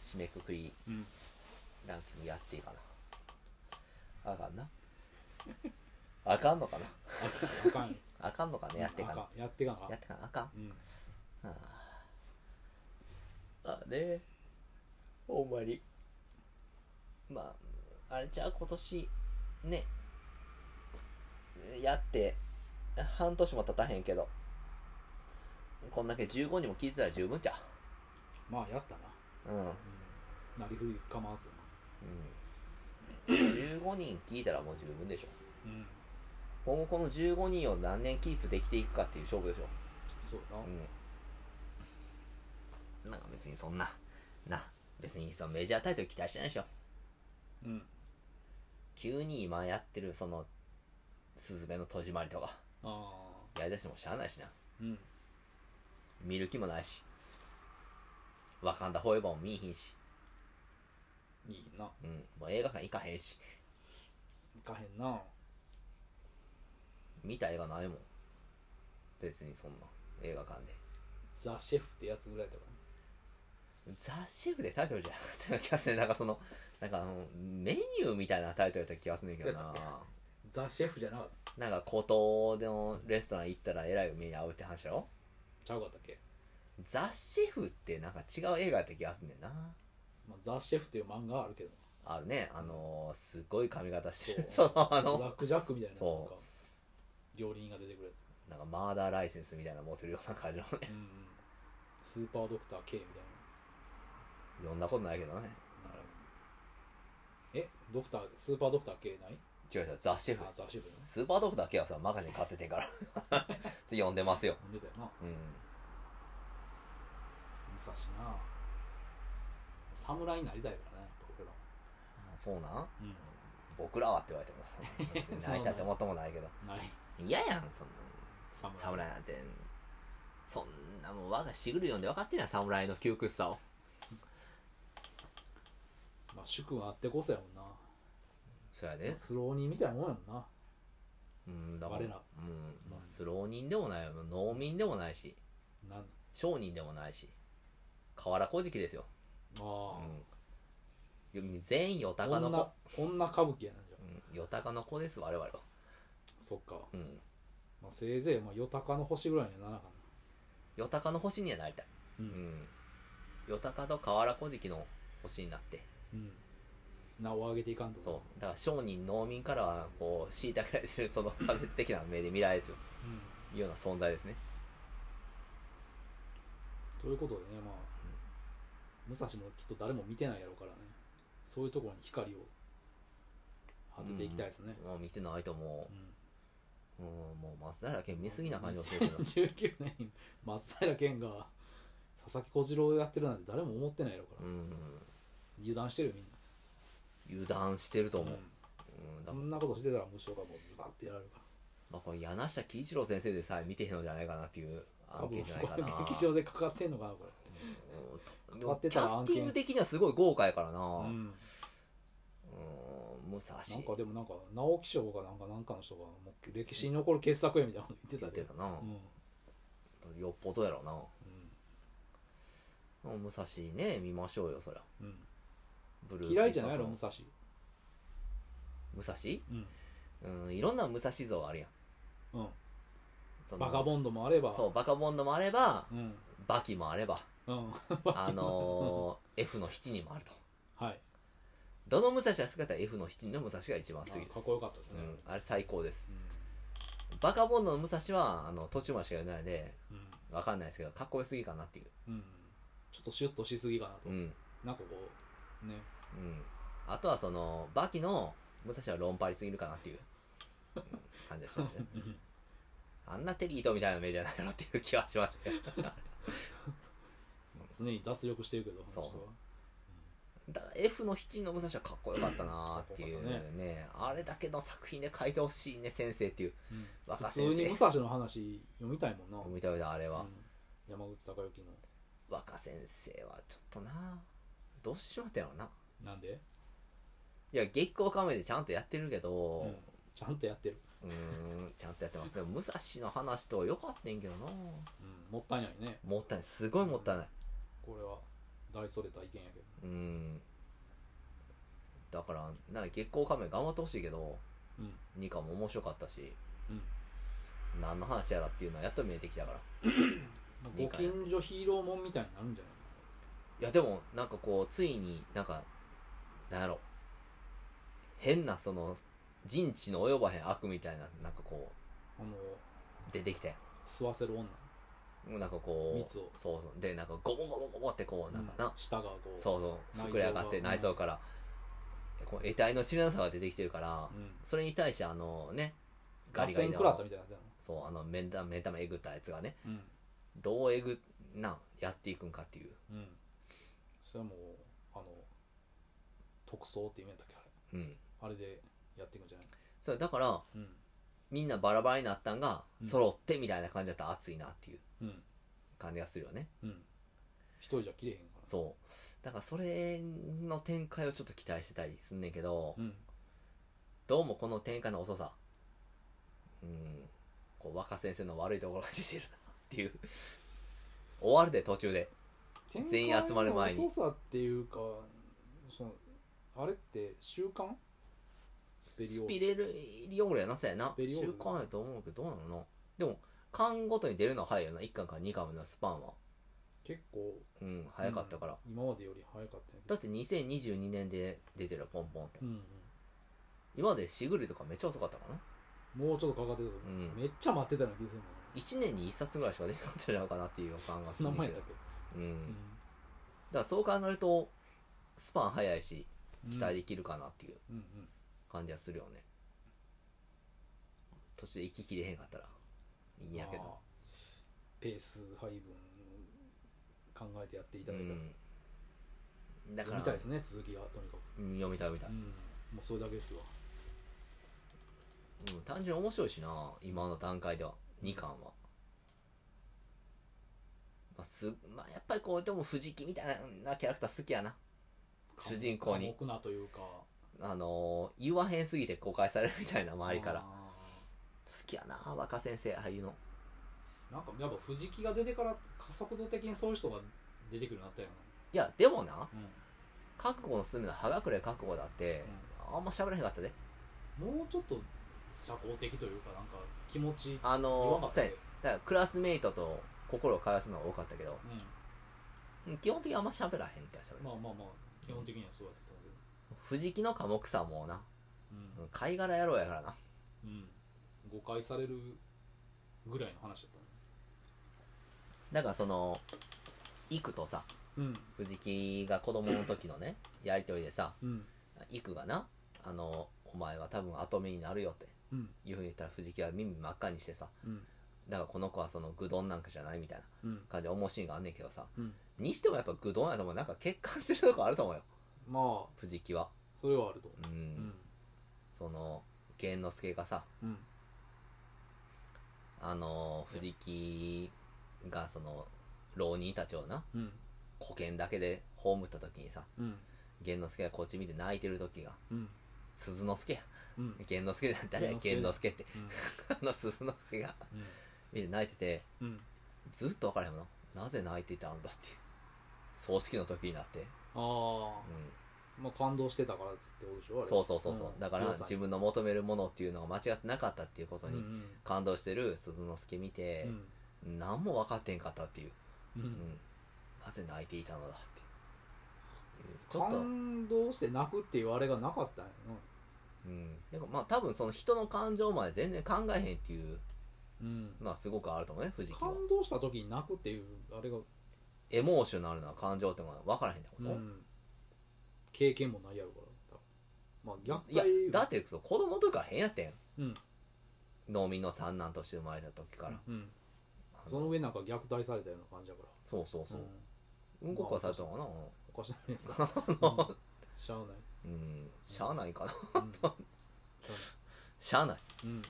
[SPEAKER 1] 締めくくり
[SPEAKER 2] うん
[SPEAKER 1] ランキングやっていいかなあかんなあかんのかな
[SPEAKER 2] あかんよ
[SPEAKER 1] あかんのかなやっていか
[SPEAKER 2] あ
[SPEAKER 1] な
[SPEAKER 2] かんやってかなあか
[SPEAKER 1] や
[SPEAKER 2] ん
[SPEAKER 1] ってかなあかん
[SPEAKER 2] うん
[SPEAKER 1] ああまあねほんまにまああれじゃあ今年ねやって半年も経たへんけどこんだけ15にも聞いてたら十分じゃ
[SPEAKER 2] まあやったな
[SPEAKER 1] ううん
[SPEAKER 2] うんなりふり構わずやな
[SPEAKER 1] うん、15人聞いたらもう十分でしょ
[SPEAKER 2] うん
[SPEAKER 1] 今後この15人を何年キープできていくかっていう勝負でしょ
[SPEAKER 2] そうやな
[SPEAKER 1] うんなんか別にそんなな別にそのメジャータイトル期待してないでしょ
[SPEAKER 2] うん
[SPEAKER 1] 急に今やってるその「すずめの戸締まり」とか
[SPEAKER 2] あ
[SPEAKER 1] やりだしてもしゃあないしな
[SPEAKER 2] ーうん
[SPEAKER 1] 見る気もないしわかんだフォーエバーも見いひんし、
[SPEAKER 2] いいな
[SPEAKER 1] うん、もう映画館行かへんし
[SPEAKER 2] いかへんな
[SPEAKER 1] 見た映画ないもん別にそんな映画館で
[SPEAKER 2] ザ・シェフってやつぐらいだから
[SPEAKER 1] ザ・シェフでタイトルじゃなかったような気がするなんかそのなんかあのメニューみたいなタイトルだった気がするんだけどな
[SPEAKER 2] ザ・シェフじゃなかった
[SPEAKER 1] なんか孤島のレストラン行ったらえらい目に遭うって話やろ
[SPEAKER 2] ちゃうかったっけ、
[SPEAKER 1] ザ・シェフってなんか違う映画やった気がすんねんな
[SPEAKER 2] まあ、ザ・シェフっていう漫画はあるけど
[SPEAKER 1] あるねあのーすごい髪型してる
[SPEAKER 2] そ
[SPEAKER 1] そのあ
[SPEAKER 2] ブ
[SPEAKER 1] の
[SPEAKER 2] ラックジャックみたいな
[SPEAKER 1] そう
[SPEAKER 2] なんか料理人が出てくるやつ、
[SPEAKER 1] なんかマーダーライセンスみたいなの持ってるような感じのね
[SPEAKER 2] うんうん、スーパードクター K みたいな
[SPEAKER 1] 読んだことないけどね
[SPEAKER 2] えドクタースーパードクター系ない
[SPEAKER 1] 違う違うザ・シェフ
[SPEAKER 2] あ雑誌部ね
[SPEAKER 1] スーパードクター系はさマガジン買っててんから それ読んでますよ
[SPEAKER 2] 飲んでたよな
[SPEAKER 1] うん
[SPEAKER 2] 武蔵な侍になりたいからね僕ら
[SPEAKER 1] そうなん
[SPEAKER 2] うん
[SPEAKER 1] 僕らはって言われても別になりたいと思ってもないけど
[SPEAKER 2] ない
[SPEAKER 1] 嫌やんそんな
[SPEAKER 2] 侍
[SPEAKER 1] ん侍なんてそんなもう我がしぐる読んで分かってるやん侍の窮屈さを
[SPEAKER 2] まあ宿があってこそやもんな
[SPEAKER 1] そうやで
[SPEAKER 2] スローニーみたいなもんやもんな
[SPEAKER 1] うんだから
[SPEAKER 2] 我ら
[SPEAKER 1] うんまあ、スロー人でもないよ農民でもないし
[SPEAKER 2] なんあ
[SPEAKER 1] 商人でもないし河原小じですよ、
[SPEAKER 2] あ、
[SPEAKER 1] うん、全員ヨタカの
[SPEAKER 2] 女
[SPEAKER 1] 子
[SPEAKER 2] 女歌舞伎やなじゃあ
[SPEAKER 1] うんヨタカの子です我々は、
[SPEAKER 2] そっか、
[SPEAKER 1] うん、
[SPEAKER 2] まあ、せいぜいまあ夜鷹の星ぐらいにはならなかっ
[SPEAKER 1] ヨタカの星にはなりたい、
[SPEAKER 2] た
[SPEAKER 1] う
[SPEAKER 2] う、
[SPEAKER 1] んん、ヨタカと河原小じの星になって
[SPEAKER 2] うん、名を上げていかんと
[SPEAKER 1] そうだから商人農民からはこう虐げられてるその差別的な目で見られてる
[SPEAKER 2] う、うん、
[SPEAKER 1] というような存在ですね
[SPEAKER 2] ということでねまあ、武蔵もきっと誰も見てないやろうからねそういうところに光を当てていきたいですね、
[SPEAKER 1] もう見てないとも
[SPEAKER 2] うん
[SPEAKER 1] う、うん、もう松平健見すぎな感じがするけど
[SPEAKER 2] 2019年に松平健が佐々木小次郎をやってるなんて誰も思ってないやろうか
[SPEAKER 1] う
[SPEAKER 2] ら、
[SPEAKER 1] ん
[SPEAKER 2] 油断してるよみんな
[SPEAKER 1] 油断してると思う、うん、だ
[SPEAKER 2] そ
[SPEAKER 1] か
[SPEAKER 2] んなことしてたら無償がもうズバッてやられるから
[SPEAKER 1] まあ、これ柳下喜一郎先生でさえ見てへんのじゃないかなっていう
[SPEAKER 2] 多
[SPEAKER 1] 案
[SPEAKER 2] 分
[SPEAKER 1] 件じゃないかな
[SPEAKER 2] これ劇場でかかってんのかなこ
[SPEAKER 1] うん
[SPEAKER 2] 変わって
[SPEAKER 1] キ
[SPEAKER 2] たら
[SPEAKER 1] ャ
[SPEAKER 2] 案
[SPEAKER 1] ス
[SPEAKER 2] 件
[SPEAKER 1] ティング的にはすごい豪華やからな、う、
[SPEAKER 2] れ、うんん、
[SPEAKER 1] 武蔵
[SPEAKER 2] なんかでもなんか直木賞がなんかなんかの人がもう歴史に残る傑作やみたいなこと言って
[SPEAKER 1] 言ったて
[SPEAKER 2] で、
[SPEAKER 1] たな
[SPEAKER 2] う、ん
[SPEAKER 1] よっぽどやろうな武蔵ね見ましょうよそりゃ
[SPEAKER 2] うん
[SPEAKER 1] ブ
[SPEAKER 2] う
[SPEAKER 1] ル
[SPEAKER 2] ん、嫌いじゃないやろ
[SPEAKER 1] の
[SPEAKER 2] 武蔵、
[SPEAKER 1] 武蔵
[SPEAKER 2] うん
[SPEAKER 1] うんいろんな武蔵像があるやん
[SPEAKER 2] うん、
[SPEAKER 1] その
[SPEAKER 2] バカボンドもあれば
[SPEAKER 1] そうバカボンドもあれば
[SPEAKER 2] うん
[SPEAKER 1] バキもあれば
[SPEAKER 2] うん、
[SPEAKER 1] あのー F の7人もあると
[SPEAKER 2] はい
[SPEAKER 1] どの武蔵が好きかって言ったら F の7人の武蔵が一番好きです
[SPEAKER 2] かっこよかったです
[SPEAKER 1] う
[SPEAKER 2] ね、
[SPEAKER 1] ん、あれ最高です
[SPEAKER 2] うん
[SPEAKER 1] バカボンドの武蔵はあの途中までしか読んでないんで
[SPEAKER 2] うん
[SPEAKER 1] わかんないですけどかっこよすぎかなっていう
[SPEAKER 2] うん、ちょっとシュッとしすぎかなと、
[SPEAKER 1] うんうん
[SPEAKER 2] なんかこうね
[SPEAKER 1] あとはそのバキの武蔵は論破りすぎるかなっていううん感じがしましたねあんなテリーとみたいな目じゃないのっていう気はしましたけど
[SPEAKER 2] 常に脱力してるけど
[SPEAKER 1] そう
[SPEAKER 2] この人は
[SPEAKER 1] た だ F の七人の武蔵はかっこよかったなーっていう
[SPEAKER 2] かっこよかっ
[SPEAKER 1] ねあれだけの作品で書いてほしいね先生っていう
[SPEAKER 2] うん
[SPEAKER 1] 若
[SPEAKER 2] 普通
[SPEAKER 1] 先
[SPEAKER 2] に武
[SPEAKER 1] 生
[SPEAKER 2] 蔵の話読みたいもんな、
[SPEAKER 1] 見た目だあれは、
[SPEAKER 2] うん山口孝之の
[SPEAKER 1] 若先生はちょっとなどうしてしまったんやろな
[SPEAKER 2] なんで、
[SPEAKER 1] いや月光仮面でちゃんとやってるけど、
[SPEAKER 2] うんちゃんとやってる、
[SPEAKER 1] うーんちゃんとやってますでも武蔵の話とよかったんやけどな
[SPEAKER 2] うん、もったいないね
[SPEAKER 1] もったいないすごいもったいない
[SPEAKER 2] これは大それた意見やけど
[SPEAKER 1] うーんだからなんか月光仮面頑張ってほしいけど
[SPEAKER 2] うん
[SPEAKER 1] 2巻も面白かったし
[SPEAKER 2] うん
[SPEAKER 1] 何の話やらっていうのはやっと見えてきたから
[SPEAKER 2] まあ
[SPEAKER 1] 理
[SPEAKER 2] ご
[SPEAKER 1] 解
[SPEAKER 2] 近所ヒーローもんみたいになるんじゃない
[SPEAKER 1] いやでもなんかこうついになんかなんやろ変なその人知の及ばへん悪みたいななんかこ
[SPEAKER 2] あの
[SPEAKER 1] う出てきて
[SPEAKER 2] 吸わせる女
[SPEAKER 1] なんかこう
[SPEAKER 2] 蜜を
[SPEAKER 1] そうそうでなんかゴボゴボゴボってこうなんかな、
[SPEAKER 2] うん舌がこう
[SPEAKER 1] そうそう膨れ上がって内
[SPEAKER 2] 内
[SPEAKER 1] 臓
[SPEAKER 2] 臓
[SPEAKER 1] から、こう得体の知らなさが出てきてるから、
[SPEAKER 2] うん、
[SPEAKER 1] それに対してあのね
[SPEAKER 2] ガ
[SPEAKER 1] ガ
[SPEAKER 2] リ
[SPEAKER 1] リ
[SPEAKER 2] ガ
[SPEAKER 1] ガ
[SPEAKER 2] リ
[SPEAKER 1] リ
[SPEAKER 2] 食らっ
[SPEAKER 1] の
[SPEAKER 2] たみたいになって
[SPEAKER 1] そうあの目ん玉目ん玉えぐったやつがね
[SPEAKER 2] るの
[SPEAKER 1] どうえぐなやっていくんかっていう
[SPEAKER 2] うんうんそれはもうあの特捜って意味やったっけあれ
[SPEAKER 1] うん
[SPEAKER 2] あれでやっていくんじゃない
[SPEAKER 1] そうだから
[SPEAKER 2] うん
[SPEAKER 1] みんなバラバラになったんが
[SPEAKER 2] うん
[SPEAKER 1] 揃ってみたいな感じだったら熱いなっていう
[SPEAKER 2] うん
[SPEAKER 1] 感じがするよね
[SPEAKER 2] うん一人じゃ切れへんから
[SPEAKER 1] そうだからそれの展開をちょっと期待してたりすんねんけど、
[SPEAKER 2] うん
[SPEAKER 1] どうもこの展開の遅さうんこう若先生の悪いところが出てるなっていう終わるで途中で全員集まる前に
[SPEAKER 2] 展開の遅さっていうかそのあれって習慣スペリ
[SPEAKER 1] ス
[SPEAKER 2] オ
[SPEAKER 1] ピレリオールやなさやな
[SPEAKER 2] スペリオール
[SPEAKER 1] 週間やと思うけどどうなのなでも巻ごとに出るのは早いよな1巻から2巻のスパンは
[SPEAKER 2] 結構
[SPEAKER 1] うん早かったから、
[SPEAKER 2] うん今までより早かったんやけ
[SPEAKER 1] だ
[SPEAKER 2] ど
[SPEAKER 1] って2022年で出てるよポンポンって
[SPEAKER 2] うん
[SPEAKER 1] 今までシグリとかめっちゃ遅かったかな
[SPEAKER 2] うん、もうちょっとかかってたと思う、
[SPEAKER 1] うん
[SPEAKER 2] めっちゃ待ってたような気がするもん
[SPEAKER 1] 1年に1冊ぐらいしか出なかったんじゃないかなっていう予感が
[SPEAKER 2] な
[SPEAKER 1] す
[SPEAKER 2] そ
[SPEAKER 1] る
[SPEAKER 2] んなん
[SPEAKER 1] だ
[SPEAKER 2] 前
[SPEAKER 1] け
[SPEAKER 2] やっ
[SPEAKER 1] ど
[SPEAKER 2] たっけ、
[SPEAKER 1] うん、
[SPEAKER 2] う
[SPEAKER 1] だからそう考えるとスパン早いし
[SPEAKER 2] ん
[SPEAKER 1] 期待できるかなっていう
[SPEAKER 2] うんうん
[SPEAKER 1] 感じはするよね途中で行ききれへんかったらいいんやけど
[SPEAKER 2] まあペース配分考えてやっていただいたら、
[SPEAKER 1] うん、だか
[SPEAKER 2] 読
[SPEAKER 1] ら
[SPEAKER 2] みたいですね続きがとにかく、
[SPEAKER 1] うん読みたい読みたい、
[SPEAKER 2] うん、もうそれだけですわ
[SPEAKER 1] うん単純に面白いしな今の段階では2巻は、まあすまあ、やっぱりこうでも藤木みたいなキャラクター好きやな主人公に
[SPEAKER 2] 寡黙なというか
[SPEAKER 1] あのー言わへんすぎて誤解されるみたいな周りから好
[SPEAKER 2] あ
[SPEAKER 1] きやな若先生ああいうの
[SPEAKER 2] ーなんかやっぱ藤木が出てから加速度的にそういう人が出てくるようになったよ
[SPEAKER 1] いやでもな
[SPEAKER 2] な、
[SPEAKER 1] 覚悟の進めの葉隠れ覚悟だって、あんま喋らへんかったで
[SPEAKER 2] うんもうちょっと社交的というかなんか気持ち
[SPEAKER 1] あ
[SPEAKER 2] 弱
[SPEAKER 1] の
[SPEAKER 2] か
[SPEAKER 1] ー
[SPEAKER 2] った
[SPEAKER 1] そう
[SPEAKER 2] よ
[SPEAKER 1] や
[SPEAKER 2] ね
[SPEAKER 1] だからクラスメイトと心を交わすのが多かったけどうん基本的にあんま喋らへんって喋る
[SPEAKER 2] うん、まあまあまあ基本的にはそうだったと思うけど
[SPEAKER 1] 藤木の寡黙さもな
[SPEAKER 2] う、
[SPEAKER 1] 貝殻野郎やからなん
[SPEAKER 2] うん、誤解されるぐらいの話だっ
[SPEAKER 1] だからその育とさ
[SPEAKER 2] たね
[SPEAKER 1] 藤木が子供の時のねやりとりでさ
[SPEAKER 2] うんうん
[SPEAKER 1] 育がなあのお前は多分後目になるよって
[SPEAKER 2] うん
[SPEAKER 1] いうふうに言ったら藤木は耳真っ赤にしてさ
[SPEAKER 2] うん
[SPEAKER 1] だからこの子はその愚鈍なんかじゃないみたいな
[SPEAKER 2] うん
[SPEAKER 1] 感じで思うシーンがあんねんけどさ
[SPEAKER 2] うん
[SPEAKER 1] にしてもやっぱ愚鈍やと思うなんか欠陥してるとこあると思うよ
[SPEAKER 2] まあ
[SPEAKER 1] 藤木は
[SPEAKER 2] それはあると思
[SPEAKER 1] うん、
[SPEAKER 2] ううん
[SPEAKER 1] その源之助がさ
[SPEAKER 2] うん
[SPEAKER 1] あの藤木がその浪人たちをな
[SPEAKER 2] うん
[SPEAKER 1] 古剣だけで葬った時にさ
[SPEAKER 2] うん
[SPEAKER 1] 源之助がこっち見て泣いてる時が
[SPEAKER 2] うん
[SPEAKER 1] 鈴之助や
[SPEAKER 2] うん
[SPEAKER 1] 源之助じゃない誰や
[SPEAKER 2] 源
[SPEAKER 1] 源
[SPEAKER 2] 之
[SPEAKER 1] 之助って あの鈴之助が見て泣いてて
[SPEAKER 2] うんうん
[SPEAKER 1] ずっと分からへんものなぜ泣いていたんだっていう葬式の時になって、
[SPEAKER 2] あ
[SPEAKER 1] う
[SPEAKER 2] あまあ感動してたからってことでしょあ
[SPEAKER 1] ん、
[SPEAKER 2] れ
[SPEAKER 1] そうそうそうそう、
[SPEAKER 2] ん
[SPEAKER 1] だから
[SPEAKER 2] 強さに
[SPEAKER 1] 自分の求めるものっていうのが間違ってなかったっていうこと
[SPEAKER 2] う
[SPEAKER 1] に
[SPEAKER 2] ん
[SPEAKER 1] 感動してる鈴之助見て
[SPEAKER 2] う、ん
[SPEAKER 1] 何も分かってんかったっていう、
[SPEAKER 2] う
[SPEAKER 1] うん
[SPEAKER 2] ん
[SPEAKER 1] なぜ泣いていたのだっていうちょっと
[SPEAKER 2] 感動して泣くっていうあれがなかったんやな
[SPEAKER 1] うん、でもまあ多分その人の感情まで全然考えへんっていう
[SPEAKER 2] うん
[SPEAKER 1] のはすごくあると思うね藤木は
[SPEAKER 2] 感動した時に泣くっていうあれが
[SPEAKER 1] エモーショナルな感情ってのは分からへんってこ
[SPEAKER 2] う
[SPEAKER 1] と、
[SPEAKER 2] ん経験もないやろから多分まあ
[SPEAKER 1] いや
[SPEAKER 2] 虐待
[SPEAKER 1] だってそう子供の時から変やってん
[SPEAKER 2] うん
[SPEAKER 1] 農民の三男として生まれた時から、
[SPEAKER 2] うん
[SPEAKER 1] あの
[SPEAKER 2] その上なんか虐待されたような感じだから、
[SPEAKER 1] そうそうそううんうんこかされたのかな
[SPEAKER 2] おかしないですか、うんしゃあない
[SPEAKER 1] うんしゃあないかな
[SPEAKER 2] うんしゃあない
[SPEAKER 1] しゃあない
[SPEAKER 2] うん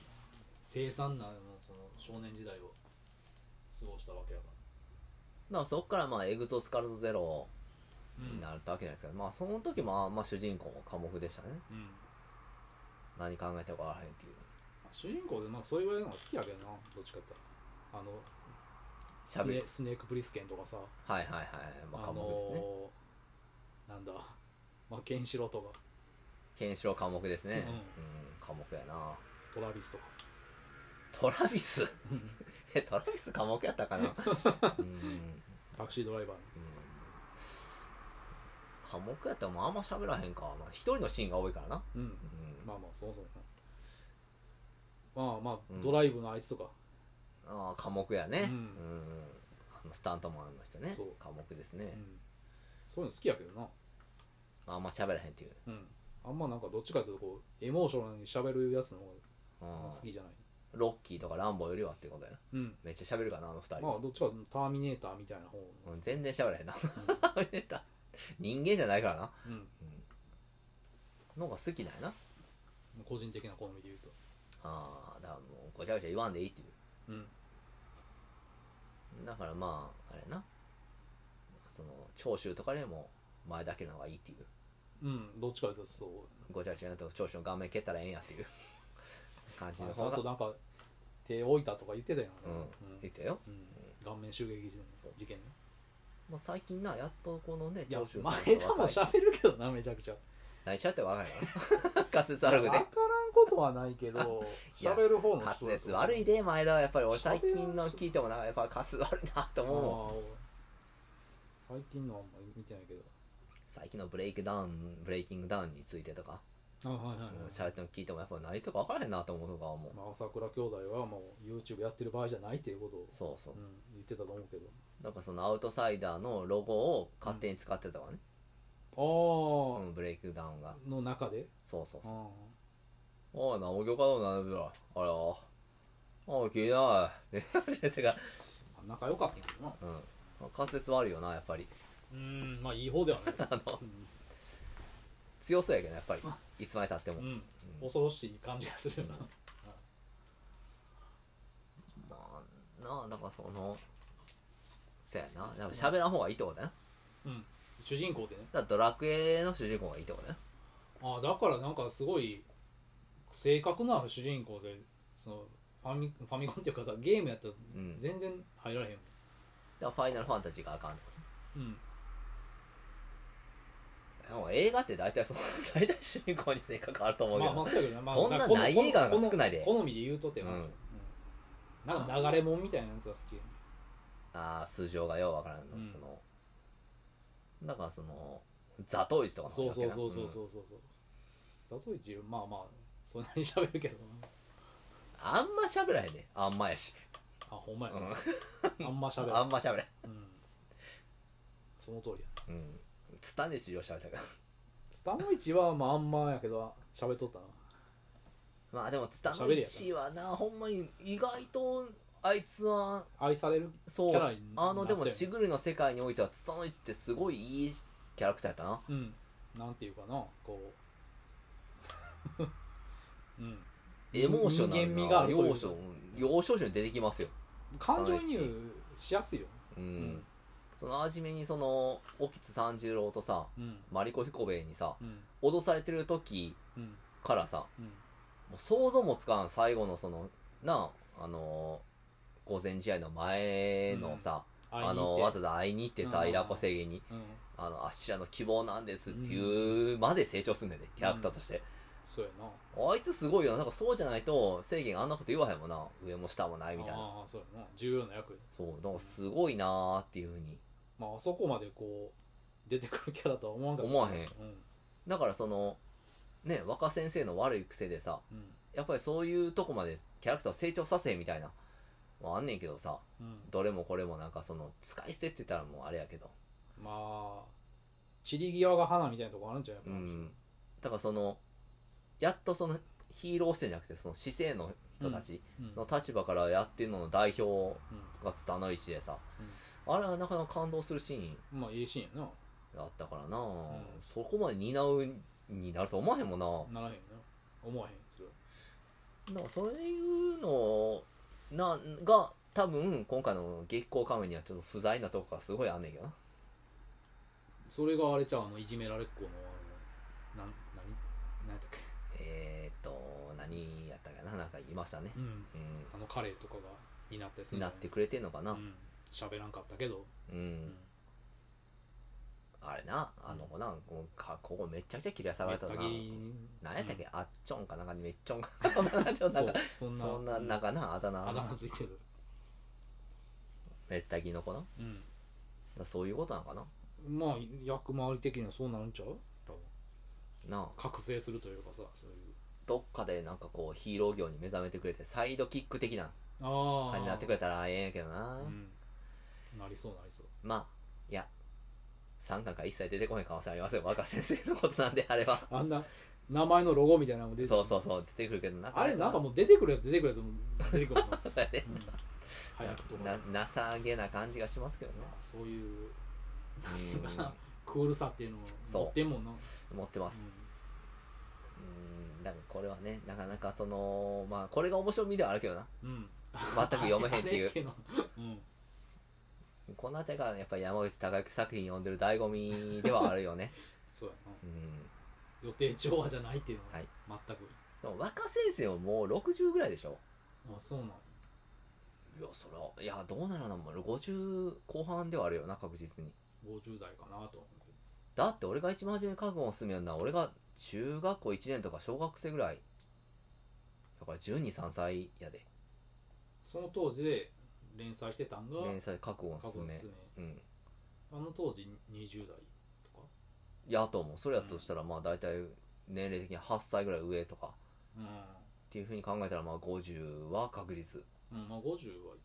[SPEAKER 2] 凄惨なあのその少年時代を過ごしたわけやか
[SPEAKER 1] だからそっからまあエグゾスカルトゼロ
[SPEAKER 2] ら
[SPEAKER 1] になったわけじゃないですけど、まあその時もあんま主人公も寡黙でしたね
[SPEAKER 2] うんま
[SPEAKER 1] 何考えても分からへんっていう
[SPEAKER 2] あ主人公でまあそういうのが好きやけどなどっちかって言ったらあの
[SPEAKER 1] しゃ
[SPEAKER 2] ス
[SPEAKER 1] べ
[SPEAKER 2] ネ
[SPEAKER 1] る
[SPEAKER 2] スネーク・プリスケンとかさ
[SPEAKER 1] はいはいはいまあ
[SPEAKER 2] あ
[SPEAKER 1] 寡黙ですね、
[SPEAKER 2] のーなんだまあケンシロウとか
[SPEAKER 1] ケンシロウ寡黙ですね
[SPEAKER 2] うん
[SPEAKER 1] うん、寡黙やな
[SPEAKER 2] トラビスとか
[SPEAKER 1] トラビス えトラビス寡黙やったか なうん、うん、
[SPEAKER 2] タクシードライバーの
[SPEAKER 1] 寡黙やったらもうあんま喋らへんか、まあ、一人のシーンが多いからな、
[SPEAKER 2] うん
[SPEAKER 1] うん、
[SPEAKER 2] まあまあそもそもなまあま
[SPEAKER 1] うん
[SPEAKER 2] あドライブのあいつとか、
[SPEAKER 1] ああ寡黙やね、
[SPEAKER 2] う
[SPEAKER 1] うんんあのスタントマンの人ね
[SPEAKER 2] そう
[SPEAKER 1] 寡黙です
[SPEAKER 2] う
[SPEAKER 1] ね、
[SPEAKER 2] んそういうの好きやけどな
[SPEAKER 1] まああんま喋らへんっていう、
[SPEAKER 2] うんあんまなんかどっちかというとこうエモーショナルに喋るやつの方が
[SPEAKER 1] うん
[SPEAKER 2] あんま好きじゃない
[SPEAKER 1] ロッキーとかランボよりはってことやな
[SPEAKER 2] うん
[SPEAKER 1] めっちゃ喋るかなあの二人、
[SPEAKER 2] まあどっちかというとターミネーターみたいな方
[SPEAKER 1] うん全然喋らへんな 喋った人間じゃないからな
[SPEAKER 2] うん
[SPEAKER 1] のが好きだよな
[SPEAKER 2] 個人的な好みで言うと
[SPEAKER 1] ああだからもうごちゃごちゃ言わんでいいっていう
[SPEAKER 2] うん
[SPEAKER 1] だからまああれなその長州とかでも前だけの方がいいっていう
[SPEAKER 2] うんどっちかというとそう
[SPEAKER 1] ごちゃごちゃやると長州の顔面蹴ったらええんやっていう感じ
[SPEAKER 2] あ
[SPEAKER 1] の
[SPEAKER 2] ちゃ
[SPEAKER 1] 方
[SPEAKER 2] ん
[SPEAKER 1] が
[SPEAKER 2] となんか手置いたとか言ってたよ
[SPEAKER 1] う
[SPEAKER 2] な、
[SPEAKER 1] ん言ってたよ、
[SPEAKER 2] うん顔面襲撃事件事件ね
[SPEAKER 1] まあ、最近なやっとこのね
[SPEAKER 2] いや
[SPEAKER 1] 長州さんと
[SPEAKER 2] 前田も
[SPEAKER 1] 若い
[SPEAKER 2] 喋るけどなめちゃくちゃ
[SPEAKER 1] 何しちゃって分からへん 滑舌悪く
[SPEAKER 2] 分から
[SPEAKER 1] て
[SPEAKER 2] んことはないけど
[SPEAKER 1] いや
[SPEAKER 2] 喋る方の人だと
[SPEAKER 1] 滑舌悪いで前田はやっぱり俺最近の聞いてもなんかやっぱ滑舌悪いなと思うもん
[SPEAKER 2] あー最近のはあんまり見てないけど
[SPEAKER 1] 最近のブレイクダウンブレイキングダウンについてとか
[SPEAKER 2] あはいはい、
[SPEAKER 1] 喋っても聞いてもやっぱ何とか分からへんなと思うとか思う
[SPEAKER 2] まあ、朝倉兄弟はもう YouTube やってる場合じゃないっていうことを、
[SPEAKER 1] そうそう
[SPEAKER 2] うん、言ってたと思うけど
[SPEAKER 1] なんかそのアウトサイダーのロゴを勝手に使ってたわね、う
[SPEAKER 2] あ
[SPEAKER 1] んブレイクダウンが
[SPEAKER 2] あの中で
[SPEAKER 1] そうそう
[SPEAKER 2] あ
[SPEAKER 1] そうおい何も業かどうなんだよあれはあ聞いてない てか
[SPEAKER 2] ー仲良かったんやけどな
[SPEAKER 1] うん滑舌悪いよなやっぱり
[SPEAKER 2] うんまあいい方では ない
[SPEAKER 1] あの強そうやけどやっぱりいつまでたっても、
[SPEAKER 2] うん
[SPEAKER 1] うん
[SPEAKER 2] 恐ろしい感じがす るよな
[SPEAKER 1] まあなあだからそのそやなやっぱ喋らん方がいいってことやな
[SPEAKER 2] うん主人公でね
[SPEAKER 1] だからドラクエの主人公がいいってことやな
[SPEAKER 2] ああだからなんかすごい性格のある主人公でそのファミファミコンっていうかさゲームやったら
[SPEAKER 1] うんだか
[SPEAKER 2] 全然入られへんも
[SPEAKER 1] らファイナルファンタジーがあかんってこ
[SPEAKER 2] ん、うん、
[SPEAKER 1] とでも映画って大体その 大体主人公に性格あると思うけど、
[SPEAKER 2] まあまあそうやけどな、まあ、
[SPEAKER 1] そんなない映画が少ないで
[SPEAKER 2] 好みで言うとってな、
[SPEAKER 1] うん
[SPEAKER 2] うんなんか流れもんみたいなやつが好きやね
[SPEAKER 1] ああ素性がようわからんの、
[SPEAKER 2] うん
[SPEAKER 1] そのだからそのザトウイチとかの
[SPEAKER 2] そうそうそうそう
[SPEAKER 1] う
[SPEAKER 2] そうそうそう例えばまあまあそんなに喋るけどな
[SPEAKER 1] あんま喋らへんねあんまやし、
[SPEAKER 2] あほんまやな、
[SPEAKER 1] う
[SPEAKER 2] あんま 喋る
[SPEAKER 1] ん、あんま喋らへん
[SPEAKER 2] うんその通りや
[SPEAKER 1] うんツタネシよう喋ったから
[SPEAKER 2] スタノイチはまああんまやけど喋っとったな
[SPEAKER 1] まあでもツタノイチはなほんまに意外とあいつは
[SPEAKER 2] 愛される
[SPEAKER 1] そ
[SPEAKER 2] キ
[SPEAKER 1] う
[SPEAKER 2] ャラになった
[SPEAKER 1] あ
[SPEAKER 2] よね
[SPEAKER 1] のでもしぐるの世界においてはツタノイチってすごいいいキャラクターやったな
[SPEAKER 2] うんなんていうかなこ ううん
[SPEAKER 1] エモーショナル
[SPEAKER 2] 人間味があ
[SPEAKER 1] な
[SPEAKER 2] るというか
[SPEAKER 1] 要所要所に出てきますよ
[SPEAKER 2] 感情移入しやすいよ、
[SPEAKER 1] うん、
[SPEAKER 2] ん
[SPEAKER 1] その初めにその沖津三十郎とさ
[SPEAKER 2] うん
[SPEAKER 1] マリコ彦兵衛にさ
[SPEAKER 2] うん
[SPEAKER 1] 脅されてる時
[SPEAKER 2] うん
[SPEAKER 1] からさ
[SPEAKER 2] うん
[SPEAKER 1] もう想像もつかん最後のそのなああのー午前試合の前のさ、あのわざ
[SPEAKER 2] と、
[SPEAKER 1] わざ会いに行って
[SPEAKER 2] う
[SPEAKER 1] さ
[SPEAKER 2] ん
[SPEAKER 1] イラコ制限に
[SPEAKER 2] うん、
[SPEAKER 1] あのあっしらの希望なんですっていうまで成長すんねんで、キャラクターとして、
[SPEAKER 2] そうやな
[SPEAKER 1] あいつすごいよななんかそうじゃないと制限あんなこと言わへんもんな上も下もないみたいな
[SPEAKER 2] ああそうやな重要な役
[SPEAKER 1] そうなんかすごいなーっていうふうに
[SPEAKER 2] まああそこまでこう出てくるキャラとは思わんかった
[SPEAKER 1] 思わへん
[SPEAKER 2] うん
[SPEAKER 1] だからそのね若先生の悪い癖でさ
[SPEAKER 2] うん
[SPEAKER 1] やっぱりそういうとこまでキャラクターを成長させへんみたいな、まあ、あんねんけどさ
[SPEAKER 2] うん
[SPEAKER 1] どれもこれもなんかその使い捨てって言ったらもうあれやけど
[SPEAKER 2] まあ散り際が花みたいなとこあるんちゃうやっぱ
[SPEAKER 1] うんだからそのやっとそのヒーロー視点じゃなくてその市政の人たち
[SPEAKER 2] うん
[SPEAKER 1] の立場からやってるのの代表
[SPEAKER 2] う
[SPEAKER 1] がツタの位置でさ、あれはなかなか感動するシーン
[SPEAKER 2] んまあいいシーンや
[SPEAKER 1] だったからな、
[SPEAKER 2] ん
[SPEAKER 1] そこまで担うになると思わへんもんな、
[SPEAKER 2] なならへんな思わへんそれは
[SPEAKER 1] だからそういうのなが多分今回の月光仮面にはちょっと不在なとこがすごいあんねんけどな
[SPEAKER 2] それがあれちゃうあのいじめられっ子のあのなん何何やったっけ
[SPEAKER 1] えー、っと何やったかななんか言いましたね
[SPEAKER 2] うん
[SPEAKER 1] うん
[SPEAKER 2] あの彼とかがになってす
[SPEAKER 1] になってくれてんのかな
[SPEAKER 2] うん喋らんかったけど
[SPEAKER 1] うん、あれなあの子なこうかここめちゃくちゃ嫌いされたな何やったっけ、あっちょんかなんかにめっちょんかそんな 感じのな
[SPEAKER 2] そ
[SPEAKER 1] ん
[SPEAKER 2] う
[SPEAKER 1] か
[SPEAKER 2] そんな
[SPEAKER 1] そんななんかなあだ
[SPEAKER 2] あだ名
[SPEAKER 1] 名
[SPEAKER 2] ついてる
[SPEAKER 1] めったぎの子なだか
[SPEAKER 2] うん
[SPEAKER 1] らそういうことなのかな
[SPEAKER 2] まあ役回り的にはそうなるんちゃう多分
[SPEAKER 1] なあ
[SPEAKER 2] 覚醒するというかさそういう
[SPEAKER 1] どっかでなんかこうヒーロー業に目覚めてくれてサイドキック的な
[SPEAKER 2] ああ
[SPEAKER 1] 感じになってくれたらええんやけどな、
[SPEAKER 2] うんなりそうなりそう
[SPEAKER 1] まあいや三巻から一切出てこへん可能性ありますよ若先生のことなんであれば
[SPEAKER 2] あんな名前のロゴみたいなのも出て
[SPEAKER 1] そうそうそう出てくるけどな
[SPEAKER 2] あれなんか
[SPEAKER 1] も
[SPEAKER 2] もう出てくるやつ出てくるやつも出てくる もんな、
[SPEAKER 1] うやね
[SPEAKER 2] うん早くとか
[SPEAKER 1] な情けな感じがしますけどね
[SPEAKER 2] そういう
[SPEAKER 1] うん
[SPEAKER 2] そうかなクールさっていうのを持ってんもんな
[SPEAKER 1] 思ってます
[SPEAKER 2] う、
[SPEAKER 1] うんだからこれはねなかなかそのまあこれが面白みではあるけどなん
[SPEAKER 2] うん、
[SPEAKER 1] 全く読めへんっていう
[SPEAKER 2] あれのうん
[SPEAKER 1] この辺りがやっぱり山口孝之作品読んでる醍醐味ではあるよね
[SPEAKER 2] そうやな
[SPEAKER 1] うん
[SPEAKER 2] 予定調和じゃないっていうのは、
[SPEAKER 1] はい
[SPEAKER 2] 全く
[SPEAKER 1] でも若先生はもう60ぐらいでしょ
[SPEAKER 2] あそうなの
[SPEAKER 1] いやそらいやどうなるのもう50後半ではあるよな確実に
[SPEAKER 2] 50代かなと
[SPEAKER 1] だって俺が一番初め覚悟を進めるのは俺が中学校1年とか小学生ぐらいだから123歳やで
[SPEAKER 2] その当時で連載してたんが
[SPEAKER 1] 連載覚悟の
[SPEAKER 2] 過去
[SPEAKER 1] す
[SPEAKER 2] の
[SPEAKER 1] め
[SPEAKER 2] すね
[SPEAKER 1] うん
[SPEAKER 2] あの当時20代とか
[SPEAKER 1] いやと思うそれやとしたらまあ大体年齢的に8歳ぐらい上とかっていうふうに考えたらまあ50は確率
[SPEAKER 2] うん、うん、まあ50はい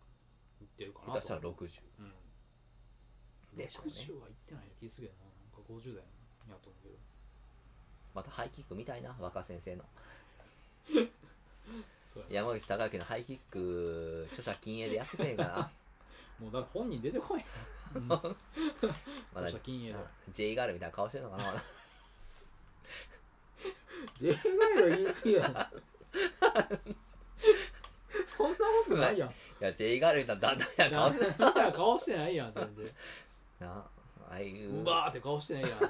[SPEAKER 2] ってるかな
[SPEAKER 1] 下手したら60
[SPEAKER 2] うん
[SPEAKER 1] でしょうね
[SPEAKER 2] 60はいってないよ気するけどななんか50代やと思うけど
[SPEAKER 1] またハイキックみたいな若先生の
[SPEAKER 2] そうや
[SPEAKER 1] 山口孝之のハイキック著者禁煙でやってくれへんか な
[SPEAKER 2] もうだから本人出てこいうん著
[SPEAKER 1] まだ
[SPEAKER 2] 者禁煙の
[SPEAKER 1] J ガールみたいな顔してるのかなまだ
[SPEAKER 2] J ガイド言い過ぎや んそんなことないやん
[SPEAKER 1] いや J ガールみたいな団体みたいな顔してる
[SPEAKER 2] みたいな顔してないやん全然
[SPEAKER 1] なああいう
[SPEAKER 2] うわーって顔してないやんいや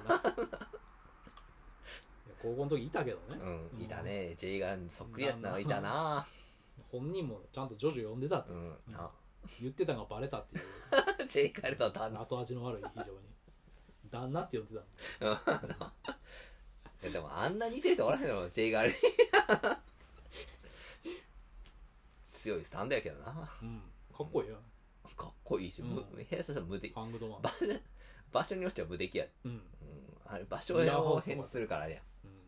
[SPEAKER 2] 高校の時いたけどね
[SPEAKER 1] うんいたね J ガールにそっくりやったのいたな
[SPEAKER 2] 本人もちゃんとジョジョ呼んでたって
[SPEAKER 1] うんな
[SPEAKER 2] 言ってたのがバレたっていう
[SPEAKER 1] J ガールの団体
[SPEAKER 2] 後味の悪い非常に旦那って呼んでたの
[SPEAKER 1] いやでもあんな似てる人おらへんの J ガールに強いスタンドやけどなか
[SPEAKER 2] うんかっこいいよ
[SPEAKER 1] っこいいし、
[SPEAKER 2] うん
[SPEAKER 1] むいやそしたら無敵
[SPEAKER 2] ハングドマン
[SPEAKER 1] 場所場所によっては無敵や、
[SPEAKER 2] うん、
[SPEAKER 1] うん、あれ場所を変するからね
[SPEAKER 2] うん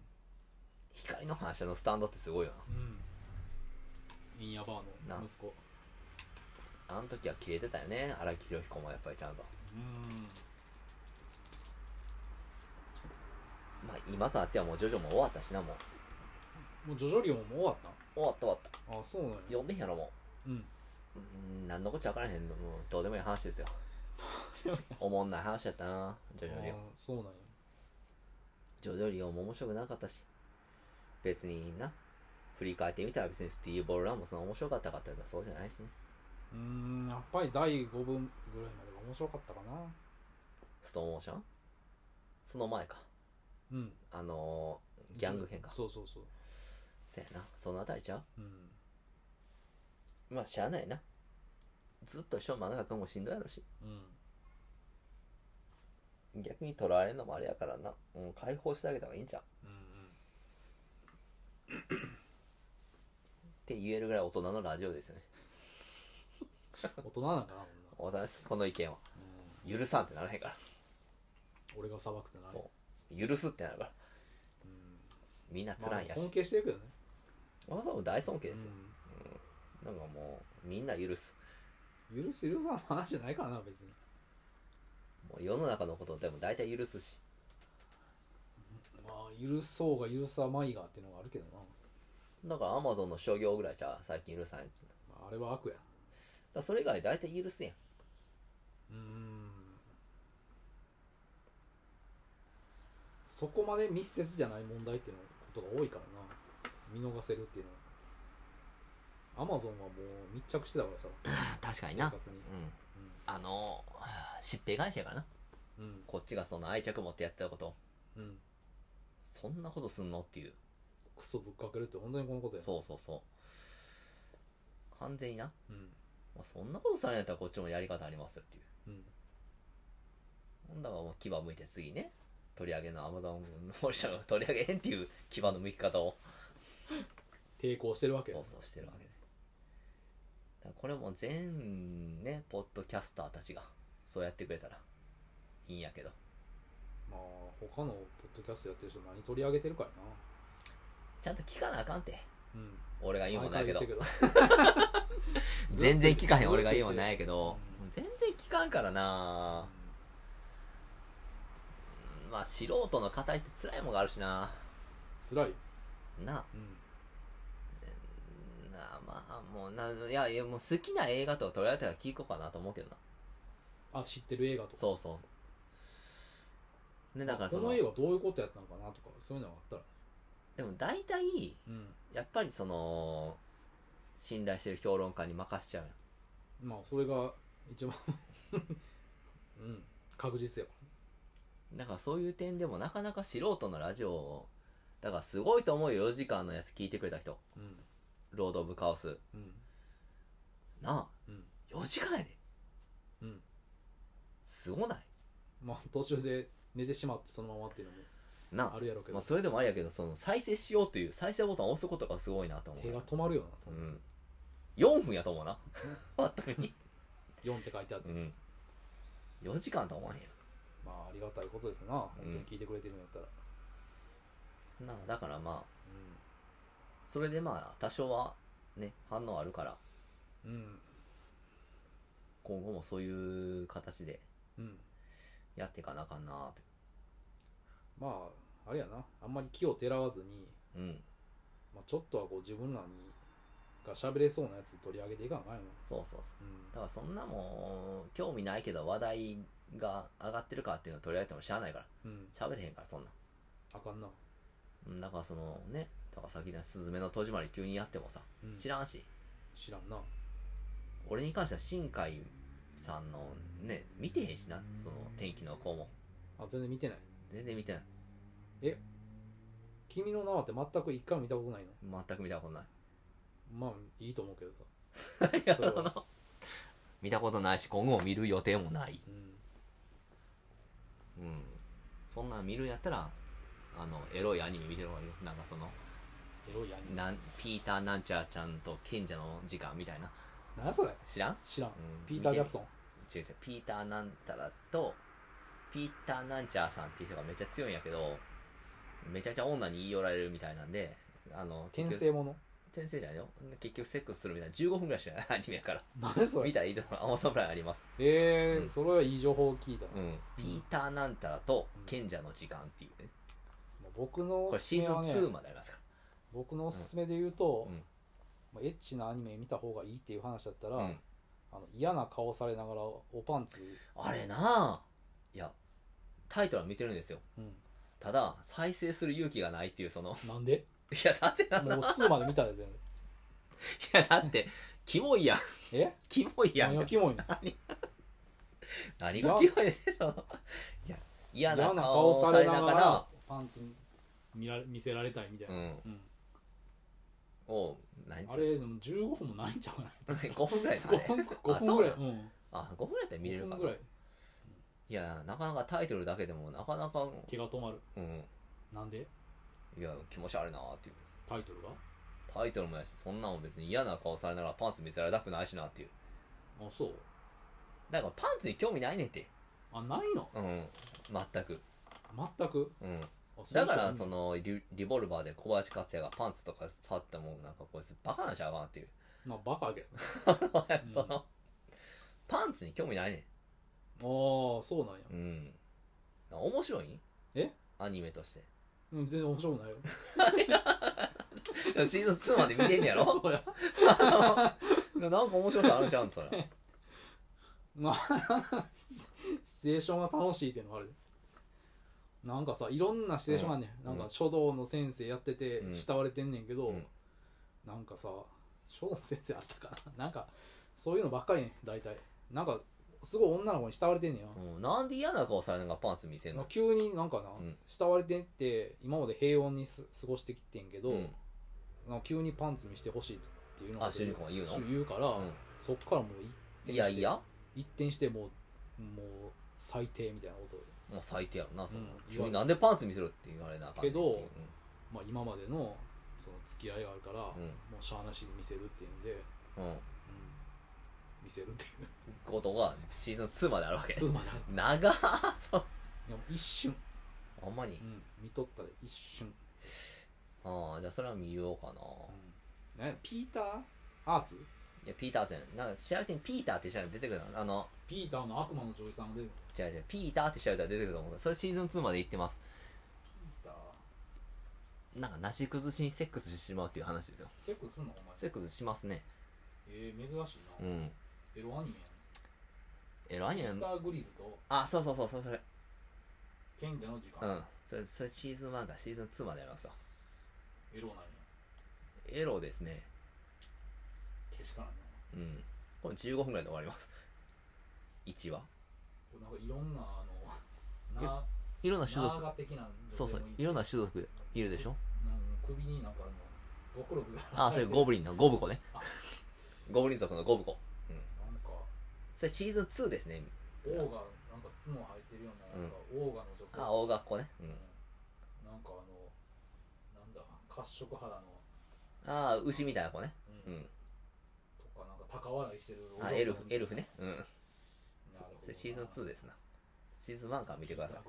[SPEAKER 1] 光の反射のスタンドってすごいよ
[SPEAKER 2] うんインヤバーの息子
[SPEAKER 1] なあの時は切れてたよね荒木宏彦もやっぱりちゃんと
[SPEAKER 2] うん
[SPEAKER 1] まあ今となってはもうジョジョも終わったしなもう
[SPEAKER 2] もうジョジョリオンも終わっ
[SPEAKER 1] 終わった終わった
[SPEAKER 2] たあそうなんや
[SPEAKER 1] 読んでんやろもう
[SPEAKER 2] うん
[SPEAKER 1] うん何のこっちゃ分からへんのもうどうでもいい話ですよおもんない話やったなジョジョリオ
[SPEAKER 2] あそうなんや
[SPEAKER 1] ジョジョリオも面白くなかったし別にな振り返ってみたら別にスティーブ・ボールランもその面白かったかって言ったらそうじゃないしね
[SPEAKER 2] うんやっぱり第5分ぐらいまでが面白かったかな
[SPEAKER 1] ストーンオーシャンその前か
[SPEAKER 2] うん
[SPEAKER 1] あのー、ギャング編かそ
[SPEAKER 2] そうそうそう
[SPEAKER 1] やなそのあたりちゃう
[SPEAKER 2] うん
[SPEAKER 1] まあしゃあないなずっと一緒真中君もしんどいやろし
[SPEAKER 2] うん
[SPEAKER 1] 逆に捕らわれるのもあれやからな、うん、解放してあげた方がいいんちゃう
[SPEAKER 2] うん
[SPEAKER 1] って言えるぐらい大人のラジオですよね
[SPEAKER 2] うん、大人なんかな、
[SPEAKER 1] 大人ですこの意見は
[SPEAKER 2] ほんな
[SPEAKER 1] 許さんってならへんから
[SPEAKER 2] うん、俺が裁くってない
[SPEAKER 1] そ許すってなるから
[SPEAKER 2] うん
[SPEAKER 1] みんな
[SPEAKER 2] ま
[SPEAKER 1] 辛
[SPEAKER 2] あ
[SPEAKER 1] いやし、
[SPEAKER 2] 尊敬してるけどね
[SPEAKER 1] わざわざ大尊敬ですよ、
[SPEAKER 2] う
[SPEAKER 1] なんかもうみんな許す
[SPEAKER 2] ん許す許さんの話じゃないからな別に
[SPEAKER 1] もう世の中のことでも大体許すし
[SPEAKER 2] まあ許そうが許さまいがっていうのがあるけどな、
[SPEAKER 1] だからアマゾンの商業ぐらいじゃ最近許さんやんだか
[SPEAKER 2] まあ、あれは悪や
[SPEAKER 1] らそれ以外大体許すやん
[SPEAKER 2] うんそこまで密接じゃない問題っていうのことが多いからな見逃せるっていうのはアマゾンはもう密着してたからさ
[SPEAKER 1] 確か
[SPEAKER 2] 生活に
[SPEAKER 1] うんあのはあ疾病会社やからな
[SPEAKER 2] うんうん
[SPEAKER 1] こっちがその愛着持ってやってたことを
[SPEAKER 2] うん
[SPEAKER 1] そんなことすんのっていう
[SPEAKER 2] クソぶっかけるって本当にこのことやな
[SPEAKER 1] そうそうそう完全にな、
[SPEAKER 2] うん
[SPEAKER 1] まあ、そんなことされんやったらこっちもやり方ありますよっていう
[SPEAKER 2] うん
[SPEAKER 1] ほんだからもう牙向いて次ね取り上げのアマゾン本社の取り上げへんっていう牙の向き方を
[SPEAKER 2] 抵抗してるわけ
[SPEAKER 1] そうそうしてるわけでだからこれも全ねポッドキャスターたちがそうやってくれたらいいんやけど
[SPEAKER 2] まあ他のポッドキャストやってる人何取り上げてるから
[SPEAKER 1] ちゃんと聞かなあかんて
[SPEAKER 2] なうん
[SPEAKER 1] 俺が言うもんないけど
[SPEAKER 2] 毎回言ってるけど
[SPEAKER 1] 全然聞かへん
[SPEAKER 2] ずっと
[SPEAKER 1] 俺
[SPEAKER 2] 言
[SPEAKER 1] が
[SPEAKER 2] って
[SPEAKER 1] 言うもんないけど
[SPEAKER 2] うん
[SPEAKER 1] 全然聞かんからなうんまあ素人の語りって辛いもんがあるしな
[SPEAKER 2] 辛いよ
[SPEAKER 1] なあ
[SPEAKER 2] うん
[SPEAKER 1] なあまあもうないやいやもう好きな映画とか取り上げたら聞こうかなと思うけどな
[SPEAKER 2] あ知ってる映画とか
[SPEAKER 1] そうそうねだからそ
[SPEAKER 2] こ
[SPEAKER 1] の
[SPEAKER 2] の映画どういうことやったのかなとかそういうのがあったら
[SPEAKER 1] でも大体
[SPEAKER 2] うん
[SPEAKER 1] やっぱりその信頼してる評論家に任しちゃうよ
[SPEAKER 2] まあそれが一番 うん確実やか
[SPEAKER 1] だからそういう点でもなかなか素人のラジオをだからすごいと思うよ4時間のやつ聞いてくれた人
[SPEAKER 2] らうん
[SPEAKER 1] ロード・オブ・カオス
[SPEAKER 2] うん
[SPEAKER 1] な
[SPEAKER 2] うん
[SPEAKER 1] あ4時間やで
[SPEAKER 2] うん
[SPEAKER 1] すごない
[SPEAKER 2] まあ途中で寝てしまってそのままっていうのも
[SPEAKER 1] な
[SPEAKER 2] あるやろうけど、
[SPEAKER 1] まあ、それでもあれやけどその再生しようという再生ボタンを押すことがすごいなと思う
[SPEAKER 2] 手が止まるよ
[SPEAKER 1] う
[SPEAKER 2] な、
[SPEAKER 1] ん4分やと思うな全くに
[SPEAKER 2] 4って書いてあって、
[SPEAKER 1] うん4時間とは思わへんや
[SPEAKER 2] まあありがたいことですな本当
[SPEAKER 1] う
[SPEAKER 2] に
[SPEAKER 1] ん
[SPEAKER 2] 聞いてくれてるんやったら、
[SPEAKER 1] んなあだからまあ
[SPEAKER 2] う
[SPEAKER 1] それでまあ多少はね反応あるから
[SPEAKER 2] んうん
[SPEAKER 1] 今後もそういう形で
[SPEAKER 2] うん
[SPEAKER 1] やっていかなあかんなあ
[SPEAKER 2] まああれやなあんまり気をてらわずに、
[SPEAKER 1] とうん
[SPEAKER 2] まあ、ちょっとはこう自分らにが喋れそうなやつ取り上げていかないの
[SPEAKER 1] そうそうそう
[SPEAKER 2] うん
[SPEAKER 1] だからそんなもん興味ないけど話題が上がってるかっていうのは取り上げても知らないから
[SPEAKER 2] うん
[SPEAKER 1] 喋れへんからそんな
[SPEAKER 2] あかんな、
[SPEAKER 1] うんだからそのねだから先の「すずめの戸締まり」急にやってもさ
[SPEAKER 2] うん
[SPEAKER 1] 知らんし
[SPEAKER 2] 知らんな
[SPEAKER 1] 俺に関しては新海さんのね見てへんしなその天気の子も
[SPEAKER 2] あ全然見てない
[SPEAKER 1] 全然見てない
[SPEAKER 2] 君の名はって全く一回も見たことないの
[SPEAKER 1] 全く見たことない
[SPEAKER 2] まあいいと思うけど さそれは
[SPEAKER 1] 見たことないし今後も見る予定もない
[SPEAKER 2] うん
[SPEAKER 1] うんそんなん見るんやったらあのエロいアニメ見てる方がいいよなんかその
[SPEAKER 2] エロいアニメ
[SPEAKER 1] なんピーター・なんちゃらちゃんと賢者の時間みたいな
[SPEAKER 2] 何やそれ
[SPEAKER 1] 知らん
[SPEAKER 2] 知らん、
[SPEAKER 1] ん
[SPEAKER 2] ピーター・ジャクソン
[SPEAKER 1] 違う違うピーターなんたらとピーターなんちゃらさんっていう人がめっちゃ強いんやけどめちゃめちゃ女に言い寄られるみたいなんであの結
[SPEAKER 2] 転
[SPEAKER 1] 局
[SPEAKER 2] 生もの
[SPEAKER 1] 転生じゃないよ結局セックスするみたいな15分ぐらいしかない アニメやから
[SPEAKER 2] 何そ
[SPEAKER 1] 見
[SPEAKER 2] れ
[SPEAKER 1] たらいいと思うアマゾンプライムあります
[SPEAKER 2] えー
[SPEAKER 1] うん
[SPEAKER 2] それはいい情報を聞いたな、
[SPEAKER 1] う
[SPEAKER 2] も
[SPEAKER 1] んピーターなんたらと賢者の時間っていうね
[SPEAKER 2] う僕の
[SPEAKER 1] こ
[SPEAKER 2] お
[SPEAKER 1] れ
[SPEAKER 2] す
[SPEAKER 1] シ
[SPEAKER 2] すめは
[SPEAKER 1] ーズン2
[SPEAKER 2] ね
[SPEAKER 1] までありますか
[SPEAKER 2] 僕のおすすめで言うと、
[SPEAKER 1] うん
[SPEAKER 2] まあエッチなアニメ見た方がいいっていう話だったら、
[SPEAKER 1] ら、うん、
[SPEAKER 2] あの嫌な顔されながらおパンツ、
[SPEAKER 1] あれなあいやタイトルは見てるんですよ
[SPEAKER 2] うん、
[SPEAKER 1] ただ再生する勇気がないっていうその
[SPEAKER 2] なんで
[SPEAKER 1] いやだってな
[SPEAKER 2] もう2まで見たで全部
[SPEAKER 1] いやだってキモいやん
[SPEAKER 2] え
[SPEAKER 1] キモいやん
[SPEAKER 2] 何がキモいの
[SPEAKER 1] 何が嫌いでそのいや嫌な顔をされながら
[SPEAKER 2] パンツ見られ見せられたいみたいうな、
[SPEAKER 1] ん
[SPEAKER 2] うん
[SPEAKER 1] を何
[SPEAKER 2] あれでも15分もないんちゃうか な
[SPEAKER 1] 5分ぐらいだね
[SPEAKER 2] 5分5分ぐらい
[SPEAKER 1] あそううんあ5分ぐらいだったら見れる
[SPEAKER 2] 5
[SPEAKER 1] か
[SPEAKER 2] 分ぐ
[SPEAKER 1] な
[SPEAKER 2] ら
[SPEAKER 1] い
[SPEAKER 2] い
[SPEAKER 1] やなかなかタイトルだけでもなかなか
[SPEAKER 2] 手が止まる
[SPEAKER 1] うん
[SPEAKER 2] なんで
[SPEAKER 1] いや気持ち悪いなっていう
[SPEAKER 2] タイトルが
[SPEAKER 1] タイトルもやしそんなもん別に嫌な顔されながらパンツ見せられたくないしなっていう
[SPEAKER 2] あそう
[SPEAKER 1] だからパンツに興味ないねんって
[SPEAKER 2] あないの
[SPEAKER 1] うん全く
[SPEAKER 2] 全く
[SPEAKER 1] うん
[SPEAKER 2] あそ
[SPEAKER 1] だ
[SPEAKER 2] う
[SPEAKER 1] から
[SPEAKER 2] そう
[SPEAKER 1] そのリリボルバーで小林克也がパンツとか触ってもなんかこいつバカなんちゃうかなっていう
[SPEAKER 2] まあバカやけ ど
[SPEAKER 1] そのパンツに興味ないねん
[SPEAKER 2] ああそうなんや、
[SPEAKER 1] うん。面白いん
[SPEAKER 2] え
[SPEAKER 1] アニメとして。
[SPEAKER 2] うん、全然面白くないよ
[SPEAKER 1] シーズン2まで見てんね やろ
[SPEAKER 2] そうや
[SPEAKER 1] なんか面白さあるじゃうん、それ。
[SPEAKER 2] まあシチュエーションが楽しいっていうのがあるなんかさいろんなシチュエーションがあんね、ん、なん
[SPEAKER 1] う
[SPEAKER 2] か
[SPEAKER 1] ん
[SPEAKER 2] 書道の先生やってて
[SPEAKER 1] うん
[SPEAKER 2] 慕われてんねんけど、
[SPEAKER 1] うん
[SPEAKER 2] なんかさ書道の先生あったかななんかそういうのばっかりね大体なんかすごい女の子に慕われてんねんよ、
[SPEAKER 1] うんなんで嫌な顔されながらパンツ見せん
[SPEAKER 2] まあ
[SPEAKER 1] の
[SPEAKER 2] 急になんかな、
[SPEAKER 1] うん
[SPEAKER 2] 慕われてって今まで平穏にす過ごしてきてんけど、
[SPEAKER 1] うん
[SPEAKER 2] なんか急にパンツ見してほしいっていうの
[SPEAKER 1] あ主人公が言うの
[SPEAKER 2] 言うから、
[SPEAKER 1] う
[SPEAKER 2] そっからもう一
[SPEAKER 1] ん。
[SPEAKER 2] 転
[SPEAKER 1] い
[SPEAKER 2] し
[SPEAKER 1] や
[SPEAKER 2] て
[SPEAKER 1] いや、
[SPEAKER 2] 一転してもうもう最低みたいなことを
[SPEAKER 1] もう最低やろな、その
[SPEAKER 2] うん。
[SPEAKER 1] 急になんでパンツ見せろって言われなあかんねんっていう
[SPEAKER 2] けどまあ、今までのその付き合いがあるから、
[SPEAKER 1] うん
[SPEAKER 2] もうしゃあなしに見せるっていうんで、うん、
[SPEAKER 1] うん。うん。
[SPEAKER 2] 見せるってい
[SPEAKER 1] ことがシーズン2まであるわけ
[SPEAKER 2] う。数まである
[SPEAKER 1] 長っ
[SPEAKER 2] いやもう一瞬、
[SPEAKER 1] ほんまに
[SPEAKER 2] う。ん、見とったら一瞬、
[SPEAKER 1] ああ、じゃあそれは見ようかな。
[SPEAKER 2] うん、なんやピーターアーツ
[SPEAKER 1] いや、ピーターズやん。なんか調べてみピーターって調べて出てくるの。あの、
[SPEAKER 2] ピーターの悪魔の女優さんが出る
[SPEAKER 1] 違う違う、ピーターって調べたら出てくると思うけどそれシーズン2まで行ってます。
[SPEAKER 2] ピーター
[SPEAKER 1] なんか、なし崩しにセックスしてしまうっていう話ですよ。
[SPEAKER 2] セックスすんのお
[SPEAKER 1] セックスしますね。
[SPEAKER 2] えー、珍しいな、
[SPEAKER 1] うん。
[SPEAKER 2] エロアニメや
[SPEAKER 1] え、ラニア
[SPEAKER 2] ピーター・グリルと
[SPEAKER 1] あ、そうそうそう、そうそれ。
[SPEAKER 2] 賢者の時
[SPEAKER 1] う
[SPEAKER 2] 間、
[SPEAKER 1] ん。それ、それシーズン1からシーズン2までありますよ。
[SPEAKER 2] エロなんや
[SPEAKER 1] エロですね。
[SPEAKER 2] けしからんな
[SPEAKER 1] うん。これ15分くらいで終わります。1話。
[SPEAKER 2] これなんかいろんなあの
[SPEAKER 1] え
[SPEAKER 2] ない
[SPEAKER 1] ろんな種
[SPEAKER 2] ナー
[SPEAKER 1] 族、
[SPEAKER 2] ガ的な
[SPEAKER 1] そうそう、い
[SPEAKER 2] ろ
[SPEAKER 1] ろんな種族いるでしょ
[SPEAKER 2] なんか首になんかあのドクロクが
[SPEAKER 1] あ、それゴ
[SPEAKER 2] ブ
[SPEAKER 1] ブリンの、ゴブコね
[SPEAKER 2] あ。
[SPEAKER 1] ゴブリン族のゴブコ。
[SPEAKER 2] なんか
[SPEAKER 1] それシーズン2ですね。
[SPEAKER 2] 王がなんか角生えてるようななんか王がの女性
[SPEAKER 1] あ、大学校ね。うん。
[SPEAKER 2] ななんかあのなんだ褐色肌の、
[SPEAKER 1] ああ、牛みたいな子ね。
[SPEAKER 2] う
[SPEAKER 1] うんん。
[SPEAKER 2] とかなんか高笑いしてるお嬢さ
[SPEAKER 1] あ、
[SPEAKER 2] ん
[SPEAKER 1] エルフ、エルフね。うん。
[SPEAKER 2] なるほど
[SPEAKER 1] それシーズン2ですな。シーズン1から見てください。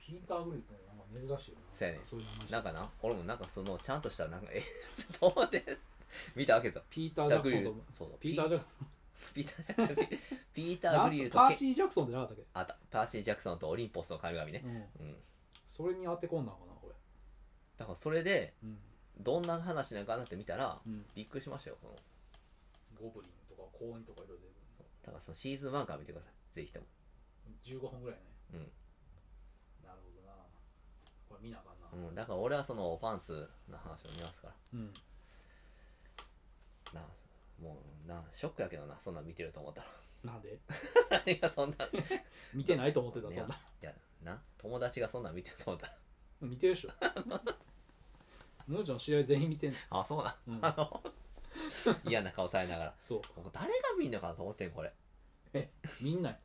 [SPEAKER 2] ピーター・グリルってなんか珍しいよな
[SPEAKER 1] そうやね
[SPEAKER 2] そういう名前して
[SPEAKER 1] なんかな、俺もなんかその、ちゃんとした、なんか、え、ちょっと待って、見たわけですよ。
[SPEAKER 2] ピーター・ジャクソンと
[SPEAKER 1] そうそう
[SPEAKER 2] ピーター・ジャクソン
[SPEAKER 1] ピーター・ピーターグリル
[SPEAKER 2] なん
[SPEAKER 1] と
[SPEAKER 2] かパー
[SPEAKER 1] ケ
[SPEAKER 2] シー・ジャクソンってなかったっけ
[SPEAKER 1] あたパーシー・ジャクソンとオリンポスの神々ね。
[SPEAKER 2] うん
[SPEAKER 1] うん。
[SPEAKER 2] それに当てこんなんかなこれ
[SPEAKER 1] だからそれで、
[SPEAKER 2] うん
[SPEAKER 1] どんな話なんかなって見たら、
[SPEAKER 2] うん
[SPEAKER 1] びっくりしましたよ。この
[SPEAKER 2] ゴブリンとかコーンとかいろいろ
[SPEAKER 1] だからそのシーズン1から見てください。ぜひとも。
[SPEAKER 2] 出る15分ぐらいね
[SPEAKER 1] うん
[SPEAKER 2] なるほどなこれ見なあかんな
[SPEAKER 1] うん、だから俺はそのパンツの話を見ますから
[SPEAKER 2] うん
[SPEAKER 1] なもうなショックやけどなそんなん見てると思ったら
[SPEAKER 2] なんで
[SPEAKER 1] 何がそんな
[SPEAKER 2] 見てないと思ってたそん
[SPEAKER 1] いや
[SPEAKER 2] ない
[SPEAKER 1] やな友達がそんなん見てると思っ たら
[SPEAKER 2] 見てるでしょムーちゃんの知り合い全員見てんの
[SPEAKER 1] あそうなん
[SPEAKER 2] うん
[SPEAKER 1] あの嫌な顔されながら
[SPEAKER 2] そう
[SPEAKER 1] ここ誰が見んのかなと思ってんこれ
[SPEAKER 2] みんな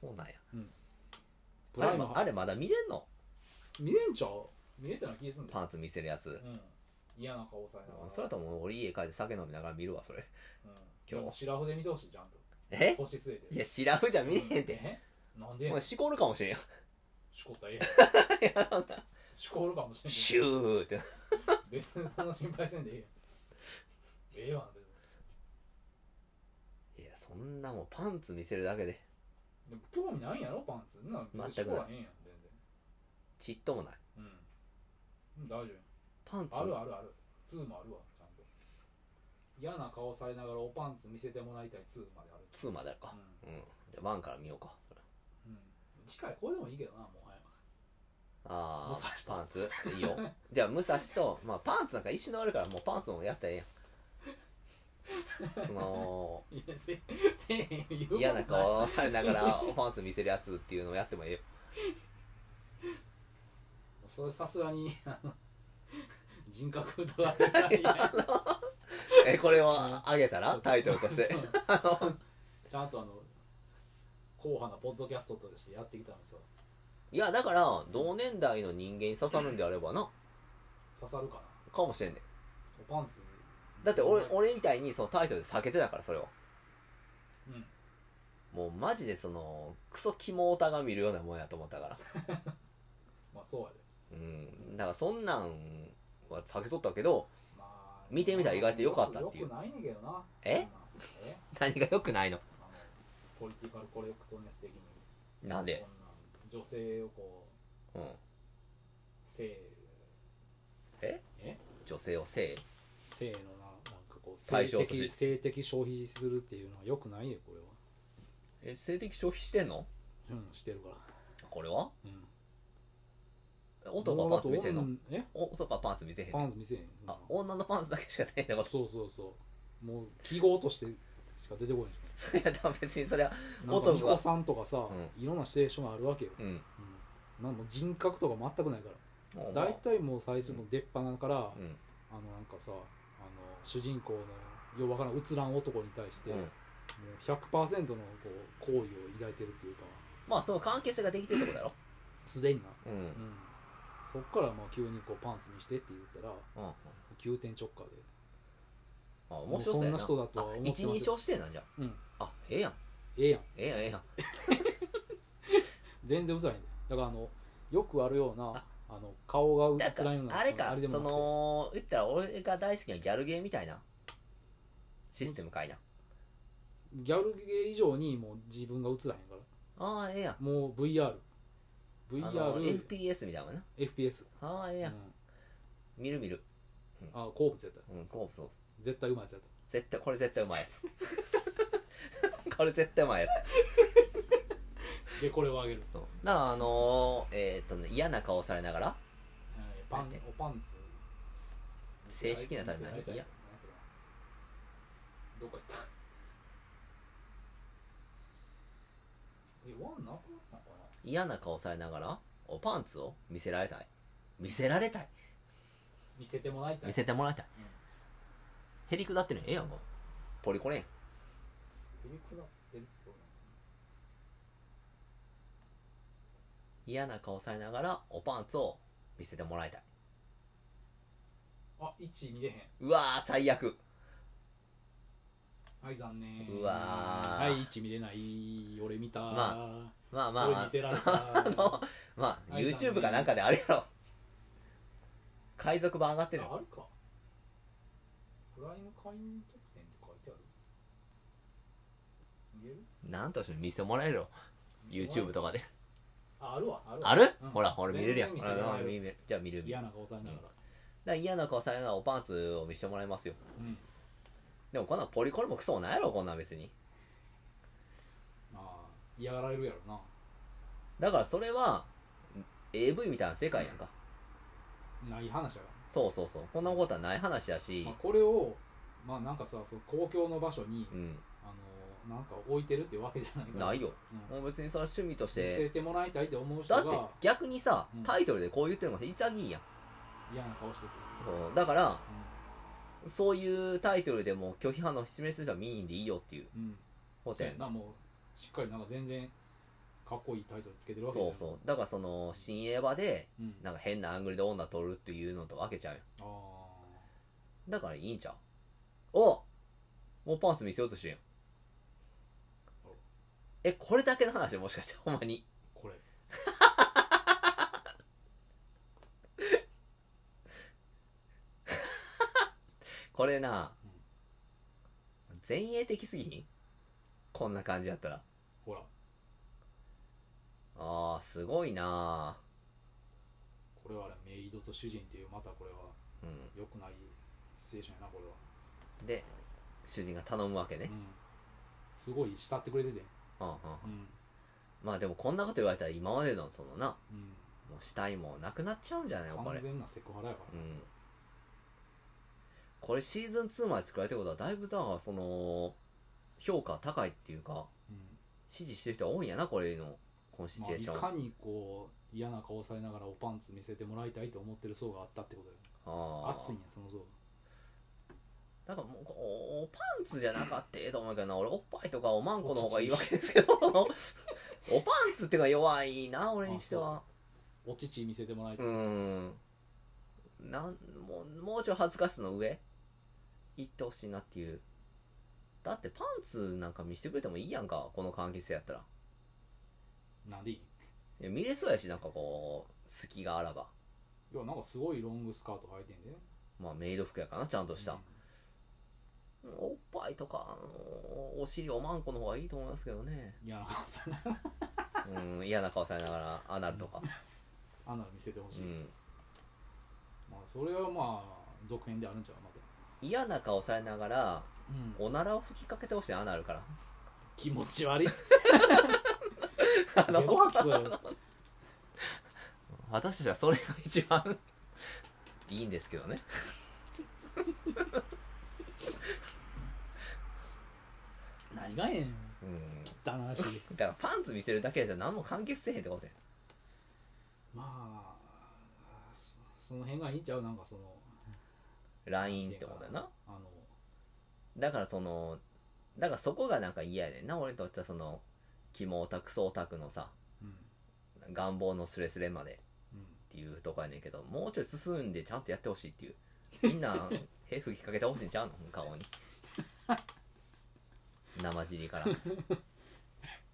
[SPEAKER 1] そうなんや
[SPEAKER 2] プ
[SPEAKER 1] あ
[SPEAKER 2] ラ
[SPEAKER 1] れ
[SPEAKER 2] イム
[SPEAKER 1] まあれまだ見れんの
[SPEAKER 2] 見れんちゃう見れてない気がすんだよ
[SPEAKER 1] パンツ見せるやつ、
[SPEAKER 2] うん嫌な顔さえながら
[SPEAKER 1] それともう俺家帰って酒飲みながら見るわそれ
[SPEAKER 2] うん
[SPEAKER 1] 日
[SPEAKER 2] でも白筆見てほしいちゃんと
[SPEAKER 1] え
[SPEAKER 2] 腰据えて
[SPEAKER 1] いや知らんじゃ見ねえって
[SPEAKER 2] えなんで
[SPEAKER 1] もうしこるかもしれんよ
[SPEAKER 2] しこったらえ えしこるかもしれん
[SPEAKER 1] シュ
[SPEAKER 2] けど
[SPEAKER 1] ーって
[SPEAKER 2] 別にそんな心配せんでいいやんええわ別に
[SPEAKER 1] いやそんなもうパンツ見せるだけで
[SPEAKER 2] でも興味ないんやろパンツそんなん別にし
[SPEAKER 1] 全く
[SPEAKER 2] こ
[SPEAKER 1] ない
[SPEAKER 2] らへんやん全
[SPEAKER 1] ちっともない
[SPEAKER 2] 然うんうん大丈
[SPEAKER 1] パンツ
[SPEAKER 2] 夫あるあるある2もあるわちゃんと嫌な顔されながらおパンツ見せてもらいたい2まである
[SPEAKER 1] 2まであるか
[SPEAKER 2] う
[SPEAKER 1] うんじゃあ1から見ようか
[SPEAKER 2] ん、うん、次回これでもいいけどなもはや
[SPEAKER 1] ああ
[SPEAKER 2] 武
[SPEAKER 1] パンツいいよじゃあ武蔵と、まあ、パンツなんか一瞬のあるからもうパンツもやったらええやんその
[SPEAKER 2] いやせせえへん言うこと
[SPEAKER 1] 嫌な顔されなが らパンツ見せるやつっていうのをやってもええよ
[SPEAKER 2] それさすがにあの人格疑われな いや
[SPEAKER 1] えこれをあげたらタイトルと して
[SPEAKER 2] そうちゃんとあの硬派なポッドキャストとしてやってきたんですよ
[SPEAKER 1] いやだから同年代の人間に刺さるんであればな
[SPEAKER 2] 刺さるかな
[SPEAKER 1] かもしれんね
[SPEAKER 2] おパンツ
[SPEAKER 1] だって俺俺みたいにそのタイトルで避けてたからそれを
[SPEAKER 2] うん
[SPEAKER 1] もうマジでそのクソキモオタが見るようなもんやと思ったから
[SPEAKER 2] まあそうや
[SPEAKER 1] う
[SPEAKER 2] で
[SPEAKER 1] んだからそんなんは避けとったけど
[SPEAKER 2] まあ
[SPEAKER 1] 見てみたら意外と良かったっていう
[SPEAKER 2] よくないねんけどな
[SPEAKER 1] え
[SPEAKER 2] え
[SPEAKER 1] 何が良くないの
[SPEAKER 2] あのポリティカルコレクトネス的に
[SPEAKER 1] なんで
[SPEAKER 2] こんなん女性をこう
[SPEAKER 1] うん
[SPEAKER 2] 性
[SPEAKER 1] 女性を性
[SPEAKER 2] 性のななんかこう性
[SPEAKER 1] 対象とし
[SPEAKER 2] 的性的消費するっていうのはよくないよこれは
[SPEAKER 1] え性的消費してんの
[SPEAKER 2] うんしてるから
[SPEAKER 1] これは
[SPEAKER 2] うん
[SPEAKER 1] 男はパンツ見せんの
[SPEAKER 2] 女と女え
[SPEAKER 1] 男はパンツ見せへん
[SPEAKER 2] パ
[SPEAKER 1] の
[SPEAKER 2] ンツ見せへん
[SPEAKER 1] あ女のパンツだけしか出へんのか
[SPEAKER 2] そうそうそうもう記号としてしか出てこないし
[SPEAKER 1] いやだから別にそれ は
[SPEAKER 2] なんか
[SPEAKER 1] 男が
[SPEAKER 2] ニコさんとかさ、
[SPEAKER 1] う
[SPEAKER 2] いろんなシチュエーションがあるわけよ、
[SPEAKER 1] うん
[SPEAKER 2] うん、なんかもう人格とか全くないか
[SPEAKER 1] もう
[SPEAKER 2] ら大体もう最初の出っ放から、あの
[SPEAKER 1] うん
[SPEAKER 2] なんかさあの主人公のようわからんうつらん男に対して、
[SPEAKER 1] うん
[SPEAKER 2] もう100%のこう好意を抱いてるっていうか
[SPEAKER 1] まあその関係性ができてるってことだろ
[SPEAKER 2] すでにな、
[SPEAKER 1] うんうん
[SPEAKER 2] うん、そっからまあ急にこうパンツにしてって言ったら
[SPEAKER 1] あ
[SPEAKER 2] 急転直下で
[SPEAKER 1] 面白そうやな
[SPEAKER 2] もうそんな人だとは思ってます
[SPEAKER 1] あ一人称してんなんじゃん
[SPEAKER 2] うん
[SPEAKER 1] あええやん
[SPEAKER 2] ええやん
[SPEAKER 1] ええやんええやん
[SPEAKER 2] 全然うざいねだからあのよくあるようなあの顔がう
[SPEAKER 1] だ
[SPEAKER 2] つ
[SPEAKER 1] から
[SPEAKER 2] んような
[SPEAKER 1] らあれか
[SPEAKER 2] でも
[SPEAKER 1] そ
[SPEAKER 2] なくて
[SPEAKER 1] の言ったら俺が大好きなギャルゲーみたいなシステムかいな
[SPEAKER 2] ギャルゲー以上にもう自分が映らへんから
[SPEAKER 1] ああええやん
[SPEAKER 2] もう VR
[SPEAKER 1] あの
[SPEAKER 2] VR
[SPEAKER 1] FPS みたいなもんな
[SPEAKER 2] FPS、
[SPEAKER 1] ああええ
[SPEAKER 2] うん
[SPEAKER 1] やん、見る見る
[SPEAKER 2] あ好物やった
[SPEAKER 1] うんこうそう
[SPEAKER 2] 絶対うまいやつやっ
[SPEAKER 1] 絶対これ絶対うまいやつ これ絶対うまいやつ
[SPEAKER 2] たでこれをあげる、
[SPEAKER 1] そうだからあのー、えーっとね嫌な顔されながら
[SPEAKER 2] えーパン
[SPEAKER 1] なんて
[SPEAKER 2] おパンツ
[SPEAKER 1] 正式なタイプなん
[SPEAKER 2] 見せら
[SPEAKER 1] や
[SPEAKER 2] れた
[SPEAKER 1] いや
[SPEAKER 2] どこ行ったえワンなくなったのかな
[SPEAKER 1] 嫌な顔されながらおパンツを見せられたい見せられたい
[SPEAKER 2] 見せてもらいたい
[SPEAKER 1] 見せてもらいたい、
[SPEAKER 2] うん
[SPEAKER 1] へりくだってねええやんかポリコレやん
[SPEAKER 2] 振り下ってるってことな
[SPEAKER 1] 嫌な顔されながらおパンツを見せてもらいたい
[SPEAKER 2] あ1見れへん
[SPEAKER 1] うわー最悪
[SPEAKER 2] はい残念
[SPEAKER 1] うわー
[SPEAKER 2] はい1見れない俺見た
[SPEAKER 1] ままあまあ、
[SPEAKER 2] 俺
[SPEAKER 1] ま
[SPEAKER 2] 見せられ
[SPEAKER 1] あ、あ
[SPEAKER 2] た
[SPEAKER 1] の まあ
[SPEAKER 2] あれだね
[SPEAKER 1] YouTube かなんかであれやろ海賊版上がってる
[SPEAKER 2] ああるかプライム会員特典って書いてある見れる
[SPEAKER 1] なんとしても見せてもらえるよ YouTube とかで
[SPEAKER 2] ああるわあるわ
[SPEAKER 1] ある、
[SPEAKER 2] うん
[SPEAKER 1] ほらほら見れるやん
[SPEAKER 2] 全然見せてもらえ
[SPEAKER 1] ほら
[SPEAKER 2] る
[SPEAKER 1] 見るじゃあ見る見る
[SPEAKER 2] 嫌な顔されながら
[SPEAKER 1] だから嫌な顔されながらおパンツを見せてもらいますよ
[SPEAKER 2] うん
[SPEAKER 1] でもこんなんポリコレもクソもないやろこんなん別に
[SPEAKER 2] まあ嫌がられるやろ
[SPEAKER 1] だからそれは AV みたいな世界やんか
[SPEAKER 2] なない話やか
[SPEAKER 1] そうそうそうこんなことはない話や
[SPEAKER 2] ら、
[SPEAKER 1] し
[SPEAKER 2] まあ、これをまあなんかさその公共の場所に
[SPEAKER 1] うん
[SPEAKER 2] あのなんか置いてるってわけじゃないから
[SPEAKER 1] ないよ
[SPEAKER 2] うん
[SPEAKER 1] もう別にそれは趣味とし
[SPEAKER 2] 見せ
[SPEAKER 1] て
[SPEAKER 2] てもらいたいって思う人
[SPEAKER 1] だ
[SPEAKER 2] が
[SPEAKER 1] って逆にさ
[SPEAKER 2] うん
[SPEAKER 1] タイトルでこう言ってるのが潔いやん
[SPEAKER 2] 嫌な顔してくる、
[SPEAKER 1] そうだから
[SPEAKER 2] うん
[SPEAKER 1] そういうタイトルでも拒否反応を示す人は見にんでいいよっていう
[SPEAKER 2] うん、
[SPEAKER 1] こ
[SPEAKER 2] そ
[SPEAKER 1] と
[SPEAKER 2] う
[SPEAKER 1] や
[SPEAKER 2] や
[SPEAKER 1] ん
[SPEAKER 2] なもうしっかりなんか全然かっこいいタイトルつけてるわけ
[SPEAKER 1] そうそうだからその新映場で
[SPEAKER 2] う、うん、あ
[SPEAKER 1] なんか変なアングルで女撮るっていうのと分けちゃうやん
[SPEAKER 2] あ
[SPEAKER 1] だからいいんちゃうおもうパンツ見せようとしてんやんえこれだけの話もしかしてほんまに
[SPEAKER 2] これ
[SPEAKER 1] これな前衛的すぎひんこんな感じだったら
[SPEAKER 2] ほら
[SPEAKER 1] あーすごいな
[SPEAKER 2] これはあれメイドと主人っていうまたこれは
[SPEAKER 1] ーう
[SPEAKER 2] 良くないシチュエーションやなこれは、
[SPEAKER 1] んで主人が頼むわけね
[SPEAKER 2] う、ん、すごい慕ってくれてて
[SPEAKER 1] うんうんうん
[SPEAKER 2] うん、
[SPEAKER 1] まあでもこんなこと言われたら今までのそのな
[SPEAKER 2] う
[SPEAKER 1] もう死体もなくなっちゃうんじゃないの
[SPEAKER 2] ん、
[SPEAKER 1] これ
[SPEAKER 2] 完全なセクハラやか、
[SPEAKER 1] うんこれシーズン2まで作られてることはだいぶだからその評価高いっていうから
[SPEAKER 2] うん
[SPEAKER 1] 支持してる人は多いんやなこれのこのシチュエーション、
[SPEAKER 2] まあ、いかにこう嫌な顔されながらおパンツ見せてもらいたいと思ってる層があったってことだ
[SPEAKER 1] あ
[SPEAKER 2] よ
[SPEAKER 1] ー
[SPEAKER 2] 熱いんやその層が
[SPEAKER 1] なんかもうこうおパンツじゃなかったらええと思うけどな俺おっぱいとかおまんこの方がいいわけですけど おパンツっていうか弱いな俺にしては
[SPEAKER 2] お乳見せてもらいうた
[SPEAKER 1] ー
[SPEAKER 2] い、
[SPEAKER 1] んなんもうもうちょい恥ずかしさの上行ってほしいなっていうだってパンツなんか見せてくれてもいいやんかこの関係性やったら
[SPEAKER 2] なんでいい
[SPEAKER 1] いや見れそうやしなんかこう隙があらば
[SPEAKER 2] いやなんかすごいロングスカート履いてんで
[SPEAKER 1] まあメイド服やからなちゃんとした、
[SPEAKER 2] うん
[SPEAKER 1] おっぱいとかあのお尻おまんこの方がいいと思いますけどね
[SPEAKER 2] 嫌な顔されながら
[SPEAKER 1] うん嫌な顔されながらアナルとか
[SPEAKER 2] あんなの見せてほし
[SPEAKER 1] う
[SPEAKER 2] い、
[SPEAKER 1] ん
[SPEAKER 2] まあ、それはまあ続編であるんちゃうまた、
[SPEAKER 1] 嫌な顔されながらおならを吹きかけてほしいアナルから
[SPEAKER 2] 気持ち悪い
[SPEAKER 1] あの
[SPEAKER 2] ゲボ吐きそうやろ
[SPEAKER 1] 私たちはそれが一番 いいんですけどね
[SPEAKER 2] 何がええん
[SPEAKER 1] うん
[SPEAKER 2] 汚な話
[SPEAKER 1] だからパンツ見せるだけじゃ何も完結せえへんってことや
[SPEAKER 2] まあそその辺がいいんちゃうなんかその
[SPEAKER 1] LINE ってことやな
[SPEAKER 2] あの
[SPEAKER 1] だからそのだからそこがなんか嫌やねんな俺にとってはそのキモオタクソオタクのさ
[SPEAKER 2] うん
[SPEAKER 1] 願望のスレスレまで
[SPEAKER 2] うん
[SPEAKER 1] っていうとこやねんけどもうちょい進んでちゃんとやってほしいっていうみんなへ吹きかけてほしいんちゃうの顔に生尻から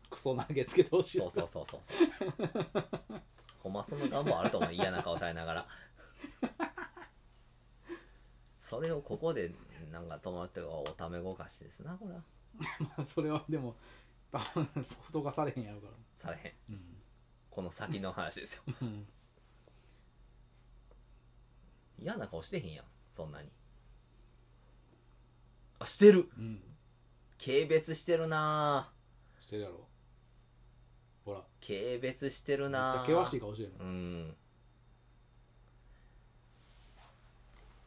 [SPEAKER 2] クソ投げつけてほしい
[SPEAKER 1] そうそうそうそうそうほんまその願望あると思う嫌な顔されながらそれをここでなんか友達とかおためごかしですなこれは
[SPEAKER 2] それはでも多分ソフト化されへんやろうから
[SPEAKER 1] されへん
[SPEAKER 2] うん
[SPEAKER 1] この先の話ですよ
[SPEAKER 2] うん
[SPEAKER 1] 嫌な顔してへんやんそんなにあしてる
[SPEAKER 2] うん
[SPEAKER 1] 軽蔑してるなぁ
[SPEAKER 2] してるやろほらめっ
[SPEAKER 1] 軽蔑してる
[SPEAKER 2] ちゃ
[SPEAKER 1] なぁ
[SPEAKER 2] 険しい顔してるの
[SPEAKER 1] うん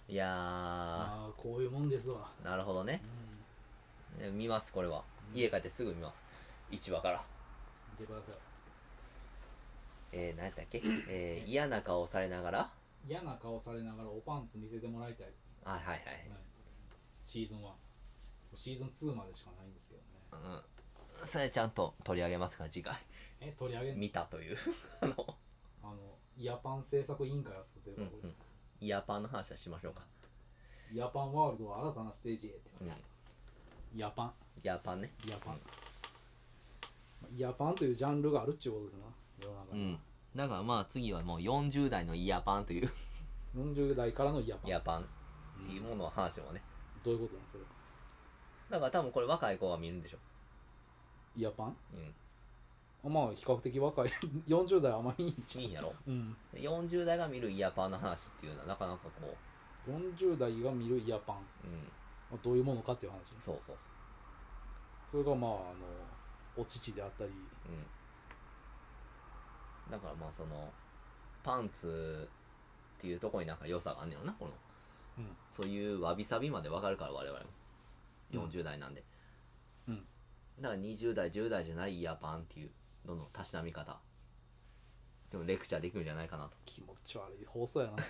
[SPEAKER 1] いやー
[SPEAKER 2] ああこういうもんですわ
[SPEAKER 1] なるほどねえ見ますこれは家帰ってすぐ見ます市場から
[SPEAKER 2] 見てください
[SPEAKER 1] えー、何やったっ け、えー、嫌な顔をされながら
[SPEAKER 2] 嫌な顔されながらおパンツ見せてもらいたい、
[SPEAKER 1] あはいはい
[SPEAKER 2] はいシーズン1シーズン2までしかないんですけどね
[SPEAKER 1] うんそれちゃんと取り上げますから次回
[SPEAKER 2] え取り上げんの
[SPEAKER 1] 見たというあの
[SPEAKER 2] あのイヤパン制作委員会が作ってるから、こ れ
[SPEAKER 1] うんイヤパンの話はしましょうか。
[SPEAKER 2] イヤパンワールドは新たなステージへって
[SPEAKER 1] うん。イ
[SPEAKER 2] イヤパン
[SPEAKER 1] ヤパンね。
[SPEAKER 2] イヤパン、イヤパンというジャンルがあるっちゅうことですな世の中
[SPEAKER 1] う
[SPEAKER 2] に、
[SPEAKER 1] ん。だからまあ次はもう40代のイヤパンという
[SPEAKER 2] 40代からのイヤパン
[SPEAKER 1] イヤパンっていうものを話もね。
[SPEAKER 2] どういうことなんそれ
[SPEAKER 1] だから多分これ若い子は見るんでしょ。
[SPEAKER 2] イヤパン
[SPEAKER 1] うん。
[SPEAKER 2] あまあ比較的若い 40代はあまりいい
[SPEAKER 1] いいんやろ
[SPEAKER 2] うん
[SPEAKER 1] 40代が見るイヤパンの話っていうのはなかなかこ
[SPEAKER 2] 40代が見るイヤパン
[SPEAKER 1] う、うん、
[SPEAKER 2] まあどういうものかっていう話ね
[SPEAKER 1] そうそうそ
[SPEAKER 2] それがまああのお乳であったり
[SPEAKER 1] う、うん、だからまあそのパンツっていうとこになんか良さがあんねやろなこの
[SPEAKER 2] うん
[SPEAKER 1] そういうわびさびまでわかるから我々も40代なんで、
[SPEAKER 2] うん
[SPEAKER 1] だから20代10代じゃないイヤパンっていうののたしなみ方でもレクチャーできるんじゃないかなと
[SPEAKER 2] 気持ち悪い放送やな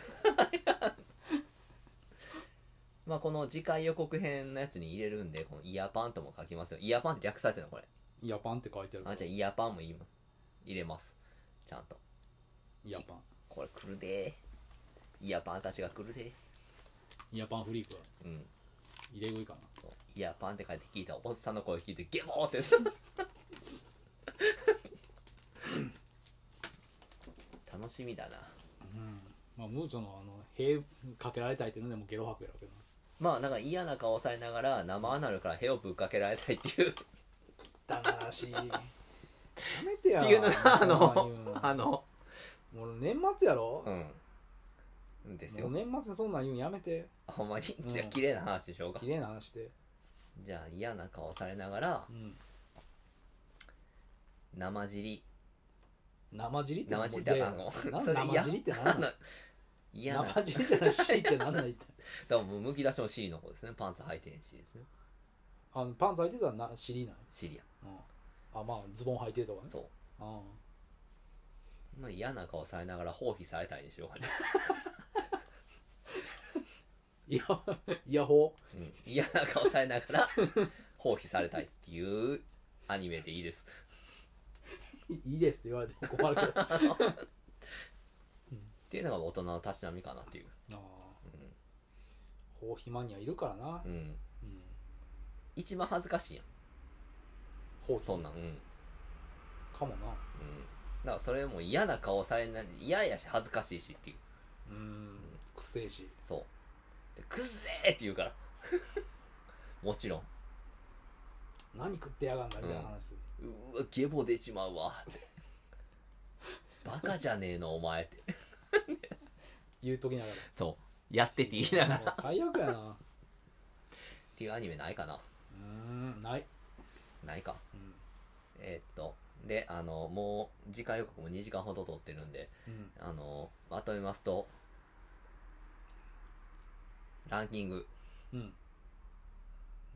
[SPEAKER 1] まあこの次回予告編のやつに入れるんでこのイヤパンとも書きますよイヤパンって略されてるのこれ
[SPEAKER 2] イヤパンって書いてあるから
[SPEAKER 1] あじゃあイヤパンも入れますちゃんと
[SPEAKER 2] イヤパン
[SPEAKER 1] これ来るでイヤパンたちが来るで
[SPEAKER 2] イヤパンフリークは
[SPEAKER 1] うん
[SPEAKER 2] 入れ食いかな
[SPEAKER 1] そうイヤパンって書いて聞いたおっさんの声聞いてゲボーって楽しみだな
[SPEAKER 2] うんまあムーチョのあの塀かけられたいっていうのでもうゲロ吐くやろうけどな
[SPEAKER 1] まあなんか嫌な顔されながら生アナルから屁をぶっかけられたいっていうっ
[SPEAKER 2] だらしいやめてや
[SPEAKER 1] ていうのがあ
[SPEAKER 2] そんなん
[SPEAKER 1] の
[SPEAKER 2] 言うの
[SPEAKER 1] あの
[SPEAKER 2] もう年末やろ、
[SPEAKER 1] うんです
[SPEAKER 2] も
[SPEAKER 1] よ
[SPEAKER 2] う年末でそんなん言うんやめて
[SPEAKER 1] ほんまにじ
[SPEAKER 2] うん
[SPEAKER 1] ゃあ綺麗な話でしょうか
[SPEAKER 2] 綺麗な話で
[SPEAKER 1] じゃあ嫌な顔されながら
[SPEAKER 2] うん
[SPEAKER 1] 生尻
[SPEAKER 2] 生尻って
[SPEAKER 1] 生尻ってあかんの
[SPEAKER 2] なん
[SPEAKER 1] それ
[SPEAKER 2] 生尻ってなんなん
[SPEAKER 1] 嫌な
[SPEAKER 2] 生尻じゃない尻ってなんないって
[SPEAKER 1] 多分むき出しの尻の方ですねパンツ履いてへんしですね
[SPEAKER 2] あのパンツ履いてたらな尻なんや
[SPEAKER 1] 尻や
[SPEAKER 2] うんあまあズボン履いてるとかね
[SPEAKER 1] そう
[SPEAKER 2] あ
[SPEAKER 1] まあ、嫌な顔されながら放棄されたいでしょうかね、
[SPEAKER 2] いや イヤホ
[SPEAKER 1] うん、嫌な顔されながら放棄されたいっていうアニメでいいです
[SPEAKER 2] ー いいですって言われても困る けどあ
[SPEAKER 1] っていうのが大人のたしなみかなっていう、
[SPEAKER 2] あ放肥マニアいるからな
[SPEAKER 1] うんうん、
[SPEAKER 2] うん
[SPEAKER 1] 一番恥ずかしいやん
[SPEAKER 2] 放
[SPEAKER 1] そ
[SPEAKER 2] 棄
[SPEAKER 1] んなんうん、うん、
[SPEAKER 2] かもな
[SPEAKER 1] だからそれも嫌な顔されない嫌やし恥ずかしいしっていう
[SPEAKER 2] うんくせえし
[SPEAKER 1] そうでくっぜーって言うから もちろん
[SPEAKER 2] 何食ってやがんだみたいな話する
[SPEAKER 1] うわゲボ出ちまうわってバカじゃねえのお前って
[SPEAKER 2] 言うときながら
[SPEAKER 1] そうやってって言いながらっ
[SPEAKER 2] もう最悪やな
[SPEAKER 1] ていうアニメないかな
[SPEAKER 2] うーんない、
[SPEAKER 1] ないか
[SPEAKER 2] うん
[SPEAKER 1] えーっとであのもう次回予告も2時間ほど撮ってるんで
[SPEAKER 2] うん、
[SPEAKER 1] あのまとめますとランキング
[SPEAKER 2] うん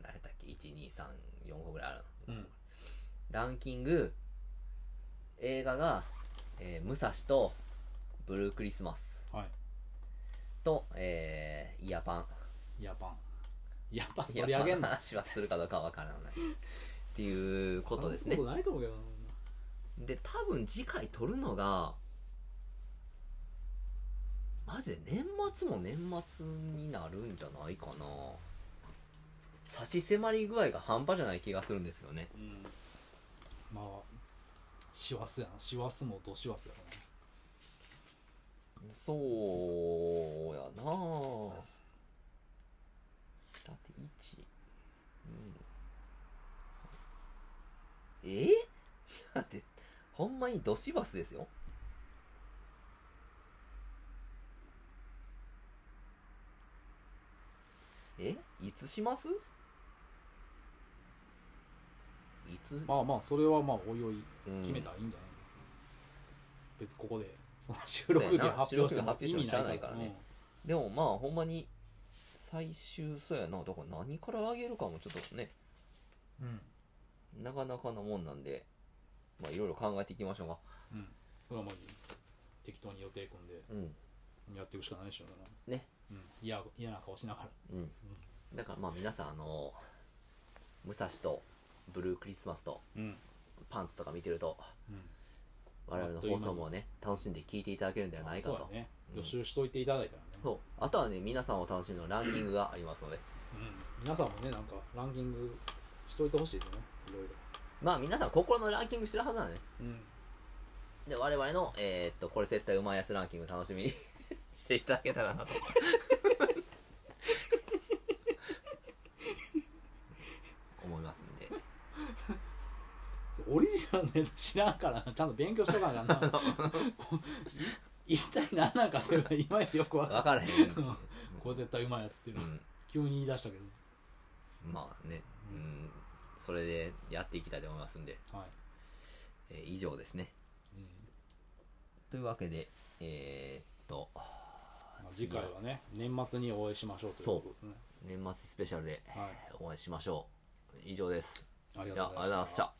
[SPEAKER 1] 何やったっけ1234個ぐらいある
[SPEAKER 2] う
[SPEAKER 1] の
[SPEAKER 2] ん
[SPEAKER 1] ランキング映画が、えー武蔵とブルークリスマス
[SPEAKER 2] は
[SPEAKER 1] と、えーイヤパン
[SPEAKER 2] いイヤパンイヤパン
[SPEAKER 1] イ
[SPEAKER 2] 取
[SPEAKER 1] ヤ
[SPEAKER 2] り上
[SPEAKER 1] パ
[SPEAKER 2] げ
[SPEAKER 1] ン
[SPEAKER 2] ん
[SPEAKER 1] の
[SPEAKER 2] の
[SPEAKER 1] 話はするかどうかはわからないっていうことですね
[SPEAKER 2] そんなことないと思うけどな
[SPEAKER 1] で多分次回撮るのがマジで年末も年末になるんじゃないかな差し迫り具合が半端じゃない気がするんですよね
[SPEAKER 2] うんまあ師走やな師走もど師走やからな
[SPEAKER 1] そうやなだって1うんえだってほんまにドシバスですよえいつしますいつ、
[SPEAKER 2] まあまあそれはまあおいお
[SPEAKER 1] うん
[SPEAKER 2] い決めたらいいんじゃないですか、別にここでその収録日
[SPEAKER 1] そうやな
[SPEAKER 2] 発表しても
[SPEAKER 1] 収録日発表しても
[SPEAKER 2] 意味ない
[SPEAKER 1] 知らないからね、でもまあほんまに最終そうやなだから何からあげるかもちょっとね
[SPEAKER 2] うんうん
[SPEAKER 1] なかなかなもんなんでまあいろいろ考えていきましょうか
[SPEAKER 2] うんそれはまあ適当に予定組んで
[SPEAKER 1] うん
[SPEAKER 2] やっていくしかないでしょうから
[SPEAKER 1] ね
[SPEAKER 2] うん、嫌嫌な顔しながら
[SPEAKER 1] うんだからまあ皆さんあの武蔵とブルークリスマスと
[SPEAKER 2] うん
[SPEAKER 1] パンツとか見てると我々の放送もね楽しんで聞いていただけるんではないか
[SPEAKER 2] そう
[SPEAKER 1] と
[SPEAKER 2] だね
[SPEAKER 1] うん
[SPEAKER 2] 予習しといていただいたらね、
[SPEAKER 1] そうあとはね皆さんを楽しみのランキングがありますので
[SPEAKER 2] うん、皆さんもねなんかランキングしといてほしいですねいろいろ
[SPEAKER 1] まあ皆さん心のランキングしてるはずなのね
[SPEAKER 2] うん
[SPEAKER 1] で我々のえーっとこれ絶対うまいやつランキング楽しみに していただけたらなと思いますんで
[SPEAKER 2] そうオリジナルのやつ知らんからなちゃんと勉強しと かなあかんない一体何なんかっていうのはいまいちよくわ
[SPEAKER 1] 分
[SPEAKER 2] か
[SPEAKER 1] からへん、
[SPEAKER 2] うんこれ絶対うまいやつっていう
[SPEAKER 1] う
[SPEAKER 2] の、
[SPEAKER 1] ん、
[SPEAKER 2] 急に言い出したけど
[SPEAKER 1] まあねうんそれでやっていきたいと思いますんで、
[SPEAKER 2] はい、
[SPEAKER 1] えー以上ですね
[SPEAKER 2] うん
[SPEAKER 1] というわけでえー、っと
[SPEAKER 2] まあ、次回はね年末にお会いしましょうということですね
[SPEAKER 1] 年末スペシャルで
[SPEAKER 2] はい
[SPEAKER 1] お会いしましょう以上です
[SPEAKER 2] あり
[SPEAKER 1] いや
[SPEAKER 2] が
[SPEAKER 1] あ
[SPEAKER 2] と
[SPEAKER 1] りがとう
[SPEAKER 2] うご
[SPEAKER 1] ご
[SPEAKER 2] ざ
[SPEAKER 1] ざい
[SPEAKER 2] いま
[SPEAKER 1] ま
[SPEAKER 2] し
[SPEAKER 1] したた